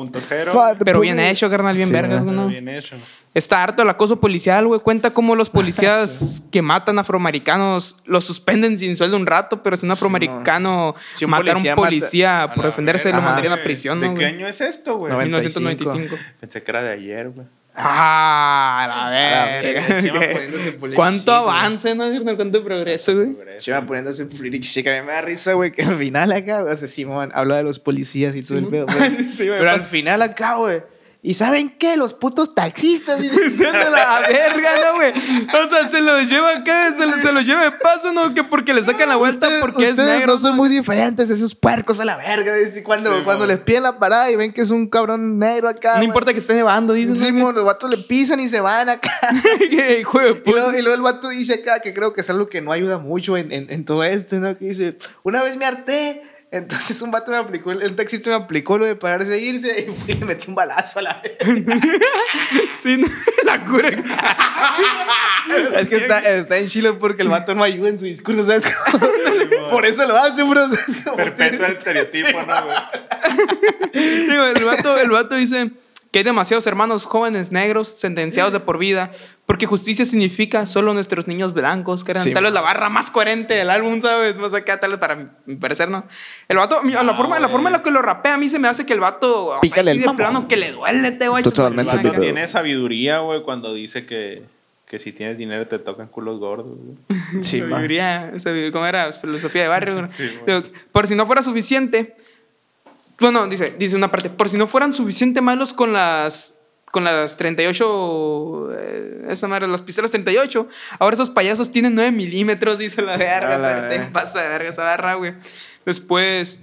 Speaker 1: Fuck the
Speaker 2: Pero bien
Speaker 1: police.
Speaker 2: hecho, carnal, bien
Speaker 1: Sí,
Speaker 2: vergas,
Speaker 1: ¿verdad?
Speaker 2: güey, ¿no?
Speaker 3: Bien hecho.
Speaker 2: Está harto el acoso policial, güey. Cuenta cómo los *laughs* policías que matan afroamericanos los suspenden sin sueldo un rato, pero si un afroamericano
Speaker 1: Si un
Speaker 2: matara a
Speaker 1: policía
Speaker 2: un
Speaker 1: mata-
Speaker 2: policía
Speaker 3: A
Speaker 2: por
Speaker 3: la
Speaker 2: defenderse,
Speaker 3: verga,
Speaker 2: lo mandarían
Speaker 3: güey.
Speaker 2: a prisión,
Speaker 3: ¿De
Speaker 2: ¿no,
Speaker 3: qué
Speaker 2: güey?
Speaker 3: año es esto, güey?
Speaker 1: Noven-
Speaker 2: 1995.
Speaker 3: Pensé que era de ayer, güey.
Speaker 2: Ah, la verga.
Speaker 4: verga, se
Speaker 2: *laughs*
Speaker 4: iban
Speaker 2: ¿Qué?
Speaker 4: poniéndose políticos,
Speaker 2: ¿Cuánto
Speaker 4: güey.
Speaker 2: avance, no es cierto? ¿Cuánto progreso, *laughs* güey?
Speaker 4: Progreso.
Speaker 1: Se va poniéndose pretty chic. A mí me da risa, güey, que al final acá, o sea, Simón habla de los policías y todo el pedo. Pero,
Speaker 2: *laughs* Sí, güey, pues.
Speaker 1: pero al
Speaker 2: pasa.
Speaker 1: final acá, güey. ¿Y saben qué? Los putos taxistas. dice,
Speaker 2: Se
Speaker 1: *laughs*
Speaker 2: anda la verga, ¿no, güey? O sea, se los lleva acá, se los, se los lleva de paso, ¿no? Que porque le sacan la vuelta
Speaker 1: ustedes
Speaker 2: porque es
Speaker 1: ustedes
Speaker 2: negro.
Speaker 1: no son muy diferentes, esos puercos a la verga. dice, cuando
Speaker 3: Sí,
Speaker 1: cuando
Speaker 3: mon.
Speaker 1: les piden la parada y ven que es un cabrón negro acá.
Speaker 2: No
Speaker 1: güey.
Speaker 2: importa que esté nevando, dicen. ¿no?
Speaker 1: Simón, los vatos le pisan y se van *laughs* acá.
Speaker 2: *laughs* Que, hijo de
Speaker 1: Y
Speaker 2: puta.
Speaker 1: luego, y luego el vato dice acá que creo que es algo que no ayuda mucho en, en- en todo esto, ¿no? Que dice, una vez me harté, entonces un vato me aplicó, el, el taxista me aplicó lo de pararse e irse y fui y le metí un balazo a la vez.
Speaker 2: Sí, no, *laughs* la cura.
Speaker 1: *laughs* Es que está, está en Chile porque el vato no ayuda en su discurso, ¿sabes? *laughs* cómo? Por eso lo hace, bro. ¿sabes
Speaker 3: *laughs*
Speaker 1: cómo?
Speaker 3: Perpetua el estereotipo, ¿no, *laughs* güey?
Speaker 2: Digo, el, vato, el vato dice que hay demasiados hermanos jóvenes negros sentenciados de por vida, porque justicia significa solo nuestros niños blancos, que eran
Speaker 1: Sí,
Speaker 2: tal vez
Speaker 1: man.
Speaker 2: la barra más coherente del álbum, ¿sabes? Más acá, tal vez para mi parecer, ¿no? El vato, mi- la,
Speaker 3: No,
Speaker 2: forma, la
Speaker 3: güey.
Speaker 2: forma en la que lo rapea, a mí se me hace que el vato, o sea,
Speaker 1: Pícale
Speaker 2: así
Speaker 1: el
Speaker 2: de
Speaker 1: mamón.
Speaker 2: plano que le duele, te voy
Speaker 3: El
Speaker 1: Totalmente,
Speaker 3: vato
Speaker 1: Mental
Speaker 3: tiene sabiduría, güey, cuando dice que, que si tienes dinero te tocan culos gordos, güey.
Speaker 1: Sí, ma.
Speaker 2: Sabiduría, sabiduría, ¿cómo era? Filosofía de
Speaker 1: *laughs*
Speaker 2: barrio. ¿no?
Speaker 3: Sí,
Speaker 2: Digo, por si no fuera suficiente. Bueno, dice, dice una parte. Por si no fueran suficiente malos con las. Con las 38. eh, esa madre, las pistolas 38. Ahora esos payasos tienen 9 milímetros, dice la verga.
Speaker 1: A la
Speaker 2: esa-
Speaker 1: verga.
Speaker 2: se pasa de verga esa barra, güey. Después.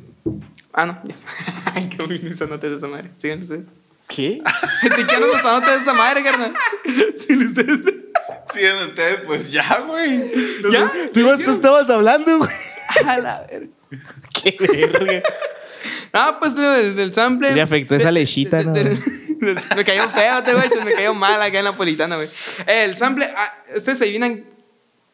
Speaker 2: Ah, no. ya. *laughs* Ay, qué bonito esa nota de esa madre. Sigan ustedes. *laughs*
Speaker 1: ¿Qué?
Speaker 2: Te quiero los anotes de esa
Speaker 1: *laughs*
Speaker 2: madre, carnal. Sí, ustedes.
Speaker 3: Siguen ustedes, pues ya, güey. No
Speaker 2: ¿Ya?
Speaker 3: sé.
Speaker 1: ¿Tú, ibas- tú estabas hablando, güey.
Speaker 2: A la verga.
Speaker 1: Qué verga.
Speaker 2: Ah, pues lo del, del sample.
Speaker 1: Le afectó esa lechita, ¿no?
Speaker 2: *laughs* me cayó feo, te güey. Me cayó mal acá en napolitano, güey. El sample. ah, ¿Ustedes adivinan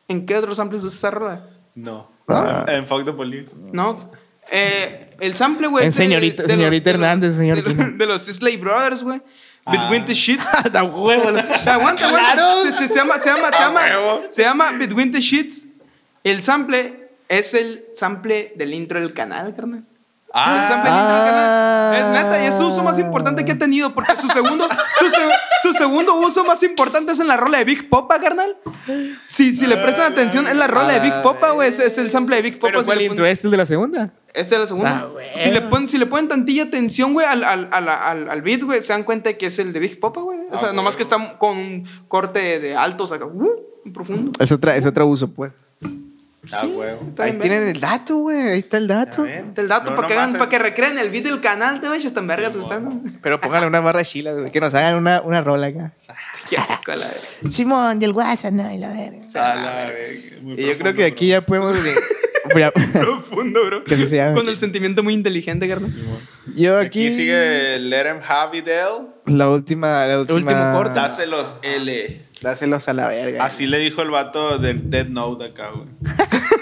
Speaker 2: en qué otros samples usa esa rola?
Speaker 3: No.
Speaker 1: Ah.
Speaker 3: En Fuck the Police.
Speaker 2: No. Eh, el sample, güey.
Speaker 1: En
Speaker 2: es de-
Speaker 1: señorita-
Speaker 2: de
Speaker 1: señorita
Speaker 2: de
Speaker 1: Hernández, señor
Speaker 2: De,
Speaker 1: Quino.
Speaker 2: los- de los Slay Brothers, güey.
Speaker 3: Ah.
Speaker 2: Between
Speaker 1: *laughs*
Speaker 2: the Sheets.
Speaker 1: Da huevo. la-
Speaker 2: *laughs* Aguanta, aguanta.
Speaker 1: Claro.
Speaker 2: Se, se- se llama, se llama, se llama,
Speaker 3: huevo.
Speaker 2: se llama Between the Sheets. El sample es el sample del intro del canal, carnal. El
Speaker 3: Ah,
Speaker 2: sample del intro del
Speaker 1: Ah.
Speaker 2: canal. Es neta, y es su uso más importante que ha tenido porque su segundo, su, se- su segundo uso más importante es en la rola de Big Popa, carnal. Si, si le prestan atención, es la rola de Big Popa, güey. Es, es el sample de Big Popa.
Speaker 1: Pero
Speaker 2: si
Speaker 1: ¿cuál
Speaker 2: le
Speaker 1: intro
Speaker 2: ponen-
Speaker 1: este es de la segunda?
Speaker 2: Este es la segunda.
Speaker 1: Ah, güey.
Speaker 2: si, le ponen, si le ponen tantilla atención, güey, al, al, al, al, al beat, güey, se dan cuenta que es el de Big Popa, güey. O sea,
Speaker 3: Ah,
Speaker 2: nomás
Speaker 3: güey.
Speaker 2: que está con un corte de altos acá, uh, profundo.
Speaker 1: Es, otra, es otro uso, pues.
Speaker 3: Ah, huevo.
Speaker 2: está
Speaker 1: Ahí
Speaker 2: bien,
Speaker 1: tienen
Speaker 2: verga.
Speaker 1: el dato, güey. Ahí está el dato.
Speaker 2: el dato
Speaker 3: No,
Speaker 2: para, que
Speaker 3: nomás
Speaker 2: hagan,
Speaker 3: el-
Speaker 2: para que recreen el beat del canal, te ves, están vergas están.
Speaker 1: Pero póngale una barra chila, güey. Que nos hagan una, una rola acá.
Speaker 2: *laughs* Qué asco, la verga.
Speaker 1: Simón, del WhatsApp, no, y la verga.
Speaker 3: *laughs* A la verga. Muy
Speaker 1: Y yo creo
Speaker 3: profundo,
Speaker 1: que aquí
Speaker 3: bro.
Speaker 1: ya podemos. *laughs* Ya-
Speaker 2: *laughs* Profundo, bro.
Speaker 1: Que así se llame.
Speaker 2: Con el sentimiento muy inteligente, carnal.
Speaker 1: Yo
Speaker 3: Aquí
Speaker 1: aquí.
Speaker 3: sigue Let Em Have It L.
Speaker 1: La última. La última
Speaker 2: último corte.
Speaker 3: Dáselos L.
Speaker 1: Dáselos a la verga.
Speaker 3: Así le dijo el vato del Dead Note acá, güey.
Speaker 2: *laughs*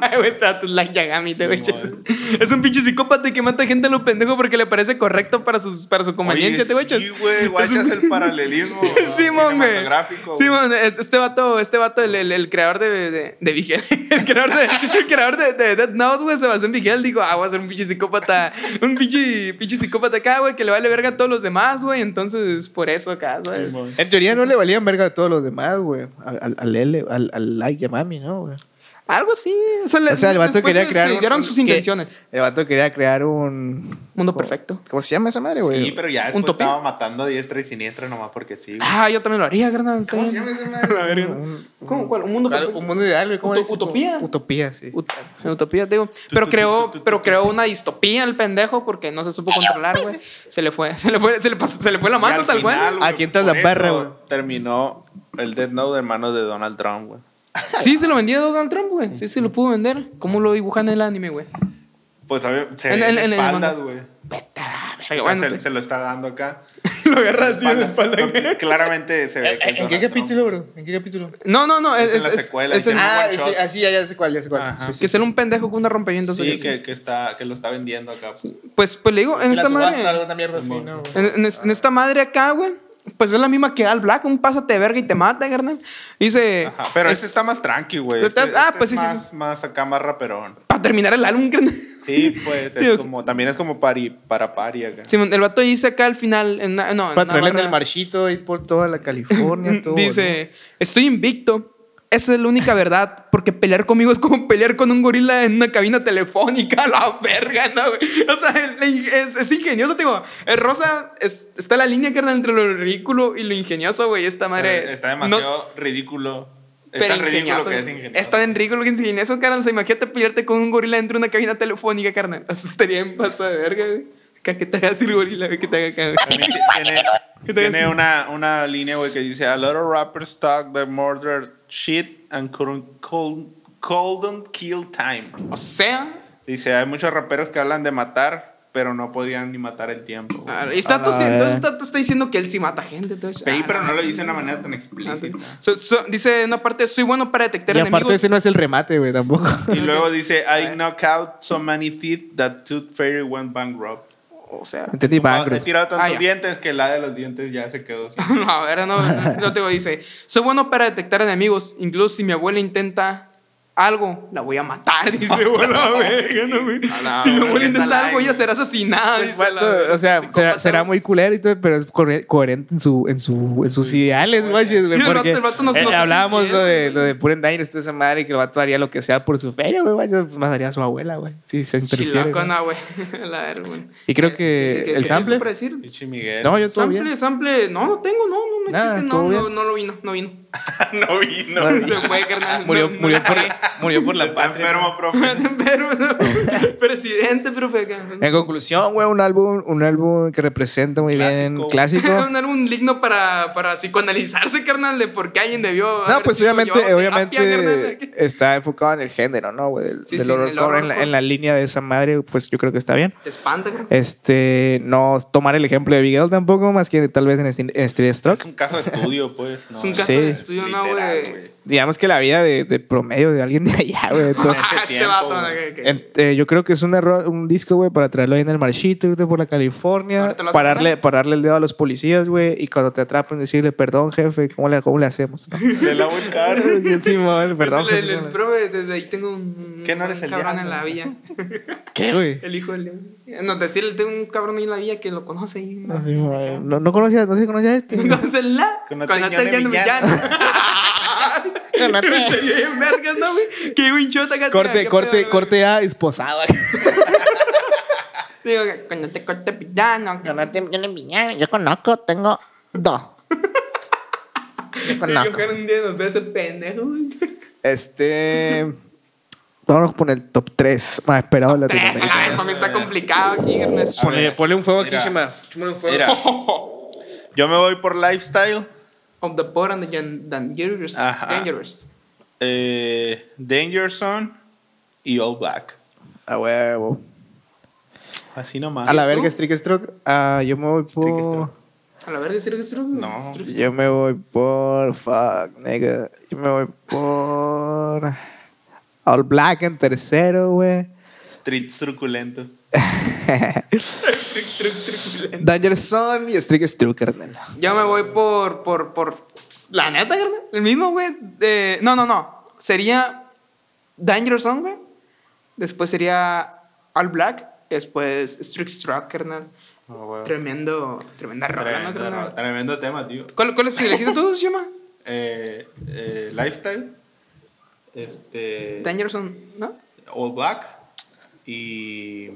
Speaker 2: Ay, güey, este está tu like Yagami, te ves.
Speaker 3: Simón.
Speaker 2: Es un pinche psicópata que mata gente a lo pendejo porque le parece correcto para, sus, para su conveniencia,
Speaker 3: Oye,
Speaker 2: te ves.
Speaker 3: Sí, güey, guachas el paralelismo.
Speaker 2: *laughs* Sí, Simón, güey.
Speaker 3: cinematográfico,
Speaker 2: Simón, es- este vato, este vato, el, el, el creador de, de, de Vigel, *laughs* el creador de, el creador de, de Death Note, güey, Sebastián Vigel, digo, ah, voy a ser un pinche psicópata, un pinche, pinche psicópata acá, güey, que le vale verga a todos los demás, güey, entonces, por eso acá, ¿sabes?
Speaker 3: Simón.
Speaker 1: En teoría no le valían verga a todos los demás, güey. Al, al, al L, al, al like Yamami, ¿no, güey?
Speaker 2: Algo así, o sea, le-
Speaker 1: O sea, el vato
Speaker 2: después
Speaker 1: quería
Speaker 2: se-
Speaker 1: crear.
Speaker 2: se
Speaker 1: un-
Speaker 2: dieron sus
Speaker 1: que- Oh.
Speaker 2: intenciones.
Speaker 1: El vato quería crear un.
Speaker 2: Mundo perfecto.
Speaker 1: ¿Cómo se llama esa madre, güey?
Speaker 3: Sí, pero ya
Speaker 2: Un
Speaker 3: después
Speaker 2: tope.
Speaker 3: estaba matando a diestra y siniestra nomás porque sí, güey.
Speaker 2: Ah, yo también lo haría, carnal.
Speaker 1: ¿Cómo se llama esa
Speaker 2: *laughs*
Speaker 1: madre?
Speaker 2: La verga. ¿Cómo, cuál? ¿Un
Speaker 1: *laughs*
Speaker 2: mundo
Speaker 1: Claro,
Speaker 2: perfecto?
Speaker 1: Un mundo ideal, güey. ¿Cómo
Speaker 2: Uto-
Speaker 1: dice?
Speaker 2: utopía.
Speaker 1: Utopía, sí.
Speaker 2: Ut- en utopía, te digo. Pero
Speaker 3: tu,
Speaker 2: creó,
Speaker 3: tu, tu,
Speaker 2: pero
Speaker 3: tu,
Speaker 2: creó una distopía el pendejo porque no se supo controlar, güey. Se le fue, *laughs* se le fue, se le pasó, se le fue la
Speaker 3: Y
Speaker 2: mano
Speaker 3: al
Speaker 2: tal
Speaker 3: final,
Speaker 2: cual.
Speaker 3: güey,
Speaker 1: Aquí entra
Speaker 3: por
Speaker 1: la perra,
Speaker 3: eso
Speaker 1: güey.
Speaker 3: Terminó el Death Note en manos de Donald Trump, güey.
Speaker 2: Sí, se lo vendía a Donald Trump, güey. Sí, se lo pudo vender. ¿Cómo lo dibujan en el anime, güey?
Speaker 3: Pues a ver, se
Speaker 2: En-
Speaker 3: ve en
Speaker 2: en- en el
Speaker 3: espaldas,
Speaker 2: manga.
Speaker 3: güey.
Speaker 2: Vete a la
Speaker 3: O sea, se, se lo está dando
Speaker 2: *laughs*
Speaker 3: acá.
Speaker 5: Lo agarra así de la espalda. güey.
Speaker 3: No, claramente se ve.
Speaker 5: Eh,
Speaker 3: que es
Speaker 5: ¿En qué
Speaker 3: Donald Trump.
Speaker 5: capítulo, bro? ¿En qué capítulo?
Speaker 2: No, no, no.
Speaker 3: Es
Speaker 2: Es,
Speaker 3: en la
Speaker 2: es-
Speaker 3: secuela,
Speaker 2: es el-
Speaker 3: dicen,
Speaker 5: Ah,
Speaker 3: one
Speaker 5: sí,
Speaker 3: shot.
Speaker 5: así, ya, ya sé cuál, ya sé cuál.
Speaker 3: Ajá,
Speaker 5: Sí, sí.
Speaker 2: que ser un pendejo con una rompevientos.
Speaker 3: Sí, que, que está, que lo está vendiendo acá.
Speaker 2: Pues, pues le digo, en
Speaker 5: La
Speaker 2: esta
Speaker 5: subasta,
Speaker 2: madre.
Speaker 5: alguna mierda así,
Speaker 3: Simón.
Speaker 5: ¿no, güey?
Speaker 2: En, en es- en esta madre acá, güey. Pues es la misma que Al Black, un pásate de verga y te mata, carnal. Dice.
Speaker 3: Ajá, pero
Speaker 2: es-
Speaker 3: este está más tranqui, güey.
Speaker 2: Pero
Speaker 3: Este-
Speaker 2: estás- ah,
Speaker 3: este
Speaker 2: pues
Speaker 3: es
Speaker 2: sí, sí,
Speaker 3: más, Más acá, más raperón.
Speaker 2: Para terminar el álbum, carnal. *laughs*
Speaker 3: Sí, pues
Speaker 2: Digo-
Speaker 3: es como, también es como pari, para pari acá.
Speaker 2: Simón, el vato dice acá al final. en una- no, en
Speaker 5: Para
Speaker 2: una
Speaker 5: traerle en
Speaker 2: barra- *laughs*
Speaker 5: el marchito, ir por toda la
Speaker 1: *laughs*
Speaker 5: California, todo.
Speaker 2: Dice, estoy invicto. Esa es la única verdad, porque pelear conmigo es como pelear con un gorila en una cabina telefónica, *laughs* la verga, ¿no, güey? O sea, el- el- es, es ingenioso, te digo. Eh, Rosa, es- está la línea que entre lo ridículo y lo ingenioso, güey. Esta
Speaker 3: Pero
Speaker 2: madre.
Speaker 3: está
Speaker 2: no-
Speaker 3: demasiado ridículo.
Speaker 2: pero
Speaker 3: Está ridículo
Speaker 2: ingenioso,
Speaker 3: que es
Speaker 2: güey.
Speaker 3: ingenioso.
Speaker 2: Está en ridículo que es ingenioso, carnal. O sea, imagínate pelearte con un gorila dentro de una cabina telefónica, carnal. *laughs* Eso estaría en paso de verga, güey. Acá Que te haga así el gorila, güey, que te haga acá, güey.
Speaker 3: También ti- tiene,
Speaker 2: ¿Qué te
Speaker 3: tiene
Speaker 2: decía?
Speaker 3: una, una línea, güey, que dice: A lot of rappers talk that murder shit and couldn't, cold, couldn't kill time.
Speaker 2: O sea,
Speaker 3: Dice: Hay muchos raperos que hablan de matar, pero no podrían ni matar el tiempo. güey".
Speaker 2: Ah, y está
Speaker 1: A la
Speaker 2: tosiendo,
Speaker 1: verga.
Speaker 2: entonces está, te está diciendo que él sí mata gente. Entonces,
Speaker 3: Sí,
Speaker 2: ah,
Speaker 3: pero no lo dice de
Speaker 2: no.
Speaker 3: una manera tan
Speaker 2: Ah, sí.
Speaker 3: explícita.
Speaker 2: So- so- dice en una parte, soy bueno para detectar
Speaker 5: Y aparte,
Speaker 2: enemigos.
Speaker 5: ese no es el remate, güey, tampoco. *laughs*
Speaker 3: Y luego dice: I knock out so many teeth that Tooth Fairy went bankrupt.
Speaker 2: O sea, *laughs*
Speaker 1: Entendí,
Speaker 3: Ah,
Speaker 1: Bangros.
Speaker 3: He tirado tantos
Speaker 2: Ah, ya.
Speaker 3: dientes que la de los dientes ya se quedó
Speaker 2: *laughs*
Speaker 3: sin.
Speaker 2: no, a ver, no, no, no te digo, dice, soy bueno para detectar enemigos. Incluso si mi abuela intenta algo, la voy a matar, *laughs* dice, güey, la
Speaker 3: *laughs*
Speaker 2: verga, no, güey.
Speaker 3: A la
Speaker 2: Si mi
Speaker 3: verga,
Speaker 2: abuela
Speaker 3: está
Speaker 2: intenta algo,
Speaker 3: live.
Speaker 2: ella será asesinada,
Speaker 1: Pues,
Speaker 2: dice,
Speaker 1: vato,
Speaker 2: la verga.
Speaker 1: o sea, será,
Speaker 2: Psicópata,
Speaker 1: será
Speaker 2: güey.
Speaker 1: muy culero y todo, pero es corre- coherente en, su, en, su, en sus ideales, güey.
Speaker 2: el vato-
Speaker 1: porque,
Speaker 2: el vato nos-
Speaker 1: eh,
Speaker 2: nos hace
Speaker 1: hablábamos
Speaker 2: infiel,
Speaker 1: lo de, lo de Pure and Dire, esa madre que el vato haría lo que sea por su feria, güey. vaya, pues, Mataría a su abuela, güey. Sí, se interfiere. ¿no?
Speaker 2: Chilacona, güey. *laughs* La verga, güey.
Speaker 1: Y creo que el
Speaker 2: ¿qué
Speaker 1: sample-
Speaker 2: tienes para decir?
Speaker 3: Pinche Miguel.
Speaker 1: No, yo todo
Speaker 2: Sample,
Speaker 1: bien.
Speaker 2: sample, no, no tengo, no, no, no
Speaker 1: Nada,
Speaker 2: existe,
Speaker 1: todo
Speaker 2: no, no,
Speaker 1: bien.
Speaker 2: no lo vino, no vino.
Speaker 3: *laughs* no vino.
Speaker 2: Se fue, carnal.
Speaker 1: Murió,
Speaker 2: No, no
Speaker 1: murió,
Speaker 2: la
Speaker 1: por,
Speaker 2: cagué.
Speaker 1: murió por la
Speaker 3: Está
Speaker 1: patria.
Speaker 3: enfermo, profe.
Speaker 2: pero, no, presidente, profe. acá.
Speaker 1: En conclusión, güey, un álbum, un álbum que representa muy bien
Speaker 3: Clásico.
Speaker 2: *laughs*
Speaker 1: clásico.
Speaker 2: un álbum digno para, para psicoanalizarse, carnal, de por qué alguien debió.
Speaker 1: No,
Speaker 2: haber
Speaker 1: pues
Speaker 2: sido
Speaker 1: obviamente,
Speaker 2: llevado a terapia,
Speaker 1: obviamente
Speaker 2: ah, carnal.
Speaker 1: está enfocado en el género, ¿no? Güey? Del,
Speaker 2: Sí,
Speaker 1: del
Speaker 2: sí,
Speaker 1: horrorcore,
Speaker 2: el horrorcore.
Speaker 1: En, la, en la línea de esa madre, pues yo creo que está bien.
Speaker 2: Te espanta, carnal.
Speaker 1: Este, no tomar el ejemplo de Miguel tampoco, más que tal vez en, St- en Street
Speaker 3: Es
Speaker 1: Stroke.
Speaker 3: un caso de estudio, pues. ¿no?
Speaker 2: Es un
Speaker 1: caso de
Speaker 2: estudio, no,
Speaker 3: literal,
Speaker 2: güey.
Speaker 1: Digamos que la vida de, de promedio de alguien de allá, güey. to-
Speaker 2: Ah, este
Speaker 3: tiempo,
Speaker 2: vato.
Speaker 3: güey.
Speaker 2: que- que-
Speaker 1: en- eh, yo creo que es un error, un disco, güey, para traerlo ahí en el marchito, irte por la California,
Speaker 2: Ahorita lo vas a
Speaker 1: pararle,
Speaker 2: poner.
Speaker 1: pararle el dedo a los policías, güey, y cuando te atrapen decirle, perdón, jefe, ¿cómo le, cómo le hacemos?
Speaker 2: *laughs*
Speaker 1: no?" Ah,
Speaker 3: Le lavo el carro.
Speaker 1: Sí, Simón, perdón. jefe,
Speaker 2: Entonces, Pues el, el
Speaker 1: ¿cómo le-
Speaker 2: profe, desde ahí tengo un,
Speaker 3: ¿Qué no eres
Speaker 2: un
Speaker 3: el
Speaker 2: cabrón en
Speaker 3: diablo?
Speaker 2: la villa.
Speaker 1: ¿Qué, güey?
Speaker 2: El hijo del. No, decirle, tengo un cabrón ahí en la villa que lo conoce. ahí, ¿no?
Speaker 1: No, sí, eh. güey. no, no conocía, no se conocía este. *laughs*
Speaker 2: No conoce la.
Speaker 3: Que no
Speaker 2: Cuando
Speaker 3: te
Speaker 2: está viendo
Speaker 3: ñone
Speaker 2: mi *laughs* Vergas, no, güey. Qué winchota acá.
Speaker 1: corte,
Speaker 2: qué
Speaker 1: corte,
Speaker 2: pedo, güey.
Speaker 1: corte A, esposada.
Speaker 2: Digo, cuando te corte pitano.
Speaker 6: Yo no te- yo no vi- yo conozco, tengo
Speaker 1: *laughs*
Speaker 6: dos. Yo conozco.
Speaker 2: que un día nos ve ese pendejo. *laughs* güey.
Speaker 1: *laughs* Este. Vámonos con el top 3 más esperado de
Speaker 2: Tres, a la
Speaker 1: Latinoamérica.
Speaker 2: vez, mami, está complicado aquí, Ernesto.
Speaker 1: Ah,
Speaker 3: A ver, mira,
Speaker 5: Chúmale un
Speaker 3: Mira, yo me voy por lifestyle.
Speaker 2: Of the poor and the dan- dangerous.
Speaker 3: Ajá.
Speaker 2: dangerous.
Speaker 3: Eh, Danger Zone y All Black.
Speaker 1: A huevo.
Speaker 3: Así nomás.
Speaker 1: A la
Speaker 2: tú?
Speaker 1: verga, Striker Stroke. Ah, yo me voy
Speaker 3: Striker
Speaker 1: por.
Speaker 3: Stroke.
Speaker 2: A la verga, ¿es que
Speaker 3: No.
Speaker 1: Pues Yo me voy por. Fuck, nigga. Yo me voy por. All Black en tercero, güey.
Speaker 3: Street truculento.
Speaker 1: Danger Zone y Striker Stroke, carnal.
Speaker 2: Yo me voy por, por, por. La neta, carnal. El mismo, güey. Eh, no, no, no. Sería Dangerous Zone, güey. Después sería All Black. Después Strict Struck, carnal.
Speaker 3: Oh, güey.
Speaker 2: Tremendo, tremenda rola, ¿no,
Speaker 3: Tremendo,
Speaker 2: carnal?
Speaker 3: tremendo tema, tío.
Speaker 2: ¿Cuál, ¿Cuál es tu elegiste tú, Shima?
Speaker 3: Eh, eh, lifestyle. Este.
Speaker 2: Dangerous Zone, ¿no?
Speaker 3: All Black. Y.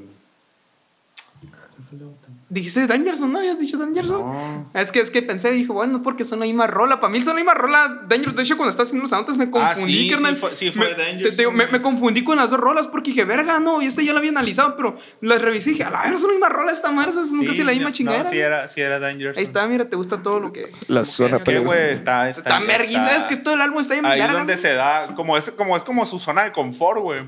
Speaker 2: Dijiste Dangerson, ¿no? Habías dicho Dangerson.
Speaker 3: No.
Speaker 2: Es que es que pensé y dije, bueno, porque son la misma rola. Para mí son la misma rola. Dangerous, de hecho, cuando estás haciendo los anotes me confundí,
Speaker 3: Ah, sí,
Speaker 2: carnal.
Speaker 3: sí fue- sí fue
Speaker 2: me,
Speaker 3: Dangerous,
Speaker 2: te- te digo,
Speaker 3: sí.
Speaker 2: me, me confundí con las dos rolas porque dije, verga, no, y esta ya la había analizado, pero las revisé y dije, a la ver, son la misma rola esta madre, es nunca
Speaker 3: sí,
Speaker 2: se la
Speaker 3: no,
Speaker 2: misma chingadera.
Speaker 3: No, sí era, sí era Danger
Speaker 2: Ahí está, mira, te gusta todo lo que.
Speaker 1: La zona
Speaker 2: Pues
Speaker 3: Es que, güey, está. Está,
Speaker 2: Está
Speaker 3: ya
Speaker 2: verguisa,
Speaker 3: está.
Speaker 2: es que todo el álbum está bien
Speaker 3: Ahí es
Speaker 2: verga,
Speaker 3: donde
Speaker 2: güey.
Speaker 3: se da, como es, como es como su zona de confort, güey.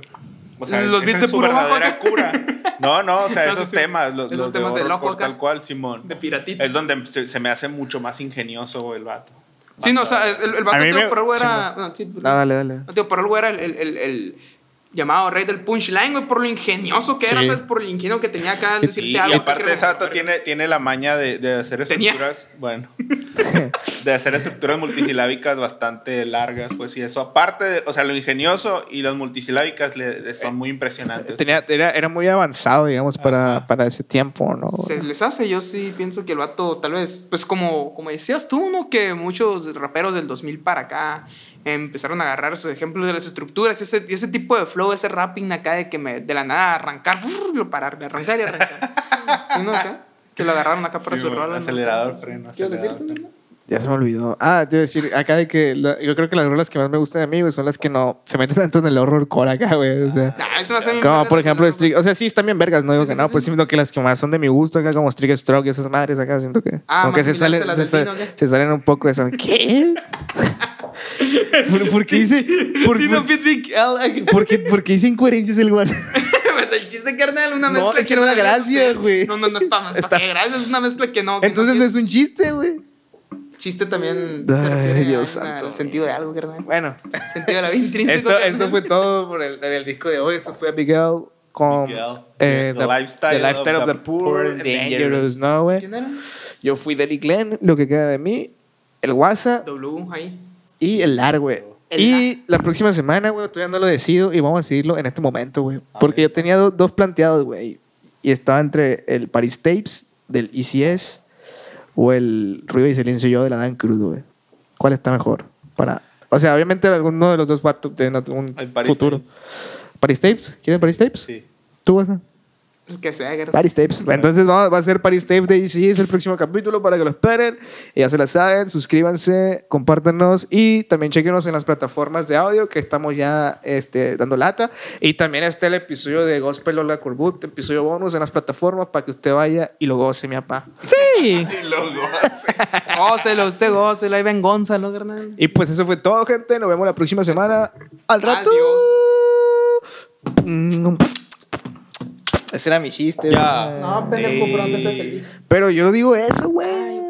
Speaker 3: O sea,
Speaker 2: Los
Speaker 3: esa
Speaker 2: beats
Speaker 3: es
Speaker 2: de
Speaker 3: su
Speaker 2: puro
Speaker 3: verdadera
Speaker 2: bajo.
Speaker 3: cura. No, no, o sea,
Speaker 2: *laughs* No,
Speaker 3: esos
Speaker 2: esos sí.
Speaker 3: temas, los,
Speaker 2: Esos
Speaker 3: los
Speaker 2: temas de
Speaker 3: horror
Speaker 2: loco
Speaker 3: core,
Speaker 2: acá.
Speaker 3: tal cual, Simón.
Speaker 2: De piratita.
Speaker 3: Es donde se, se me hace mucho más ingenioso güey, el vato.
Speaker 2: Sí, no, o sea, es- el, el vato
Speaker 1: A mí
Speaker 2: tío
Speaker 1: me-
Speaker 2: Perú
Speaker 1: sí,
Speaker 2: era. No, sí,
Speaker 1: No, dale, dale.
Speaker 2: no, tío Perú era el, el, el, el llamado rey del punchline, güey, por lo ingenioso que era,
Speaker 1: Sí.
Speaker 2: ¿sabes? Por el ingenio que tenía acá al
Speaker 1: Sí,
Speaker 2: decirte
Speaker 3: Sí, y
Speaker 2: algo. que
Speaker 3: aparte
Speaker 2: creo-
Speaker 3: ese vato tiene, tiene la maña de, de hacer
Speaker 2: Tenía.
Speaker 3: estructuras,
Speaker 2: *laughs*
Speaker 3: bueno, de hacer estructuras multisilábicas bastante largas, pues y eso, aparte, de- o sea, lo ingenioso y las multisilábicas le, le
Speaker 2: Eh,
Speaker 3: son muy impresionantes.
Speaker 1: Tenía, era, era muy avanzado, digamos, para, para ese tiempo, ¿no?
Speaker 2: Se les hace, yo sí pienso que el vato, tal vez, pues como, como decías tú, ¿no? Que muchos raperos del 2000 para acá empezaron a agarrar sus ejemplos de las estructuras, y ese, y ese tipo de flow, ese rapping acá de que me, de la nada arrancar, *laughs* lo parar, arrancar y arrancar.
Speaker 1: *laughs*
Speaker 2: ¿Sí, no? Acá, que lo agarraron acá para
Speaker 3: Sí,
Speaker 2: su
Speaker 3: bueno,
Speaker 2: rola. ¿no?
Speaker 3: acelerador, freno,
Speaker 2: ¿Quieres decir
Speaker 3: acelerador, freno.
Speaker 1: Ya se me olvidó. Ah, te iba a decir, acá de que la- yo creo que las rolas que más me gustan a mí, güey, son las que no se meten tanto en el horror core acá, güey. O sea,
Speaker 2: Ah, eso me hace bien
Speaker 1: como
Speaker 2: padre
Speaker 1: por ejemplo,
Speaker 2: relacionarlo
Speaker 1: Strict- o sea, sí, están bien vergas, no digo que no, pues siento que las que más son de mi gusto acá, como Strict Stroke y esas madres acá, siento que.
Speaker 2: Ah,
Speaker 1: como que
Speaker 2: más
Speaker 1: se
Speaker 2: similares
Speaker 1: salen,
Speaker 2: a las
Speaker 1: se,
Speaker 2: del
Speaker 1: salen-
Speaker 2: Dino, ¿qué?
Speaker 1: se salen un poco de eso.
Speaker 2: *laughs*
Speaker 1: ¿Qué? ¿Por, por qué dice?
Speaker 2: con-
Speaker 1: Por,
Speaker 2: Dino
Speaker 1: por-
Speaker 2: Pitbull, Al-
Speaker 1: por qué, por qué dice incoherencias el
Speaker 2: *laughs*
Speaker 1: WhatsApp?
Speaker 2: Pues el chiste carnal, una
Speaker 1: No,
Speaker 2: mezcla.
Speaker 1: es que no da
Speaker 2: sabía,
Speaker 1: gracia,
Speaker 2: sé.
Speaker 1: güey.
Speaker 2: No, no, no está más.
Speaker 1: Está-
Speaker 2: Está... Gracias, es una mezcla que no. que
Speaker 1: Entonces
Speaker 2: no,
Speaker 1: no es un chiste, güey.
Speaker 2: chiste también
Speaker 1: Ay, Dios
Speaker 2: a-
Speaker 1: santo.
Speaker 2: al sentido de algo, carnal.
Speaker 1: Bueno,
Speaker 2: Sentido de la vida intrínseco.
Speaker 1: esto,
Speaker 2: carnal.
Speaker 1: esto fue todo por el, en el disco de hoy. Esto fue Abigail con
Speaker 3: Miguel.
Speaker 1: eh,
Speaker 3: The Lifestyle
Speaker 1: The Lifestyle
Speaker 3: of
Speaker 1: of the
Speaker 3: the
Speaker 1: Poor and
Speaker 3: Poor and
Speaker 1: Dangerous, ¿no, güey?
Speaker 2: ¿Quién era?
Speaker 1: Yo fui Derek Glenn, lo que queda de mí, el WhatsApp
Speaker 2: W ahí.
Speaker 1: y el LAR, güey.
Speaker 2: El
Speaker 1: y la próxima semana, güey, todavía no lo decido y vamos a decidirlo en este momento, güey.
Speaker 3: Ah,
Speaker 1: Porque yo tenía do- dos planteados, güey. Y estaba entre el Paris Tapes del ECS o el Ruido y Silencio Yo de la Dan Cruz, güey. ¿Cuál está mejor? Para... O sea, obviamente alguno de los dos va a tener un
Speaker 3: El Paris
Speaker 1: futuro.
Speaker 3: Tapes.
Speaker 1: ¿Paris Tapes? ¿Quieren Paris Tapes?
Speaker 3: Sí.
Speaker 1: ¿Tú vas a...?
Speaker 2: El que sea, carnal.
Speaker 1: Paris Tapes. Entonces vamos, va a ser Paris Tapes de IC, es el próximo capítulo para que lo esperen. Y ya se la saben, suscríbanse, compártanos y también chequenos en las plataformas de audio que estamos ya este, dando lata. Y también está el episodio de Gospel Lola Corbut, episodio bonus en las plataformas para que usted vaya y lo goce, mi papá.
Speaker 2: Sí.
Speaker 3: *laughs* Y luego,
Speaker 2: Gócelo, usted gócelo. Ahí ven Gonzalo, carnal.
Speaker 1: Y pues eso fue todo, gente. Nos vemos la próxima semana. Al rato. Ese era mi chiste.
Speaker 3: Ya.
Speaker 1: güey.
Speaker 2: No, Ah, pendejo, pero antes es el
Speaker 1: Pero yo no digo eso, güey.